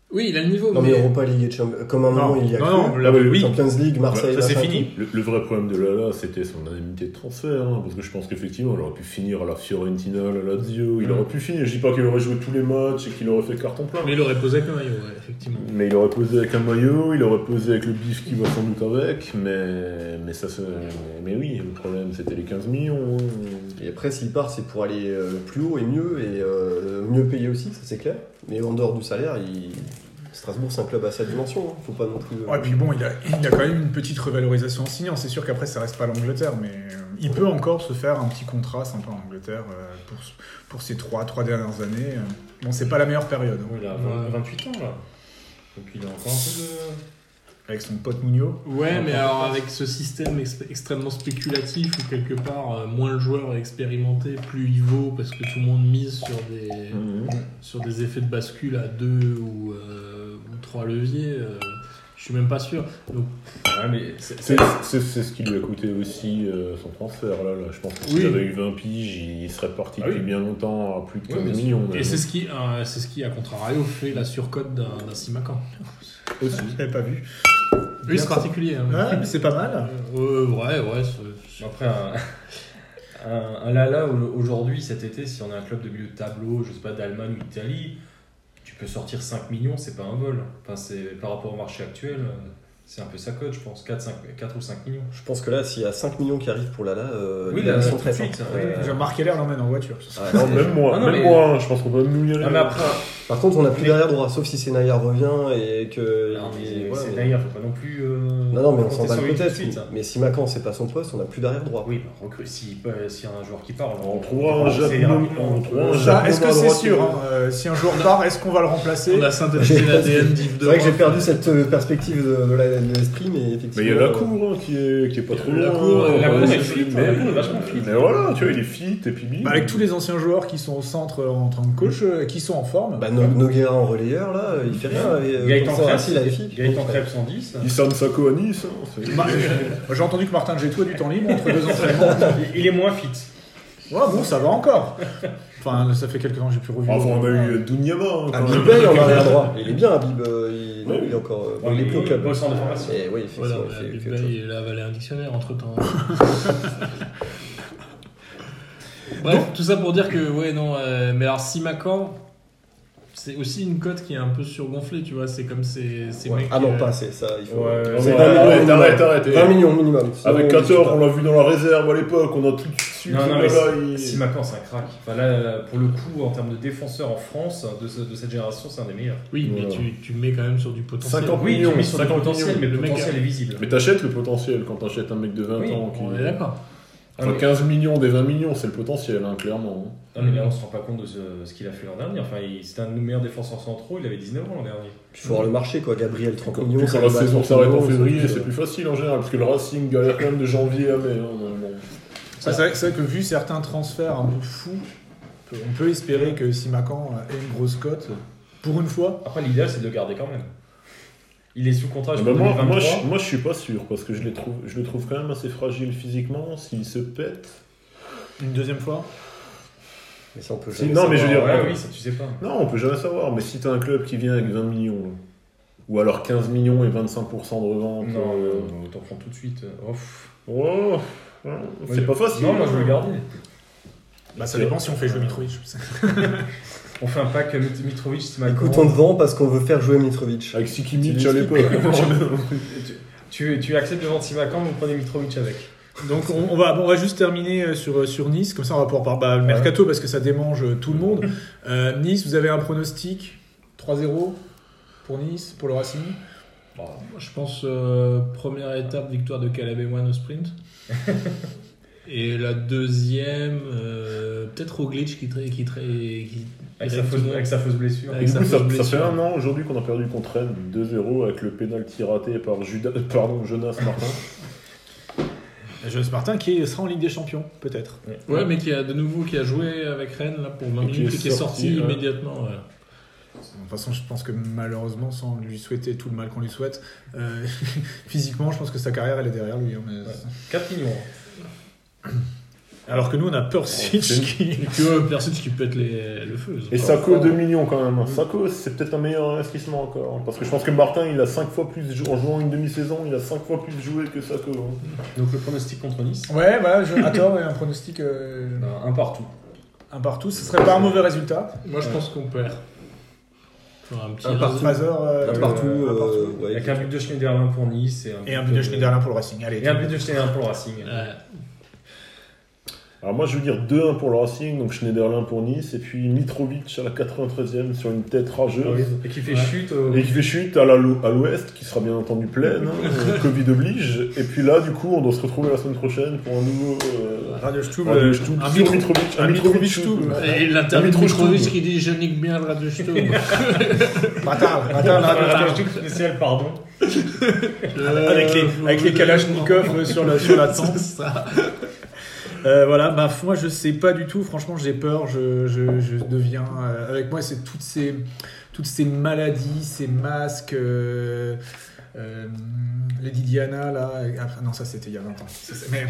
[SPEAKER 3] oui, il a le niveau,
[SPEAKER 4] Non, mais
[SPEAKER 3] mais.
[SPEAKER 4] Europa League et Champions Comme un moment,
[SPEAKER 1] Non,
[SPEAKER 4] il y a
[SPEAKER 1] non,
[SPEAKER 4] cru.
[SPEAKER 1] non, là,
[SPEAKER 5] Ah, mais
[SPEAKER 1] oui. Bah,
[SPEAKER 4] Champions League, Marseille,
[SPEAKER 1] Ça, c'est
[SPEAKER 4] machin,
[SPEAKER 1] fini.
[SPEAKER 5] Le, le vrai problème de Lala, c'était son indemnité de transfert, hein, parce que je pense qu'effectivement, il aurait pu finir à la Fiorentina, à la Lazio, il
[SPEAKER 2] Mm.
[SPEAKER 5] aurait pu finir. Je dis pas qu'il aurait joué tous les matchs et qu'il aurait fait carton plein.
[SPEAKER 3] mais il aurait posé avec un maillot, ouais, effectivement.
[SPEAKER 5] Mais il aurait posé avec un maillot, il aurait posé avec le bif qui va sans doute avec, mais, mais ça se- Mais oui, le problème c'était les 15 millions. hein.
[SPEAKER 4] Et après, s'il part, c'est pour aller euh, plus haut et mieux, et euh, mieux payé aussi, ça c'est clair. Mais en dehors du salaire, il- Strasbourg, c'est un club à sa dimension, hein. faut pas non plus. euh,
[SPEAKER 1] Ouais, et puis bon, il a, il a quand même une petite revalorisation en signant. C'est sûr qu'après, ça reste pas l'Angleterre, mais euh, il peut encore se faire un petit contrat sympa en Angleterre euh, pour, pour ces trois, trois dernières années. euh. Bon, c'est pas la meilleure période. hein,
[SPEAKER 2] Oh, il a vingt- 28 ans là. Donc il a encore un peu
[SPEAKER 1] Avec son pote Mourinho.
[SPEAKER 3] Ouais, mais alors avec ce système ex- extrêmement spéculatif où quelque part, euh, moins le joueur est expérimenté, plus il vaut parce que tout le monde mise sur des,
[SPEAKER 4] Mm.
[SPEAKER 5] Mhm.
[SPEAKER 3] sur des effets de bascule à deux ou, euh, ou trois leviers. euh, je suis même pas sûr. Donc,
[SPEAKER 2] de. Ouais, mais c'est-
[SPEAKER 5] C'est c'est- c'est ce qui lui a coûté aussi euh, son transfert. Là, là. Je pense que s'il
[SPEAKER 3] Oui.
[SPEAKER 5] avait eu 20 piges, il serait parti
[SPEAKER 2] Ah
[SPEAKER 5] depuis
[SPEAKER 2] oui.
[SPEAKER 5] bien longtemps à plus de
[SPEAKER 2] Oui,
[SPEAKER 5] 15
[SPEAKER 2] bien sûr.
[SPEAKER 5] millions. même.
[SPEAKER 3] et c'est ce qui, euh, c'est ce qui, à contrario, fait la surcote d'un d'un Simacan.
[SPEAKER 5] aussi.
[SPEAKER 1] Je l'avais pas vu.
[SPEAKER 3] Lui, c'est particulier. hein.
[SPEAKER 1] Ouais, mais c'est pas mal.
[SPEAKER 3] Euh, ouais, ouais. c'est- c'est-
[SPEAKER 2] Après, un, un, un Lala au- aujourd'hui, cet été, si on a un club de milieu de tableau, je sais pas, d'Allemagne ou d'Italie, tu peux sortir 5 millions, c'est pas un vol. Enfin, c'est, par rapport au marché actuel, euh, c'est un peu sa cote, je pense, 4, 5, 4 ou 5 millions.
[SPEAKER 4] Je pense que là, s'il y a 5 millions qui arrivent pour Lala, euh,
[SPEAKER 2] Oui,
[SPEAKER 4] les
[SPEAKER 2] là,
[SPEAKER 4] gens
[SPEAKER 2] tout de
[SPEAKER 4] forts.
[SPEAKER 2] suite,
[SPEAKER 4] Euh,
[SPEAKER 2] oui.
[SPEAKER 1] Déjà, Marc Heller l'emmène en voiture.
[SPEAKER 4] ah,
[SPEAKER 5] Non,
[SPEAKER 4] c'est-
[SPEAKER 5] même moi,
[SPEAKER 2] Ah non,
[SPEAKER 5] même
[SPEAKER 2] mais-
[SPEAKER 5] moi, hein, je pense qu'on peut même nous y aller.
[SPEAKER 2] Non, mais après,
[SPEAKER 4] Par contre, on n'a plus
[SPEAKER 2] Mais-
[SPEAKER 4] derrière droit, sauf si Sénaïar revient et que.
[SPEAKER 2] non, mais
[SPEAKER 4] il-
[SPEAKER 2] euh, c'est,
[SPEAKER 4] voilà,
[SPEAKER 2] c'est
[SPEAKER 4] Euh, mais-
[SPEAKER 2] d'ailleurs, faut pas non plus. euh,
[SPEAKER 4] Non, non, mais on
[SPEAKER 2] compter
[SPEAKER 4] s'en bat
[SPEAKER 2] sur lui tout de
[SPEAKER 4] peut-être.
[SPEAKER 2] suite, hein.
[SPEAKER 4] Mais si Macan, c'est pas son poste, on n'a plus derrière droit.
[SPEAKER 2] Oui, bah, recrute- si, euh, s'il y a un joueur qui part, on,
[SPEAKER 5] On trouvera un
[SPEAKER 2] sait
[SPEAKER 5] japonais.
[SPEAKER 2] rapidement.
[SPEAKER 5] On trouvera un
[SPEAKER 1] Ça,
[SPEAKER 5] japonais
[SPEAKER 1] est-ce que
[SPEAKER 5] à
[SPEAKER 1] c'est
[SPEAKER 5] droite.
[SPEAKER 1] sûr hein, euh, Si un jour part, est-ce qu'on va le remplacer
[SPEAKER 3] On a synthétisé l'ADN d'Yves
[SPEAKER 4] C'est vrai que j'ai
[SPEAKER 3] Derain.
[SPEAKER 4] perdu cette euh, perspective de, de la- de l'esprit, mais
[SPEAKER 5] Mais
[SPEAKER 4] effectivement.
[SPEAKER 5] il y a la
[SPEAKER 4] euh,
[SPEAKER 5] cour hein, qui, est, qui est pas trop
[SPEAKER 3] La
[SPEAKER 5] loin.
[SPEAKER 3] cour,
[SPEAKER 5] hein.
[SPEAKER 2] la
[SPEAKER 5] Ouais,
[SPEAKER 2] cour, elle
[SPEAKER 5] c'est-
[SPEAKER 2] fit, hein,
[SPEAKER 5] mais-
[SPEAKER 2] la cour est vachement fit.
[SPEAKER 5] Mais voilà, tu vois, il est fit et puis bim.
[SPEAKER 1] Bah, Avec tous les anciens joueurs qui sont au centre euh, en tant que coach, euh, qui sont en forme.
[SPEAKER 4] Bah, No- Noguera en relayeur, là, euh, il fait rien. avec, euh,
[SPEAKER 2] Gaëtan
[SPEAKER 4] Vincent
[SPEAKER 2] Krebs,
[SPEAKER 4] Rassi, il a fait-
[SPEAKER 2] Gaëtan Krebs 110.
[SPEAKER 5] Il sonne Sako à Nice. hein, c'est-
[SPEAKER 1] Bah, euh, J'ai entendu que Martin Gétou a du temps libre entre deux entraînements.
[SPEAKER 2] Il- Il est moins fit.
[SPEAKER 1] Ouais, bon, ça va encore. Enfin, ça fait quelques temps que j'ai plus revu.
[SPEAKER 5] Enfin, on a eu Dunyama. hein, quand
[SPEAKER 4] Ah, Habib
[SPEAKER 5] même.
[SPEAKER 4] Bey en arrière droit. Il est bien, Habib. euh, Il... non, il est encore. euh, bon, il est plus au club.
[SPEAKER 2] Au centre de formation.
[SPEAKER 4] Et oui, effectivement,
[SPEAKER 3] Voilà,
[SPEAKER 4] il fait
[SPEAKER 3] la Big
[SPEAKER 4] quelque
[SPEAKER 3] Bang,
[SPEAKER 4] chose.
[SPEAKER 3] il a avalé un dictionnaire entre temps. hein. Bref, tout ça pour dire que, ouais, non, euh, mais alors si Macan, c'est aussi une cote qui est un peu surgonflée, tu vois, c'est comme ces, ces
[SPEAKER 4] Ouais.
[SPEAKER 3] mecs.
[SPEAKER 4] Ah non,
[SPEAKER 3] euh,
[SPEAKER 4] pas assez, ça, il faut.
[SPEAKER 2] Ouais,
[SPEAKER 4] C'est
[SPEAKER 5] ouais,
[SPEAKER 4] 20 millions
[SPEAKER 5] arrête,
[SPEAKER 4] minimum.
[SPEAKER 5] arrête, arrête.
[SPEAKER 4] 20 millions minimum. sinon on
[SPEAKER 5] Avec
[SPEAKER 4] discute
[SPEAKER 5] 14,
[SPEAKER 4] pas.
[SPEAKER 5] on l'a vu dans la réserve à l'époque, on a tout de suite.
[SPEAKER 2] Non, non,
[SPEAKER 5] oh
[SPEAKER 2] mais
[SPEAKER 5] là,
[SPEAKER 2] si-
[SPEAKER 5] il-
[SPEAKER 2] si Macan, c'est un crack. Enfin, là, pour le coup, en termes de défenseurs en France, de, ce- de cette génération, c'est un des meilleurs.
[SPEAKER 3] Oui, mais
[SPEAKER 5] Voilà.
[SPEAKER 3] tu, tu mets quand même sur du potentiel.
[SPEAKER 5] 50
[SPEAKER 2] Oui,
[SPEAKER 5] millions,
[SPEAKER 2] tu mets sur le
[SPEAKER 5] 50
[SPEAKER 2] potentiel,
[SPEAKER 5] millions,
[SPEAKER 2] mais le
[SPEAKER 3] le mec
[SPEAKER 2] potentiel est visible.
[SPEAKER 5] Mais t'achètes le potentiel quand t'achètes un mec de 20
[SPEAKER 2] Oui,
[SPEAKER 5] ans. Qui...
[SPEAKER 3] On est d'accord.
[SPEAKER 5] Enfin, 15 millions des 20 millions, c'est le potentiel, hein, clairement.
[SPEAKER 2] Ah Non, mais là, on se rend pas compte de ce, ce qu'il a fait l'an dernier. Enfin, il- c'était un de nos meilleurs défenseurs centraux, il avait 19 ans l'an dernier.
[SPEAKER 4] Il faut voir le marché, quoi. Gabriel, 30
[SPEAKER 5] Quand,
[SPEAKER 4] millions.
[SPEAKER 5] puis
[SPEAKER 4] ça
[SPEAKER 5] quand la
[SPEAKER 4] va
[SPEAKER 5] saison
[SPEAKER 4] être
[SPEAKER 5] s'arrête en
[SPEAKER 4] 30 millions,
[SPEAKER 5] février,
[SPEAKER 4] ça
[SPEAKER 5] c'est
[SPEAKER 4] va être,
[SPEAKER 5] plus facile en général, parce que le Racing galère quand même de janvier à mai. hein, bon.
[SPEAKER 1] Ça, c'est, vrai, c'est vrai que vu certains transferts un peu fous, on peut- on peut espérer euh, que si Macan ait une grosse cote, pour une fois.
[SPEAKER 2] Après, l'idéal, c'est de le garder quand même. Il est sous contrat
[SPEAKER 5] Ah
[SPEAKER 2] jusqu'en
[SPEAKER 5] bah moi,
[SPEAKER 2] 2023.
[SPEAKER 5] moi, je, moi, je suis pas sûr parce que je, les trouve, je le trouve quand même assez fragile physiquement. S'il se pète.
[SPEAKER 1] Une deuxième fois
[SPEAKER 4] Mais ça, on peut
[SPEAKER 5] Si,
[SPEAKER 4] jamais
[SPEAKER 5] non, mais je veux
[SPEAKER 4] savoir.
[SPEAKER 5] dire. euh,
[SPEAKER 2] Ouais, oui, ça tu sais pas.
[SPEAKER 5] Non, on peut jamais savoir. Mais si t'as un club qui vient avec 20 millions, là, ou alors 15 millions et 25% de revente.
[SPEAKER 2] Non,
[SPEAKER 5] euh,
[SPEAKER 2] on t'en prend tout de suite. Oh, pff.
[SPEAKER 5] oh, ouais,
[SPEAKER 2] Moi,
[SPEAKER 5] c'est pas
[SPEAKER 2] je-
[SPEAKER 5] facile. hein.
[SPEAKER 2] Non, moi je veux le garder.
[SPEAKER 8] Bah, ça dépend si on fait jouer Mitrovic.
[SPEAKER 2] On fait un pack euh, Mit- Mitrovic, Simakon.
[SPEAKER 4] Écoute, on le vend parce qu'on veut faire jouer Mitrovic.
[SPEAKER 5] Avec Sikimic à l'époque.
[SPEAKER 2] Tu, tu acceptes de vendre Simakan, vous prenez Mitrovic avec.
[SPEAKER 1] Donc on, on va, on va juste terminer euh, sur, euh, sur Nice, comme ça on va pouvoir parler bah, le mercato parce que ça démange euh, tout le monde. Euh, nice, vous avez un pronostic 3-0 pour Nice, pour le Racing
[SPEAKER 3] Je pense euh, première étape, victoire de Caleb et Moine au sprint. Et la deuxième, euh, peut-être au glitch qui traîne. Qui traîne- qui...
[SPEAKER 2] Avec sa, fausse,
[SPEAKER 3] directement-
[SPEAKER 2] avec sa fausse blessure.
[SPEAKER 5] Et
[SPEAKER 3] Avec
[SPEAKER 5] du
[SPEAKER 3] sa
[SPEAKER 5] coup, ça,
[SPEAKER 3] fausse
[SPEAKER 5] ça fait
[SPEAKER 3] blessure.
[SPEAKER 5] un an aujourd'hui qu'on a perdu contre Rennes 2-0 avec le pénalty raté par Judas, euh, pardon, Jonas Martin.
[SPEAKER 1] Jonas Martin qui sera en Ligue des Champions, peut-être.
[SPEAKER 3] Ouais, mais qui a de nouveau qui a joué avec Rennes là pour 20
[SPEAKER 5] Et qui
[SPEAKER 3] minutes
[SPEAKER 5] est
[SPEAKER 3] et qui est sorti,
[SPEAKER 5] sorti, ouais.
[SPEAKER 3] immédiatement. ouais.
[SPEAKER 8] De toute façon, je pense que malheureusement, sans lui souhaiter tout le mal qu'on lui souhaite, euh, physiquement, je pense que sa carrière, elle est derrière lui. hein, mais-
[SPEAKER 2] 4 millions.
[SPEAKER 8] Alors que nous, on a Persic
[SPEAKER 5] C'est une-
[SPEAKER 8] qui.
[SPEAKER 3] Et que Persic qui pète les- le feu.
[SPEAKER 5] Et
[SPEAKER 3] ça.
[SPEAKER 5] Sako 2 millions quand même. Sako c'est peut-être un meilleur investissement encore. hein. Parce que je pense que Martin il a 5 fois plus jou- en jouant une demi-saison, il a 5 fois plus joué que Sako. hein.
[SPEAKER 2] Donc le pronostic contre Nice
[SPEAKER 1] Ouais,
[SPEAKER 8] bah,
[SPEAKER 1] voilà, je, à tort, ouais, un pronostic euh,
[SPEAKER 2] ben, Un partout.
[SPEAKER 1] un partout, ce serait pas un mauvais résultat.
[SPEAKER 3] Moi je pense qu'on perd. Enfin, un petit
[SPEAKER 4] Un partout.
[SPEAKER 1] Fraser, euh,
[SPEAKER 4] Un partout,
[SPEAKER 1] euh, un partout.
[SPEAKER 4] euh, ouais,
[SPEAKER 2] Avec un but de Schneiderlin pour Nice et un
[SPEAKER 8] Et un but de Schneiderlin pour le Racing. Allez,
[SPEAKER 2] Et un but de Schneiderlin pour le Racing.
[SPEAKER 3] Ouais.
[SPEAKER 5] Alors moi je veux dire 2-1 pour le Racing, donc Schneiderlin pour Nice, et puis Mitrovic à la 93ème sur une tête rageuse.
[SPEAKER 2] Ah Et qui fait
[SPEAKER 3] Ouais.
[SPEAKER 2] chute au...
[SPEAKER 5] Et qui fait chute à la- à l'ouest, qui sera bien entendu pleine, hein, euh, Covid oblige. Et puis là, du coup, on doit se retrouver la semaine prochaine pour un nouveau euh,
[SPEAKER 1] Radio Stube,
[SPEAKER 5] Radio
[SPEAKER 1] euh,
[SPEAKER 5] Stube
[SPEAKER 1] un
[SPEAKER 5] sur
[SPEAKER 1] Mitro-
[SPEAKER 5] Mitrovic.
[SPEAKER 1] un Mitrovic
[SPEAKER 5] Stube.
[SPEAKER 1] Stube.
[SPEAKER 3] Et l'interview de
[SPEAKER 5] Mitro-
[SPEAKER 3] Mitrovic
[SPEAKER 5] Stube.
[SPEAKER 3] qui dit Je nique bien le Radio Stube.
[SPEAKER 1] Bâtard, bâtard,
[SPEAKER 2] Voilà,
[SPEAKER 1] Radio Stube.
[SPEAKER 2] la chute spéciale, pardon.
[SPEAKER 3] Euh,
[SPEAKER 1] avec les, avec les Kalachnikov sur la, sur la tempe.
[SPEAKER 3] C'est ça.
[SPEAKER 1] Euh, voilà, bah moi je sais pas du tout, franchement j'ai peur, je, je- je deviens... euh, avec moi c'est toutes ces, toutes ces maladies, ces masques, euh, euh, Lady Diana là... ah, non ça c'était il y a 20 ans. Ça, c'est- mais,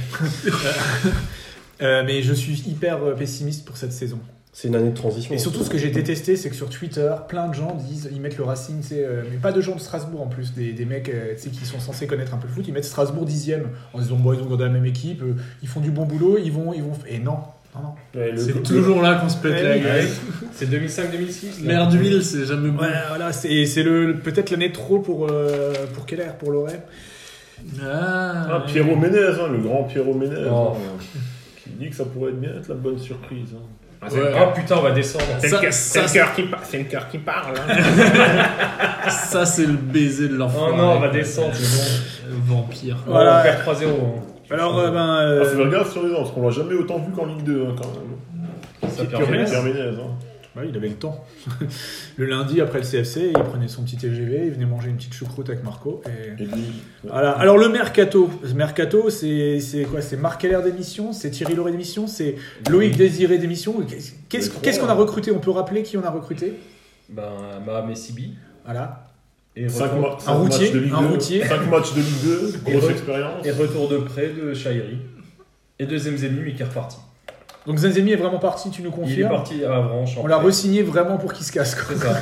[SPEAKER 1] Euh, mais je suis hyper pessimiste pour cette saison.
[SPEAKER 4] C'est une année de transition.
[SPEAKER 1] Et surtout, ce que j'ai détesté, c'est que sur Twitter, plein de gens disent, ils mettent le Racing, tu sais, euh, mais pas de gens de Strasbourg en plus, des, des mecs euh, tu sais, qui sont censés connaître un peu le foot, ils mettent Strasbourg dixième en se disant, bon, ils ont gardé la même équipe, euh, ils font du bon boulot, ils vont, ils vont, et non, non, non.
[SPEAKER 5] Ouais, le-
[SPEAKER 3] C'est
[SPEAKER 5] le-
[SPEAKER 3] toujours là qu'on se pète la gueule.
[SPEAKER 2] C'est 2005-2006. là.
[SPEAKER 3] Merde d'huile, c'est jamais bon.
[SPEAKER 1] Voilà, voilà, c'est et c'est le, le- peut-être l'année de trop pour euh, pour Keller, pour Loret.
[SPEAKER 3] Ah,
[SPEAKER 5] Ah, Pierrot Ménez, hein, le grand Pierrot Ménez,
[SPEAKER 2] Oh.
[SPEAKER 5] hein, qui dit que ça pourrait être bien être la bonne surprise. hein.
[SPEAKER 2] Ah, c'est-
[SPEAKER 3] Ouais.
[SPEAKER 2] Ah, putain, on va descendre.
[SPEAKER 3] Ça- ça, Ça, c'est le baiser de l'enfant. Euh,
[SPEAKER 2] Oh non, on va descendre, c'est
[SPEAKER 3] Vampire.
[SPEAKER 2] bon.
[SPEAKER 1] Voilà.
[SPEAKER 2] On perd 3-0. hein.
[SPEAKER 1] Alors, euh, ben,
[SPEAKER 5] Ah, c'est
[SPEAKER 1] euh,
[SPEAKER 5] regarde sur les ans, parce qu'on l'a jamais autant vu qu'en Ligue 2 hein, quand même.
[SPEAKER 2] Ça perd
[SPEAKER 1] Pierre
[SPEAKER 2] jamais.
[SPEAKER 1] Ménès.
[SPEAKER 5] Pierre Ménez, hein.
[SPEAKER 1] ouais, bah il avait le temps. le lundi après le CFC, il prenait son petit TGV, il venait manger une petite choucroute avec Marco et
[SPEAKER 5] Et lui, ouais.
[SPEAKER 1] Voilà. Alors le mercato, le mercato, c'est c'est quoi C'est Marc Keller d'émission, c'est Thierry Lauré d'émission, c'est Loïc Désiré d'émission. Qu'est-ce qu'est-ce
[SPEAKER 5] Le
[SPEAKER 1] qu'on a
[SPEAKER 5] trois.
[SPEAKER 1] recruté On peut rappeler qui on a recruté
[SPEAKER 2] Ben, Mohamed Sibi.
[SPEAKER 1] Voilà.
[SPEAKER 2] Et
[SPEAKER 5] Cinq
[SPEAKER 2] retour,
[SPEAKER 5] ma- cinq matchs
[SPEAKER 1] routier,
[SPEAKER 5] de Ligue
[SPEAKER 1] un
[SPEAKER 5] 2,
[SPEAKER 1] routier.
[SPEAKER 5] cinq matchs de Ligue 2,
[SPEAKER 2] Et
[SPEAKER 5] grosse
[SPEAKER 2] re-
[SPEAKER 5] expérience.
[SPEAKER 2] et retour de près de Shairi. Et deuxième Zemi, mais qui est reparti.
[SPEAKER 1] Donc Zenzemi est vraiment parti, tu nous
[SPEAKER 2] Il est
[SPEAKER 1] confirmes
[SPEAKER 2] parti à Avranches. en
[SPEAKER 1] On l'a
[SPEAKER 2] fait.
[SPEAKER 1] re-signé vraiment pour qu'il se casse. quoi.
[SPEAKER 2] C'est ça.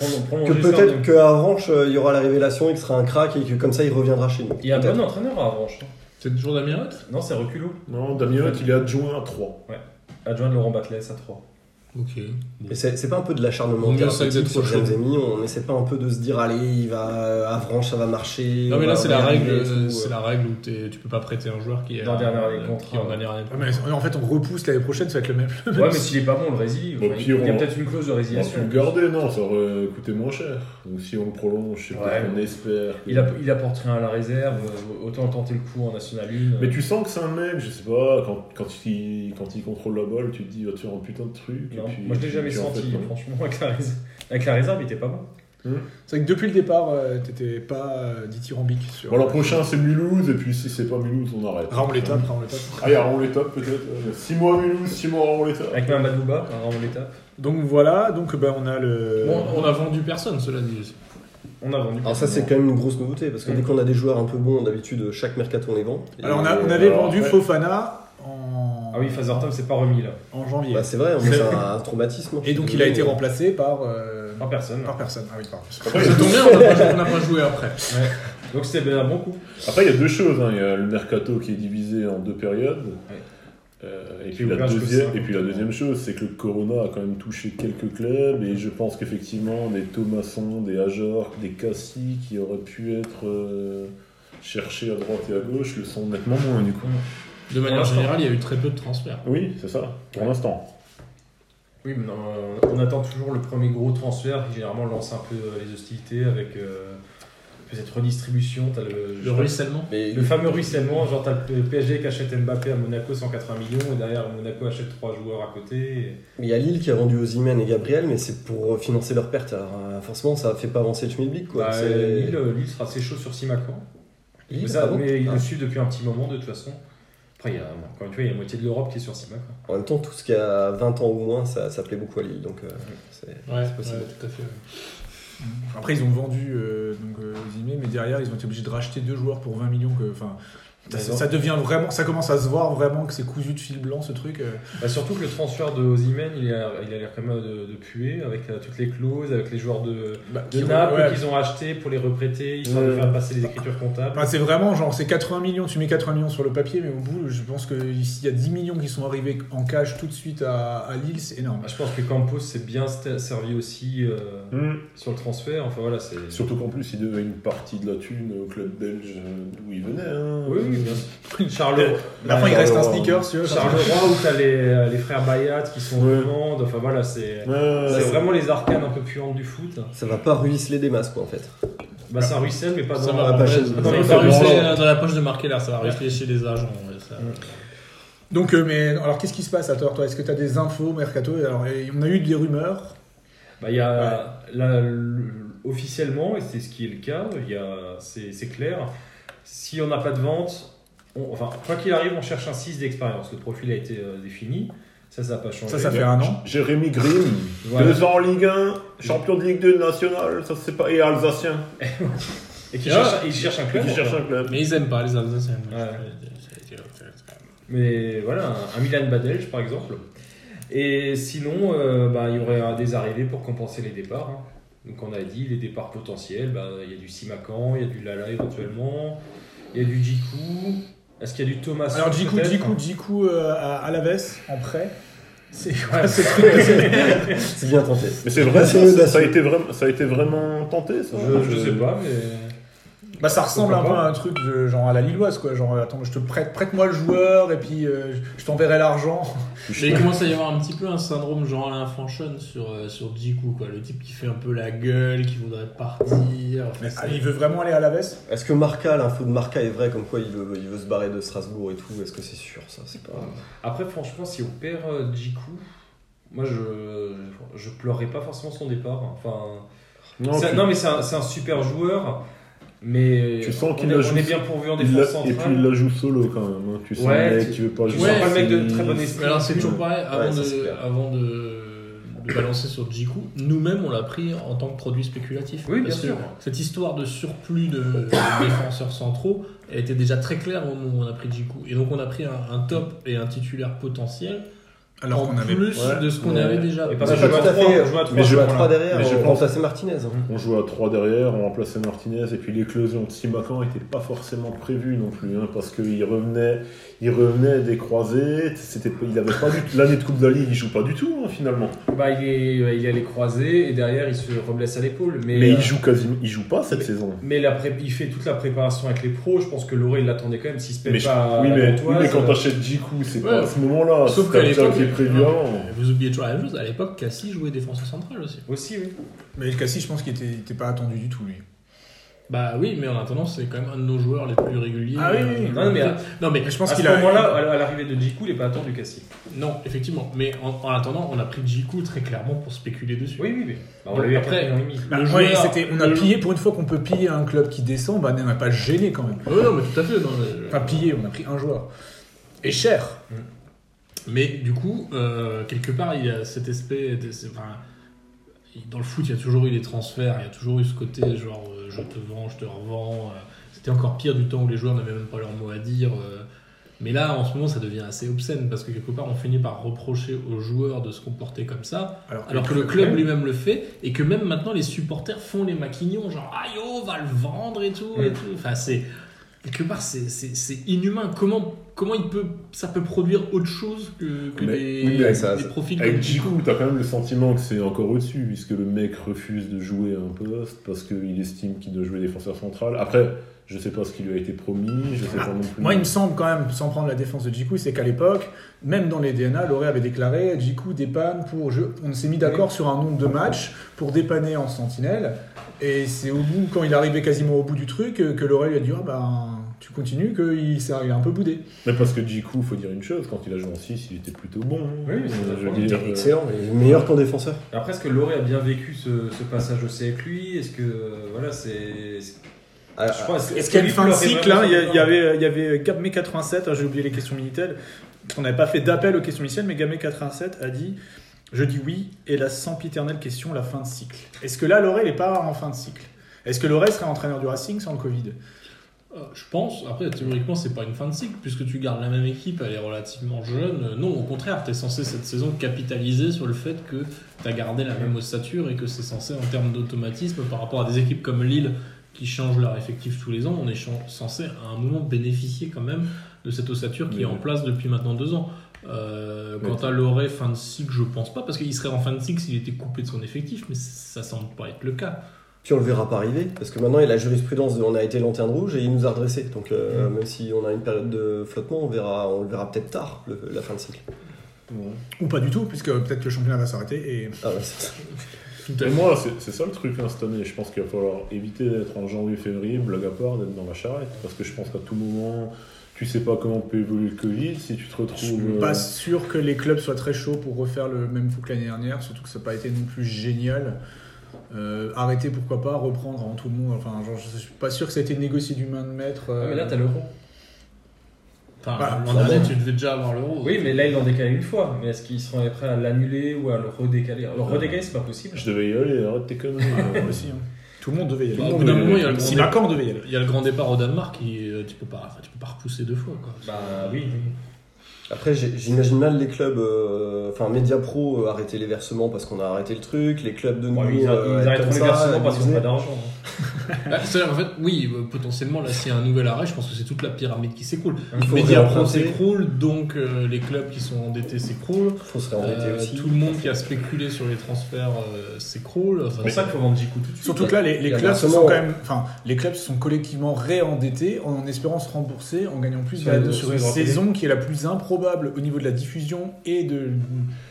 [SPEAKER 2] Prolon-
[SPEAKER 4] Que
[SPEAKER 2] prolonger ça en
[SPEAKER 4] peut-être
[SPEAKER 2] deux-
[SPEAKER 4] qu'à Orange, euh, il y aura la révélation, il sera un crack et que comme ça, il reviendra chez nous.
[SPEAKER 2] Il y a un
[SPEAKER 4] Peut-être.
[SPEAKER 2] bon entraîneur à Avranches. hein.
[SPEAKER 3] C'est toujours Damien Roth
[SPEAKER 2] Non, c'est reculot.
[SPEAKER 5] Non, Damien, il est adjoint à 3.
[SPEAKER 2] Adjoint de Laurent Batles à 3.
[SPEAKER 3] Ok.
[SPEAKER 4] Mais c'est c'est pas un peu de l'acharnement
[SPEAKER 3] Vaut mieux
[SPEAKER 4] thérapeutique
[SPEAKER 3] ça que d'être
[SPEAKER 4] sur
[SPEAKER 3] trop chaud.
[SPEAKER 4] Jamzemi, On n'essaie pas un peu de se dire, allez, il va à Avranches, ça va marcher.
[SPEAKER 3] Non,
[SPEAKER 4] on
[SPEAKER 3] mais là,
[SPEAKER 4] va-
[SPEAKER 3] c'est
[SPEAKER 4] on va
[SPEAKER 3] la
[SPEAKER 4] y
[SPEAKER 3] règle,
[SPEAKER 4] arriver et tout,
[SPEAKER 3] euh,
[SPEAKER 4] euh.
[SPEAKER 3] c'est la règle où t'es- tu peux pas prêter un joueur qui est
[SPEAKER 2] Dans la dernière année de
[SPEAKER 3] euh,
[SPEAKER 2] contrat,
[SPEAKER 3] qui est en
[SPEAKER 2] ouais.
[SPEAKER 3] dernière année de
[SPEAKER 1] Ouais, Ah, mais en fait, on repousse l'année prochaine, ça va être le même. le même
[SPEAKER 2] Ouais, mais s'il est pas bon, on le résilie.
[SPEAKER 5] Au
[SPEAKER 2] Enfin, il
[SPEAKER 5] pire,
[SPEAKER 2] il y a
[SPEAKER 5] on-
[SPEAKER 2] peut-être une clause de
[SPEAKER 5] On va plus
[SPEAKER 2] résiliation.
[SPEAKER 5] le garder, non, ça aurait coûté moins cher. Donc si on le prolonge, je sais pas,
[SPEAKER 2] Ouais.
[SPEAKER 5] on espère. que-
[SPEAKER 2] Il, app- il apporte rien à la réserve. euh, Autant tenter le coup en National 1.
[SPEAKER 5] Mais tu sens que c'est un mec, je sais pas, quand, quand, il, quand il contrôle la balle, tu te dis, il va te faire un putain de truc.
[SPEAKER 2] euh, Non,
[SPEAKER 5] et puis-
[SPEAKER 2] moi je l'ai jamais
[SPEAKER 5] puis en fait,
[SPEAKER 2] senti,
[SPEAKER 5] non.
[SPEAKER 2] franchement, avec la, réserve, avec la réserve, il était pas bon.
[SPEAKER 1] C'est vrai que depuis le départ, euh, t'étais pas euh, dithyrambique sur.
[SPEAKER 5] Bon, l'an prochain, c'est Mulhouse, et puis si c'est pas Mulhouse, on arrête.
[SPEAKER 1] Raon les tapes, Raon les tapes.
[SPEAKER 5] Allez, on les top peut-être. 6 mois Mulhouse, 6 mois on les top.
[SPEAKER 2] Avec Mamadouba, on l'étape.
[SPEAKER 3] euh,
[SPEAKER 1] Donc voilà, donc ben on a le.
[SPEAKER 3] Bon, on a vendu personne, cela dit.
[SPEAKER 2] On a vendu.
[SPEAKER 4] Alors ça c'est quand même une grosse nouveauté parce que dès qu'on a des joueurs un peu bons d'habitude chaque mercato on les vend. Et,
[SPEAKER 1] Alors on, a- on
[SPEAKER 4] euh,
[SPEAKER 1] avait
[SPEAKER 5] alors,
[SPEAKER 1] vendu
[SPEAKER 5] ouais.
[SPEAKER 1] Fofana en,
[SPEAKER 2] Ah oui, Phasertom, c'est pas remis là.
[SPEAKER 1] en janvier.
[SPEAKER 4] bah, c'est vrai, on c'est un traumatisme.
[SPEAKER 1] et donc il a été remplacé par, euh,
[SPEAKER 2] Par personne.
[SPEAKER 1] par personne. Ah oui, pardon.
[SPEAKER 5] Après,
[SPEAKER 3] Ça tombe bien, on n'a pas- on n'a pas joué après.
[SPEAKER 2] Donc c'était ben, un bon coup.
[SPEAKER 5] Après, il y a deux choses. hein. Il y a le mercato qui est divisé en deux périodes.
[SPEAKER 2] Ouais.
[SPEAKER 5] Euh, et,
[SPEAKER 2] Qui
[SPEAKER 5] puis
[SPEAKER 2] ouvre
[SPEAKER 5] la
[SPEAKER 2] jusqu'au
[SPEAKER 5] deuxième,
[SPEAKER 2] cinq
[SPEAKER 5] et puis la
[SPEAKER 2] octobre.
[SPEAKER 5] deuxième chose, c'est que le Corona a quand même touché quelques clubs. Et je pense qu'effectivement, des Thomasson, des Ajor, des Cassis qui auraient pu être euh, cherchés à droite et à gauche le sont nettement moins du coup.
[SPEAKER 3] De
[SPEAKER 2] Pour
[SPEAKER 3] manière
[SPEAKER 2] l'instant.
[SPEAKER 3] générale, il y a eu très peu de transferts.
[SPEAKER 5] Oui, c'est ça, pour l'instant.
[SPEAKER 2] Oui, mais non, euh, on attend toujours le premier gros transfert qui généralement lance un peu euh, les hostilités avec euh, peut-être redistribution. T'as le, je
[SPEAKER 3] Le
[SPEAKER 2] sais pas,
[SPEAKER 3] ruissellement.
[SPEAKER 4] Mais
[SPEAKER 2] le fameux ruissellement, genre t'as le PSG qui achète Mbappé à Monaco 180 millions et derrière Monaco achète trois joueurs à côté. et-
[SPEAKER 4] mais il y a Lille qui a vendu Osimhen et Gabriel, mais c'est pour financer leur perte. Alors, euh, forcément, ça fait pas avancer le schmilblick. quoi.
[SPEAKER 2] Bah,
[SPEAKER 4] C'est-
[SPEAKER 2] Lille, euh, Lille sera assez chaud sur Simacan.
[SPEAKER 4] Lille,
[SPEAKER 2] mais ça,
[SPEAKER 4] ah bon
[SPEAKER 2] mais ils
[SPEAKER 4] Ah.
[SPEAKER 2] le suivent depuis un petit moment de toute façon. Après, il y a, encore une fois, il y a la moitié de l'Europe qui est sur Simacan.
[SPEAKER 4] En même temps, tout ce qui a 20 ans ou moins, ça, ça plaît beaucoup à Lille. Donc, euh, c'est-
[SPEAKER 3] Ouais,
[SPEAKER 4] C'est possible.
[SPEAKER 3] ouais, tout à fait. ouais.
[SPEAKER 1] Après, ils ont vendu euh, donc euh, Osimhen, mais derrière, ils ont été obligés de racheter deux joueurs pour 20 millions. Que, enfin, ça,
[SPEAKER 2] D'accord.
[SPEAKER 1] ça devient vraiment, ça commence à se voir vraiment que c'est cousu de fil blanc ce truc. euh.
[SPEAKER 2] Bah, surtout que le transfert de Ozymen, il a il a l'air quand même de, de puer avec euh, toutes les clauses, avec les joueurs de, Bah, de
[SPEAKER 1] qui-
[SPEAKER 2] Naples
[SPEAKER 1] ouais.
[SPEAKER 2] qu'ils ont acheté pour les reprêter, histoire de
[SPEAKER 5] Ouais.
[SPEAKER 2] faire passer les écritures comptables.
[SPEAKER 1] Enfin, c'est vraiment genre, c'est 80 millions, tu mets 80 millions sur le papier, mais au bout, je pense que s'il y a 10 millions qui sont arrivés en cash tout de suite à, à Lille, c'est énorme.
[SPEAKER 2] Bah, je pense que Campos s'est bien sta- servi aussi euh,
[SPEAKER 5] Hmm.
[SPEAKER 2] sur le transfert. Enfin voilà, c'est.
[SPEAKER 5] Surtout qu'en plus, il devait une partie de la thune au club belge euh, d'où il venait. hein.
[SPEAKER 2] Oui, oui, bien sûr. Charleroi,
[SPEAKER 1] Mais Après, il
[SPEAKER 5] Ouais,
[SPEAKER 1] reste un
[SPEAKER 5] ouais,
[SPEAKER 1] sneaker, tu vois.
[SPEAKER 2] Charleroi où t'as les, les frères Bayat qui sont
[SPEAKER 5] Ouais.
[SPEAKER 2] allemandes. Enfin voilà, c'est.
[SPEAKER 5] Ouais,
[SPEAKER 2] C'est
[SPEAKER 5] ouais.
[SPEAKER 2] vraiment les arcanes un peu puantes du foot.
[SPEAKER 4] ça va pas ruisseler des masses, quoi, en fait.
[SPEAKER 2] Bah, ça ruisselle, mais pas
[SPEAKER 3] Ça
[SPEAKER 2] dans
[SPEAKER 3] va
[SPEAKER 4] pas chez-
[SPEAKER 3] Ça va
[SPEAKER 2] mais
[SPEAKER 3] pas
[SPEAKER 2] ça
[SPEAKER 3] ruisseler,
[SPEAKER 5] ruisselle.
[SPEAKER 3] euh, dans la poche de Marquelard, ça va ruisseler chez les agents. ouais, ça-
[SPEAKER 1] Donc, euh, mais alors, qu'est-ce qui se passe à tort, toi Est-ce que tu as des infos, Mercato Alors, et on a eu des rumeurs.
[SPEAKER 2] Bah, il y a, la- le- officiellement, et c'est ce qui est le cas, il y a- c'est c'est clair, si on n'a pas de vente, on- enfin, quoi qu'il arrive, on cherche un 6 d'expérience. Le profil a été euh, défini, ça, ça n'a pas changé.
[SPEAKER 1] Ça, ça fait un an.
[SPEAKER 5] Jérémy Grimm,
[SPEAKER 2] Voilà.
[SPEAKER 5] deux ans en Ligue 1, champion de Ligue 2 nationale, ça c'est pas. Et alsacien,
[SPEAKER 2] Et qui
[SPEAKER 3] Ah.
[SPEAKER 2] cherche, il cherche un
[SPEAKER 5] et
[SPEAKER 2] club.
[SPEAKER 5] qui cherche
[SPEAKER 2] enfin.
[SPEAKER 5] un club.
[SPEAKER 3] Mais ils aiment pas les Alsaciens.
[SPEAKER 2] Ouais. Mais voilà, un, un Milan Badelj, par exemple. Et sinon, euh, bah, il y aurait euh, des arrivées pour compenser les départs. hein. Donc on a dit, les départs potentiels, bah, il y a du Simacan, il y a du Lala éventuellement, il y a du Jiku. Est-ce qu'il y a du Thomas
[SPEAKER 1] Alors, Jiku,
[SPEAKER 2] peut-être
[SPEAKER 1] Jiku, Jiku euh, à, à la veste, en prêt. C'est
[SPEAKER 2] Ouais.
[SPEAKER 1] ce truc
[SPEAKER 4] C'est bien tenté.
[SPEAKER 5] Mais c'est vrai,
[SPEAKER 4] C'est audacieux.
[SPEAKER 5] ça, ça a été vraiment, ça a été vraiment tenté, ça.
[SPEAKER 2] Je, je sais pas, mais.
[SPEAKER 1] Bah, ça ressemble un peu
[SPEAKER 2] Pourquoi
[SPEAKER 1] à
[SPEAKER 2] pas
[SPEAKER 1] un truc de, genre à la Lilloise, quoi. Genre, euh, attends, je te prête, prête-moi le joueur et puis euh, je- je t'enverrai l'argent.
[SPEAKER 3] Mais il commence à y avoir un petit peu un syndrome genre Alain Fanchon sur, euh, sur Jiku, quoi. Le type qui fait un peu la gueule, qui voudrait partir. enfin,
[SPEAKER 1] Ah,
[SPEAKER 3] c'est-
[SPEAKER 1] il veut vraiment aller à la veste
[SPEAKER 4] Est-ce que Marca, l'info de Marca est vraie, comme quoi il veut, il veut se barrer de Strasbourg et tout Est-ce que c'est sûr, ça C'est pas.
[SPEAKER 2] Après, franchement, si on perd euh, Jiku, moi je, je pleurerais pas forcément son départ. hein. Enfin,
[SPEAKER 5] Non,
[SPEAKER 2] ça-
[SPEAKER 5] tu-
[SPEAKER 2] non, mais c'est un, c'est un super joueur, mais
[SPEAKER 5] Tu sens qu'il
[SPEAKER 2] on, est,
[SPEAKER 5] la joue-
[SPEAKER 2] on est bien pourvu en
[SPEAKER 5] il
[SPEAKER 2] défense
[SPEAKER 5] l'a- et puis
[SPEAKER 2] centrale.
[SPEAKER 5] il la joue solo quand même. hein. Tu sens
[SPEAKER 2] Ouais,
[SPEAKER 5] le mec
[SPEAKER 2] tu-
[SPEAKER 5] qui veut pas
[SPEAKER 2] tu
[SPEAKER 5] jouer.
[SPEAKER 2] sens pas le mec de
[SPEAKER 5] Il-
[SPEAKER 2] très bon esprit.
[SPEAKER 3] Mais alors c'est toujours pareil, avant,
[SPEAKER 4] Ouais, ça, c'est
[SPEAKER 3] de,
[SPEAKER 4] clair.
[SPEAKER 3] avant de, de balancer sur Jiku, nous-mêmes on l'a pris en tant que produit spéculatif.
[SPEAKER 2] Oui,
[SPEAKER 3] Parce
[SPEAKER 2] bien
[SPEAKER 3] que
[SPEAKER 2] sûr.
[SPEAKER 3] Cette histoire de surplus de, de défenseurs centraux, elle était déjà très claire au moment où on a pris Jiku. Et donc on a pris un, un top et un titulaire potentiel en plus
[SPEAKER 5] Ouais.
[SPEAKER 3] de ce qu'on
[SPEAKER 5] Ouais.
[SPEAKER 3] avait déjà. Euh,
[SPEAKER 2] Et
[SPEAKER 3] pris.
[SPEAKER 2] parce
[SPEAKER 4] Bah,
[SPEAKER 2] que
[SPEAKER 4] pas
[SPEAKER 2] Ah, joue à
[SPEAKER 4] tout à
[SPEAKER 2] trois,
[SPEAKER 4] fait.
[SPEAKER 2] on joue à trois,
[SPEAKER 4] Mais je
[SPEAKER 2] voilà.
[SPEAKER 4] à 3 derrière,
[SPEAKER 5] Mais je
[SPEAKER 4] on
[SPEAKER 5] pense-
[SPEAKER 4] remplaçait Martinez. hein.
[SPEAKER 5] On joue à 3 derrière, on remplaçait Martinez, et puis l'éclosion de Simacan n'était pas forcément prévue non plus, hein, parce qu'il revenait, il revenait des croisés, c'était, pas- il avait pas du tout, l'année de Coupe de la Ligue, il joue pas du tout hein, finalement.
[SPEAKER 2] Bah, il, est, il est allé croiser et derrière il se reblesse à l'épaule. Mais, euh,
[SPEAKER 5] Mais, il joue quasiment, il joue pas cette saison.
[SPEAKER 2] mais la pré- il fait toute la préparation avec les pros. Je pense que Loré il l'attendait quand même. S'il se paye
[SPEAKER 5] Mais je-
[SPEAKER 2] pas. à
[SPEAKER 5] oui,
[SPEAKER 2] la
[SPEAKER 5] mais, oui,
[SPEAKER 2] Gantoise,
[SPEAKER 5] mais quand
[SPEAKER 2] euh,
[SPEAKER 5] t'achètes Jiku, c'est
[SPEAKER 3] Ouais.
[SPEAKER 5] pas à ce moment-là,
[SPEAKER 3] Sauf
[SPEAKER 5] c'est
[SPEAKER 3] qu'à
[SPEAKER 5] un club
[SPEAKER 3] l'époque,
[SPEAKER 5] qui est prévu
[SPEAKER 3] non,
[SPEAKER 5] avant.
[SPEAKER 3] vous oubliez toujours la même chose, à l'époque Cassie jouait défenseur central aussi.
[SPEAKER 2] Aussi, oui.
[SPEAKER 1] Mais El Cassis, je pense qu'il était, il était pas attendu du tout, lui.
[SPEAKER 3] Bah oui, mais en attendant, c'est quand même un de nos joueurs les plus réguliers.
[SPEAKER 1] Ah oui, oui, oui.
[SPEAKER 3] Non, mais, non, mais
[SPEAKER 1] Mais je
[SPEAKER 2] À
[SPEAKER 1] pense
[SPEAKER 2] ce
[SPEAKER 1] qu'il a.
[SPEAKER 2] moment-là, à l'arrivée de Jiku, il n'est pas attendu Cassie.
[SPEAKER 3] non, effectivement. Mais en, en attendant, on a pris Jiku très clairement pour spéculer dessus.
[SPEAKER 2] Oui, oui, oui. Bah, on
[SPEAKER 3] Donc
[SPEAKER 2] l'a eu
[SPEAKER 3] après,
[SPEAKER 2] après.
[SPEAKER 1] Bah,
[SPEAKER 3] Le
[SPEAKER 1] ouais,
[SPEAKER 3] joueur-
[SPEAKER 1] c'était- on a
[SPEAKER 3] le-
[SPEAKER 1] pillé, pour une fois qu'on peut piller un club qui descend, bah, on n'a pas gêné quand même.
[SPEAKER 3] Ouais, Ah non, mais tout à fait. non, mais-
[SPEAKER 1] Enfin, pillé, on a pris un joueur. Et cher.
[SPEAKER 3] Mais du coup, euh, quelque part, il y a cet aspect. de- c'est- enfin, dans le foot, il y a toujours eu les transferts, il y a toujours eu ce côté genre euh, je te vends, je te revends. euh, C'était encore pire du temps où les joueurs n'avaient même pas leur mot à dire. euh. mais là, en ce moment, ça devient assez obscène parce que quelque part, on finit par reprocher aux joueurs de se comporter comme ça, alors que le club lui-même le fait et que même maintenant, les supporters font les maquignons, genre ah yo, va le vendre et tout. Et
[SPEAKER 2] Mm.
[SPEAKER 3] tout. Enfin, c'est quelque part, c'est- c'est c'est inhumain. Comment comment il peut ça peut produire autre chose que, que
[SPEAKER 5] Mais-
[SPEAKER 3] des,
[SPEAKER 5] oui, mais avec
[SPEAKER 4] ça-
[SPEAKER 3] des
[SPEAKER 4] ça-
[SPEAKER 3] profils
[SPEAKER 5] Avec
[SPEAKER 3] comme
[SPEAKER 5] Jiku, t'as quand même le sentiment que c'est encore au-dessus, puisque le mec refuse de jouer à un poste parce qu'il estime qu'il doit jouer défenseur central. Après, je sais pas ce qui lui a été promis, je sais pas non plus.
[SPEAKER 1] Moi, il me semble quand même, sans prendre la défense de Jiku, c'est qu'à l'époque, même dans les DNA, Loré avait déclaré Jiku dépanne pour. Je... On s'est mis d'accord sur un nombre de matchs pour dépanner en sentinelle. Et c'est au bout, quand il arrivait quasiment au bout du truc, euh, que Loré lui a dit Ah ben, tu continues, qu'il s'est il a un peu boudé.
[SPEAKER 5] Mais parce que Jiku, faut dire une chose, quand il a joué en 6, il était plutôt bon.
[SPEAKER 2] Oui,
[SPEAKER 5] Euh,
[SPEAKER 2] c'est
[SPEAKER 5] je veux
[SPEAKER 2] vrai.
[SPEAKER 5] dire, euh,
[SPEAKER 4] Excellent, et meilleur ton défenseur.
[SPEAKER 2] Après, est-ce que Loré a bien vécu ce, ce passage aussi avec lui Est-ce que. euh, Voilà, c'est. c'est-
[SPEAKER 4] Ah,
[SPEAKER 2] je crois-
[SPEAKER 1] Bah, Est-ce qu'il y a une
[SPEAKER 2] lui
[SPEAKER 1] fin de
[SPEAKER 2] pleurait
[SPEAKER 1] cycle hein,
[SPEAKER 2] vraiment
[SPEAKER 1] Il y, a-
[SPEAKER 2] sur
[SPEAKER 1] il y avait, il y avait euh, Gab mai 87, hein, j'ai oublié les questions Minitel. On n'avait pas fait d'appel aux questions Minitel, mais Gab mai 87 a dit Je dis oui, et la sempiternelle question, la fin de cycle. Est-ce que là, Loré n'est pas en fin de cycle Est-ce que Loré serait entraîneur du Racing sans le Covid
[SPEAKER 3] Euh, Je pense, après théoriquement c'est pas une fin de cycle, puisque tu gardes la même équipe, elle est relativement jeune. Euh, Non, au contraire, tu es censé cette saison capitaliser sur le fait que tu as gardé la même ossature et que c'est censé en termes d'automatisme par rapport à des équipes comme Lille qui changent leur effectif tous les ans, on est chan- censé à un moment bénéficier quand même de cette ossature qui
[SPEAKER 5] Oui.
[SPEAKER 3] est en place depuis maintenant deux ans. Euh,
[SPEAKER 5] Oui.
[SPEAKER 3] quant à Loré, fin de cycle, je pense pas, parce qu'il serait en fin de cycle s'il était coupé de son effectif, mais ça semble pas être le cas.
[SPEAKER 4] Puis on le verra pas arriver, parce que maintenant il y a la jurisprudence de on a été lanterne rouge et il nous a redressé. Donc euh,
[SPEAKER 2] Mm.
[SPEAKER 4] même si on a une période de flottement, on, verra, on le verra peut-être tard, le- la fin de cycle.
[SPEAKER 5] euh, ouais.
[SPEAKER 1] Ou pas du tout, puisque peut-être que le championnat va s'arrêter. Et...
[SPEAKER 4] Ah, ouais, c'est-
[SPEAKER 3] Tout à
[SPEAKER 5] Et moi, c'est c'est ça le truc hein, cette année. Je pense qu'il va falloir éviter d'être en janvier-février, blague à part, d'être dans la charrette. Parce que je pense qu'à tout moment, tu sais pas comment peut évoluer le Covid. Si tu te
[SPEAKER 1] Je suis
[SPEAKER 5] retrouves. euh,
[SPEAKER 1] pas sûr que les clubs soient très chauds pour refaire le même fou que l'année dernière, surtout que ça n'a pas été non plus génial. Euh, arrêter pourquoi pas, reprendre avant tout le monde. Enfin, genre, je suis pas sûr que ça a été négocié du main de maître.
[SPEAKER 2] Ah,
[SPEAKER 1] euh,
[SPEAKER 2] mais là, t'as l'euro.
[SPEAKER 3] Enfin,
[SPEAKER 1] Bah,
[SPEAKER 3] l'an dernier, tu devais déjà avoir l'euro.
[SPEAKER 2] Oui, mais là, ils l'ont décalé une fois. Mais est-ce qu'ils seraient prêts à l'annuler ou à le redécaler Le redécaler, c'est pas possible.
[SPEAKER 5] Je devais y aller, arrête tes conneries. Euh,
[SPEAKER 1] Ah, moi aussi, hein. Tout le monde devait y aller.
[SPEAKER 3] Bah, au bout d'un moment, il y a le
[SPEAKER 1] si
[SPEAKER 3] grand
[SPEAKER 1] Macron devait y aller.
[SPEAKER 3] Il y a le grand départ au Danemark, et, euh, tu peux pas, enfin, tu peux pas repousser deux fois. Quoi.
[SPEAKER 2] Bah oui.
[SPEAKER 4] Après, j'ai- j'imagine mal les clubs, euh, enfin Media Pro euh, arrêter les versements parce qu'on a arrêté le truc, les clubs de
[SPEAKER 2] Bon,
[SPEAKER 4] nouveau,
[SPEAKER 2] ils, ils
[SPEAKER 4] euh, être
[SPEAKER 2] arrêteront
[SPEAKER 4] comme
[SPEAKER 2] les
[SPEAKER 4] ça,
[SPEAKER 2] versements parce qu'ils n'ont
[SPEAKER 4] Disney.
[SPEAKER 2] pas d'argent. hein.
[SPEAKER 3] Bah, c'est-à-dire, en fait, oui, euh, potentiellement, là, s'il y a un nouvel arrêt, je pense que c'est toute la pyramide qui s'écroule.
[SPEAKER 4] Il faut
[SPEAKER 3] Media Pro
[SPEAKER 4] réemprunter.
[SPEAKER 3] s'écroule, donc euh, les clubs qui sont endettés s'écroulent.
[SPEAKER 4] faut se réendetter
[SPEAKER 3] Euh,
[SPEAKER 4] aussi.
[SPEAKER 3] tout le monde qui a spéculé sur les transferts euh, s'écroule. Enfin,
[SPEAKER 2] C'est pour ça qu'il faut vendre 10 coups tout de suite.
[SPEAKER 1] Surtout que là, les, les
[SPEAKER 4] Il y a
[SPEAKER 1] clubs se sont
[SPEAKER 4] versement.
[SPEAKER 1] quand même, enfin, les clubs se sont collectivement réendettés en, en espérant se rembourser en gagnant plus
[SPEAKER 2] Sur
[SPEAKER 1] bah,
[SPEAKER 2] les-
[SPEAKER 1] sur
[SPEAKER 2] sur
[SPEAKER 1] une
[SPEAKER 2] les droits
[SPEAKER 1] saison qui est la plus improbable au niveau de la diffusion et de,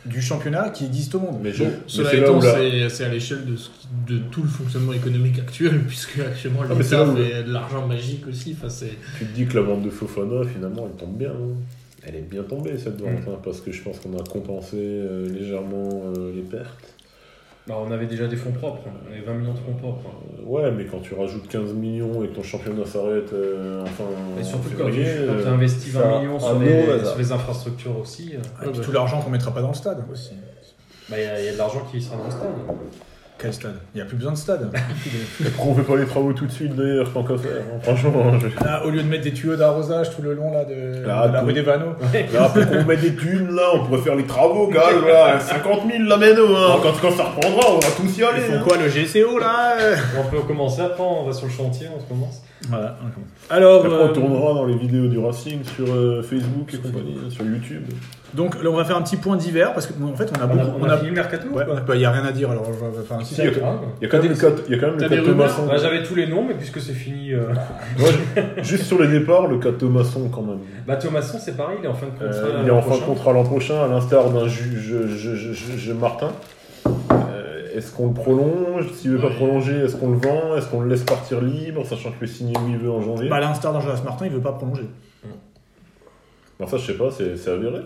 [SPEAKER 1] du championnat qui existe au monde.
[SPEAKER 5] Mais je-
[SPEAKER 3] Bon,
[SPEAKER 5] mais
[SPEAKER 3] cela
[SPEAKER 5] c'est là
[SPEAKER 3] étant,
[SPEAKER 5] où la-
[SPEAKER 3] c'est c'est à l'échelle de, ce qui- de tout le fonctionnement économique actuel, puisque actuellement
[SPEAKER 5] mais c'est
[SPEAKER 3] l'État
[SPEAKER 5] là où-
[SPEAKER 3] fait de l'argent magique aussi. Enfin, c'est-
[SPEAKER 5] Tu te dis que la vente de Fofana, finalement, elle tombe bien. hein. Elle est bien tombée, cette vente, hein, parce que je pense qu'on a compensé euh, légèrement euh, les pertes.
[SPEAKER 2] Bah, on avait déjà des fonds propres. hein. On avait 20 millions de fonds propres. hein.
[SPEAKER 5] Euh, ouais, mais quand tu rajoutes 15 millions et que ton championnat s'arrête, euh, enfin.
[SPEAKER 2] Et
[SPEAKER 5] en
[SPEAKER 2] surtout quand tu
[SPEAKER 5] février, euh,
[SPEAKER 2] as investi
[SPEAKER 4] ça
[SPEAKER 2] 20 millions
[SPEAKER 4] a
[SPEAKER 2] sur
[SPEAKER 4] un
[SPEAKER 2] les,
[SPEAKER 4] euro hasard.
[SPEAKER 2] sur les infrastructures aussi, euh,
[SPEAKER 1] Et puis tout l'argent qu'on mettra pas dans le stade aussi.
[SPEAKER 2] bah, il y, a- il y a de l'argent qui sera dans le stade.
[SPEAKER 1] Quel stade Il n'y a plus besoin de stade.
[SPEAKER 5] Pourquoi on fait pas les travaux tout de suite d'ailleurs, tant qu'à faire hein. Franchement, hein, je-
[SPEAKER 1] Là, au lieu de mettre des tuyaux d'arrosage tout le long là, de,
[SPEAKER 5] Ah,
[SPEAKER 1] de la
[SPEAKER 5] tout.
[SPEAKER 1] rue des Vanneaux,
[SPEAKER 5] là, après qu'on met des thunes, là, on pourrait faire les travaux, gars, là, 50 000 la méno, hein. quand, quand ça reprendra, on va tous y aller.
[SPEAKER 1] ils font
[SPEAKER 5] hein.
[SPEAKER 1] quoi le GCO là
[SPEAKER 2] On peut commencer après, on va sur le chantier, on se commence.
[SPEAKER 1] Voilà. Alors,
[SPEAKER 5] Après,
[SPEAKER 1] euh,
[SPEAKER 5] on tournera dans les vidéos du Racing sur euh, Facebook et compagnie, hein, sur YouTube.
[SPEAKER 1] donc là, on va faire un petit point divers parce que bon, en fait, on a
[SPEAKER 2] On a,
[SPEAKER 1] beaucoup.
[SPEAKER 2] on a fini le mercato ou
[SPEAKER 1] Ouais,
[SPEAKER 2] pas
[SPEAKER 1] on a pas- il n'y a rien à dire alors. je- enfin,
[SPEAKER 5] Si,
[SPEAKER 1] si,
[SPEAKER 5] il y a-
[SPEAKER 2] Ah, ouais.
[SPEAKER 5] il y a quand même le cas, il y a quand même le
[SPEAKER 3] T'as
[SPEAKER 5] cas
[SPEAKER 3] des
[SPEAKER 5] Thomasson.
[SPEAKER 2] Bah, J'avais tous les noms, mais puisque c'est fini. euh,
[SPEAKER 5] Moi, je- juste sur les départs, le cas Thomasson quand même.
[SPEAKER 2] Bah, Thomasson, c'est pareil, il est en fin de contrat.
[SPEAKER 5] Euh, il est
[SPEAKER 2] l'an
[SPEAKER 5] en fin de
[SPEAKER 2] prochain.
[SPEAKER 5] contrat l'an prochain, à l'instar d'un juge je- je- je- je- Martin. Euh, est-ce qu'on le prolonge S'il veut pas
[SPEAKER 3] Ouais.
[SPEAKER 5] prolonger, est-ce qu'on le vend Est-ce qu'on le laisse partir libre, sachant qu'il est signé où il veut en janvier
[SPEAKER 1] bah, à l'instar d'Angelas Martin, il veut pas prolonger.
[SPEAKER 5] Alors ça, je sais pas, c'est c'est avéré.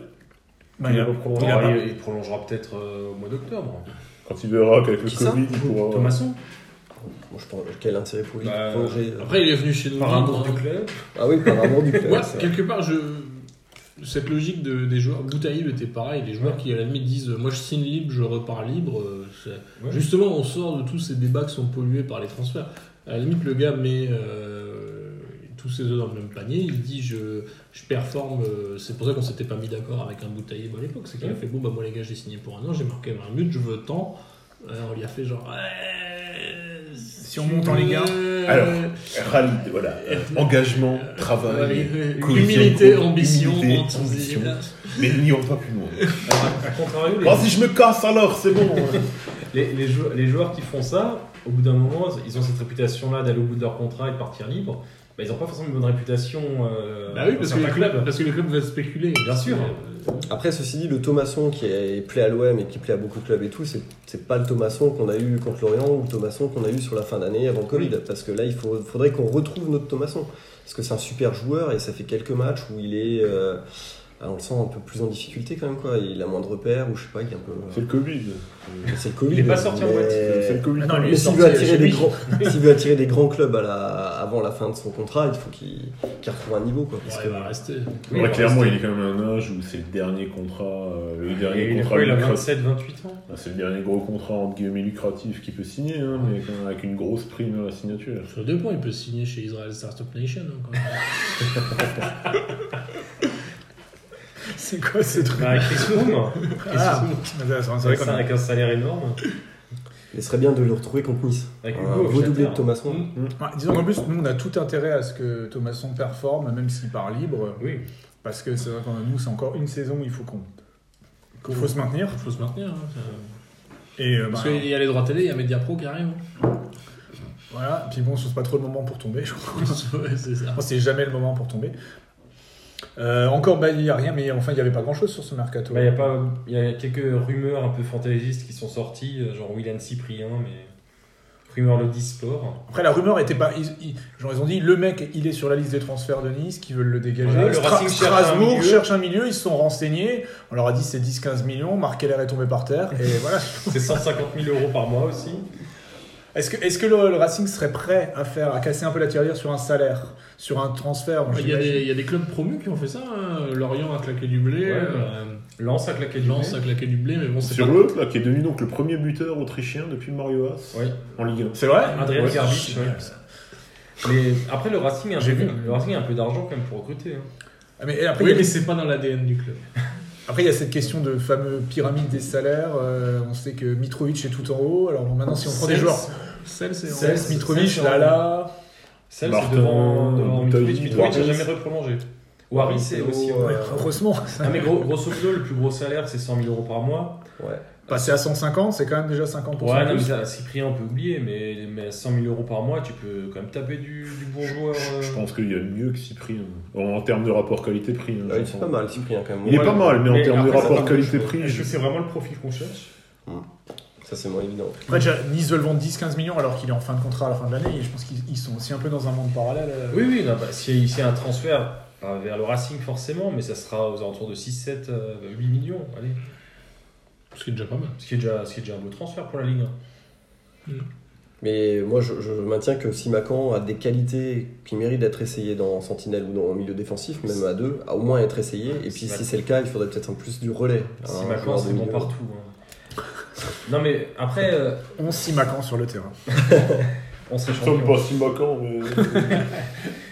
[SPEAKER 1] Bah,
[SPEAKER 5] Il
[SPEAKER 1] il a-
[SPEAKER 5] veut pas prolonger.
[SPEAKER 1] il a
[SPEAKER 2] Bon,
[SPEAKER 1] pas-
[SPEAKER 2] il, il prolongera peut-être euh, au mois d'octobre.
[SPEAKER 5] Quand il verra qu'avec le
[SPEAKER 4] Qui ça
[SPEAKER 5] Covid, il pourra...
[SPEAKER 2] Thomasson
[SPEAKER 4] Bon, je pense, quel intérêt pour lui de
[SPEAKER 2] Bah,
[SPEAKER 4] prolonger, euh.
[SPEAKER 3] Après, il est venu chez nous.
[SPEAKER 2] Par
[SPEAKER 3] libre,
[SPEAKER 2] amour
[SPEAKER 3] hein.
[SPEAKER 2] du club.
[SPEAKER 4] Ah oui, par amour du club.
[SPEAKER 3] Moi,
[SPEAKER 4] c'est vrai.
[SPEAKER 3] quelque part, je. cette logique de- des joueurs. Boutaïb était pareil, les joueurs qui à la limite disent euh, Moi je signe libre, je repars libre. euh, c'est-
[SPEAKER 2] Ouais.
[SPEAKER 3] Justement, on sort de tous ces débats qui sont pollués par les transferts. À la limite, le gars met euh, tous ses œufs dans le même panier, il dit Je, je performe. euh, C'est pour ça qu'on s'était pas mis d'accord avec un Boutaïb à l'époque. C'est qu'il a
[SPEAKER 2] Ouais.
[SPEAKER 3] fait Bon, bah moi les gars, j'ai signé pour un an, j'ai marqué 20 buts, je veux tant. Euh, on lui a fait genre Ouais, Si
[SPEAKER 1] on monte en Ligue un.
[SPEAKER 5] Alors, Rallye, voilà. euh, Engagement, travail.
[SPEAKER 3] Humilité,
[SPEAKER 5] cohésion,
[SPEAKER 3] humilité, ambition,
[SPEAKER 5] humilité,
[SPEAKER 3] enthousiasme.
[SPEAKER 5] Mais n'irons pas plus loin.
[SPEAKER 2] À contrario, les,
[SPEAKER 5] Bon, si je me casse alors, c'est bon. hein.
[SPEAKER 2] les- les joueurs, les joueurs qui font ça, au bout d'un moment, ils ont cette réputation-là d'aller au bout de leur contrat et de partir libre. Bah, ils n'ont pas forcément une bonne réputation euh,
[SPEAKER 3] Bah oui,
[SPEAKER 2] dans
[SPEAKER 3] parce que,
[SPEAKER 2] certains
[SPEAKER 3] les clubs, parce que les clubs veulent spéculer.
[SPEAKER 2] Bien sûr.
[SPEAKER 4] Après, ceci dit, le Thomasson qui est, plaît à l'OM et qui plaît à beaucoup de clubs et tout, c'est- c'est pas le Thomasson qu'on a eu contre Lorient ou le Thomasson qu'on a eu sur la fin d'année avant Covid. Parce que là, il faut- faudrait qu'on retrouve notre Thomasson. Parce que c'est un super joueur et ça fait quelques matchs où il est. euh, ah, on le sent un peu plus en difficulté quand même, quoi. Il a moins de repères ou je sais pas, il est un
[SPEAKER 5] C'est
[SPEAKER 4] peu.
[SPEAKER 5] le Covid.
[SPEAKER 4] C'est le Covid.
[SPEAKER 2] Il est pas sorti en
[SPEAKER 4] mais-
[SPEAKER 2] boîte.
[SPEAKER 5] C'est le Covid.
[SPEAKER 4] mais
[SPEAKER 1] il est
[SPEAKER 4] s'il
[SPEAKER 1] sorti
[SPEAKER 4] veut,
[SPEAKER 1] chez
[SPEAKER 4] attirer des
[SPEAKER 1] Ah lui.
[SPEAKER 4] grands, s'il veut attirer des grands clubs à la- avant la fin de son contrat, il faut qu'il qu'il retrouve un niveau. Quoi, parce
[SPEAKER 3] Ouais,
[SPEAKER 4] que-
[SPEAKER 3] il va rester.
[SPEAKER 5] Ouais, clairement, il est quand même à un âge où c'est le dernier contrat, euh, le
[SPEAKER 2] Il,
[SPEAKER 5] dernier
[SPEAKER 2] est
[SPEAKER 5] contrat
[SPEAKER 2] quoi, il a
[SPEAKER 5] lucratif.
[SPEAKER 2] 27, 28 ans.
[SPEAKER 5] Ah, C'est le dernier gros contrat entre guillemets lucratif qu'il peut signer, hein, mais quand même avec une grosse prime à la signature.
[SPEAKER 3] Sur deux points, il peut signer chez Israel Startup Nation. hein, quand même.
[SPEAKER 1] C'est quoi ce truc
[SPEAKER 2] Bah, Chris Froome,
[SPEAKER 1] Ah, c'est vrai
[SPEAKER 2] avec,
[SPEAKER 1] qu'on
[SPEAKER 2] ça,
[SPEAKER 1] a-
[SPEAKER 2] avec un salaire énorme.
[SPEAKER 4] Il serait bien de le retrouver contre Nice.
[SPEAKER 2] Avec
[SPEAKER 4] Un
[SPEAKER 2] Hugo, Mmh. Hmm.
[SPEAKER 4] beau
[SPEAKER 2] Shakhtar.
[SPEAKER 4] doublé de Thomasson.
[SPEAKER 1] Ouais, Bah, disons qu'en plus, nous, on a tout intérêt à ce que Thomasson performe, même s'il part libre,
[SPEAKER 2] Oui.
[SPEAKER 1] parce que c'est vrai qu'on nous, c'est encore une saison où il faut qu'on. qu'il faut se maintenir.
[SPEAKER 3] Il faut se maintenir. hein, ça-
[SPEAKER 1] Et euh,
[SPEAKER 3] Parce
[SPEAKER 1] bah,
[SPEAKER 3] qu'il y a les droits télé, il y a Media Pro qui arrive.
[SPEAKER 1] voilà, puis bon, c'est pas trop le moment pour tomber, je crois.
[SPEAKER 3] Ouais, c'est ça.
[SPEAKER 1] Moi, c'est jamais le moment pour tomber. Euh, encore, bah, il n'y a rien, mais enfin, il n'y avait pas grand chose sur ce mercato.
[SPEAKER 2] Bah, il, y a pas, il y a quelques rumeurs un peu fantaisistes qui sont sorties, euh, genre William Cyprien, mais. Rumeur Lodi Sport.
[SPEAKER 1] Après, la rumeur était pas. Ils, ils- genre, ils ont dit le mec, il est sur la liste des transferts de Nice, qui veulent le dégager.
[SPEAKER 2] Voilà, le Racing cherche un
[SPEAKER 1] Strasbourg
[SPEAKER 2] milieu.
[SPEAKER 1] cherche un milieu, ils se sont renseignés. On leur a dit c'est 10-15 millions, Marquez est tombé par terre. Et voilà.
[SPEAKER 2] C'est 150 000 euros par mois aussi.
[SPEAKER 1] Est-ce que, est-ce que le, le Racing serait prêt à faire, à casser un peu la tirelire sur un salaire, sur un transfert bon,
[SPEAKER 3] Il y, a
[SPEAKER 1] j'imagine.
[SPEAKER 3] des, il y a des clubs promus qui ont fait ça. hein. Lorient a claqué du blé.
[SPEAKER 2] Ouais,
[SPEAKER 3] euh,
[SPEAKER 2] Lance a claqué du
[SPEAKER 3] Lens a claqué du blé, mais bon, c'est
[SPEAKER 5] Sur
[SPEAKER 3] pas...
[SPEAKER 5] l'autre, là, qui est devenu donc le premier buteur autrichien depuis Mario Haas
[SPEAKER 2] Oui.
[SPEAKER 5] en Ligue 1.
[SPEAKER 1] C'est vrai
[SPEAKER 2] Adrien
[SPEAKER 1] Ouais,
[SPEAKER 2] Garbic,
[SPEAKER 1] c'est
[SPEAKER 2] ouais.
[SPEAKER 1] génial, ça.
[SPEAKER 2] Mais après, le Racing, a un
[SPEAKER 1] J'ai
[SPEAKER 2] peu-
[SPEAKER 1] vu.
[SPEAKER 2] le Racing a un peu d'argent quand même pour recruter. hein.
[SPEAKER 1] Ah, Mais après, il y
[SPEAKER 3] Oui,
[SPEAKER 1] a-
[SPEAKER 3] mais c'est pas dans l'ADN du club.
[SPEAKER 1] Après, il y a cette question de fameux pyramide des salaires. euh, on sait que Mitrovic est tout en haut. Alors bon, maintenant, si on prend des
[SPEAKER 3] Cels-
[SPEAKER 1] joueurs,
[SPEAKER 3] Cels, c'est en-
[SPEAKER 1] Cels, Mitrovic,
[SPEAKER 2] Cels,
[SPEAKER 1] Lala.
[SPEAKER 2] Celle, c'est
[SPEAKER 5] Martin,
[SPEAKER 2] devant, devant
[SPEAKER 5] Mitrovic,
[SPEAKER 2] Mitrovic. Mitrovic n'a
[SPEAKER 4] Waris.
[SPEAKER 2] jamais reprolongé. Waris, c'est aussi.
[SPEAKER 4] Ouais.
[SPEAKER 1] Ouais, euh, heureusement,
[SPEAKER 2] Ah, mais gros, grosso modo, le plus gros salaire, c'est 100 000 euros par mois.
[SPEAKER 4] Ouais.
[SPEAKER 1] passer à 150, c'est quand même déjà 50%.
[SPEAKER 2] Ouais, non, mais
[SPEAKER 1] plus.
[SPEAKER 2] ça, Cyprien, on peut oublier, mais, mais 100 000 euros par mois, tu peux quand même taper du, du bon joueur. euh.
[SPEAKER 5] Je pense qu'il y a mieux que Cyprien. En, en termes de rapport qualité-prix. hein,
[SPEAKER 4] Ah oui, c'est
[SPEAKER 5] j'entends.
[SPEAKER 4] pas mal, Cyprien, quand même.
[SPEAKER 5] Il est pas mal, mais en
[SPEAKER 2] Mais
[SPEAKER 5] termes de
[SPEAKER 2] après, ça
[SPEAKER 5] rapport
[SPEAKER 2] dépend
[SPEAKER 5] qualité-prix,
[SPEAKER 2] Est-ce
[SPEAKER 5] je
[SPEAKER 2] que c'est vraiment le profil qu'on cherche
[SPEAKER 4] Ça, c'est moins évident.
[SPEAKER 1] Après, déjà, Nice veut le vendre 10-15 millions alors qu'il est en fin de contrat à la fin de l'année. Et je pense qu'ils ils sont aussi un peu dans un monde parallèle. euh.
[SPEAKER 2] Oui, oui, non, bah, s'il y, a- s'il y a un transfert pas vers le Racing, forcément, mais ça sera aux alentours de 6, 7, euh, 8 millions. Allez.
[SPEAKER 3] Ce qui est déjà pas mal.
[SPEAKER 2] Ce qui est déjà, ce qui est déjà un beau transfert pour la Ligue.
[SPEAKER 4] Mais moi, je, je maintiens que si Macan a des qualités qui méritent d'être essayées dans Sentinelle ou dans le milieu défensif, même à deux, à au moins être essayées. Et puis,
[SPEAKER 2] Simakan.
[SPEAKER 4] si c'est le cas, il faudrait peut-être un plus du relais.
[SPEAKER 2] Si
[SPEAKER 4] Un
[SPEAKER 2] Macan,
[SPEAKER 4] Ah, joueur de
[SPEAKER 2] c'est bon
[SPEAKER 4] milieu.
[SPEAKER 2] partout. hein. non, mais après, euh,
[SPEAKER 1] On s'y maquant sur le terrain.
[SPEAKER 2] on serait
[SPEAKER 5] sommes
[SPEAKER 2] champion.
[SPEAKER 5] pas si maquants, mais.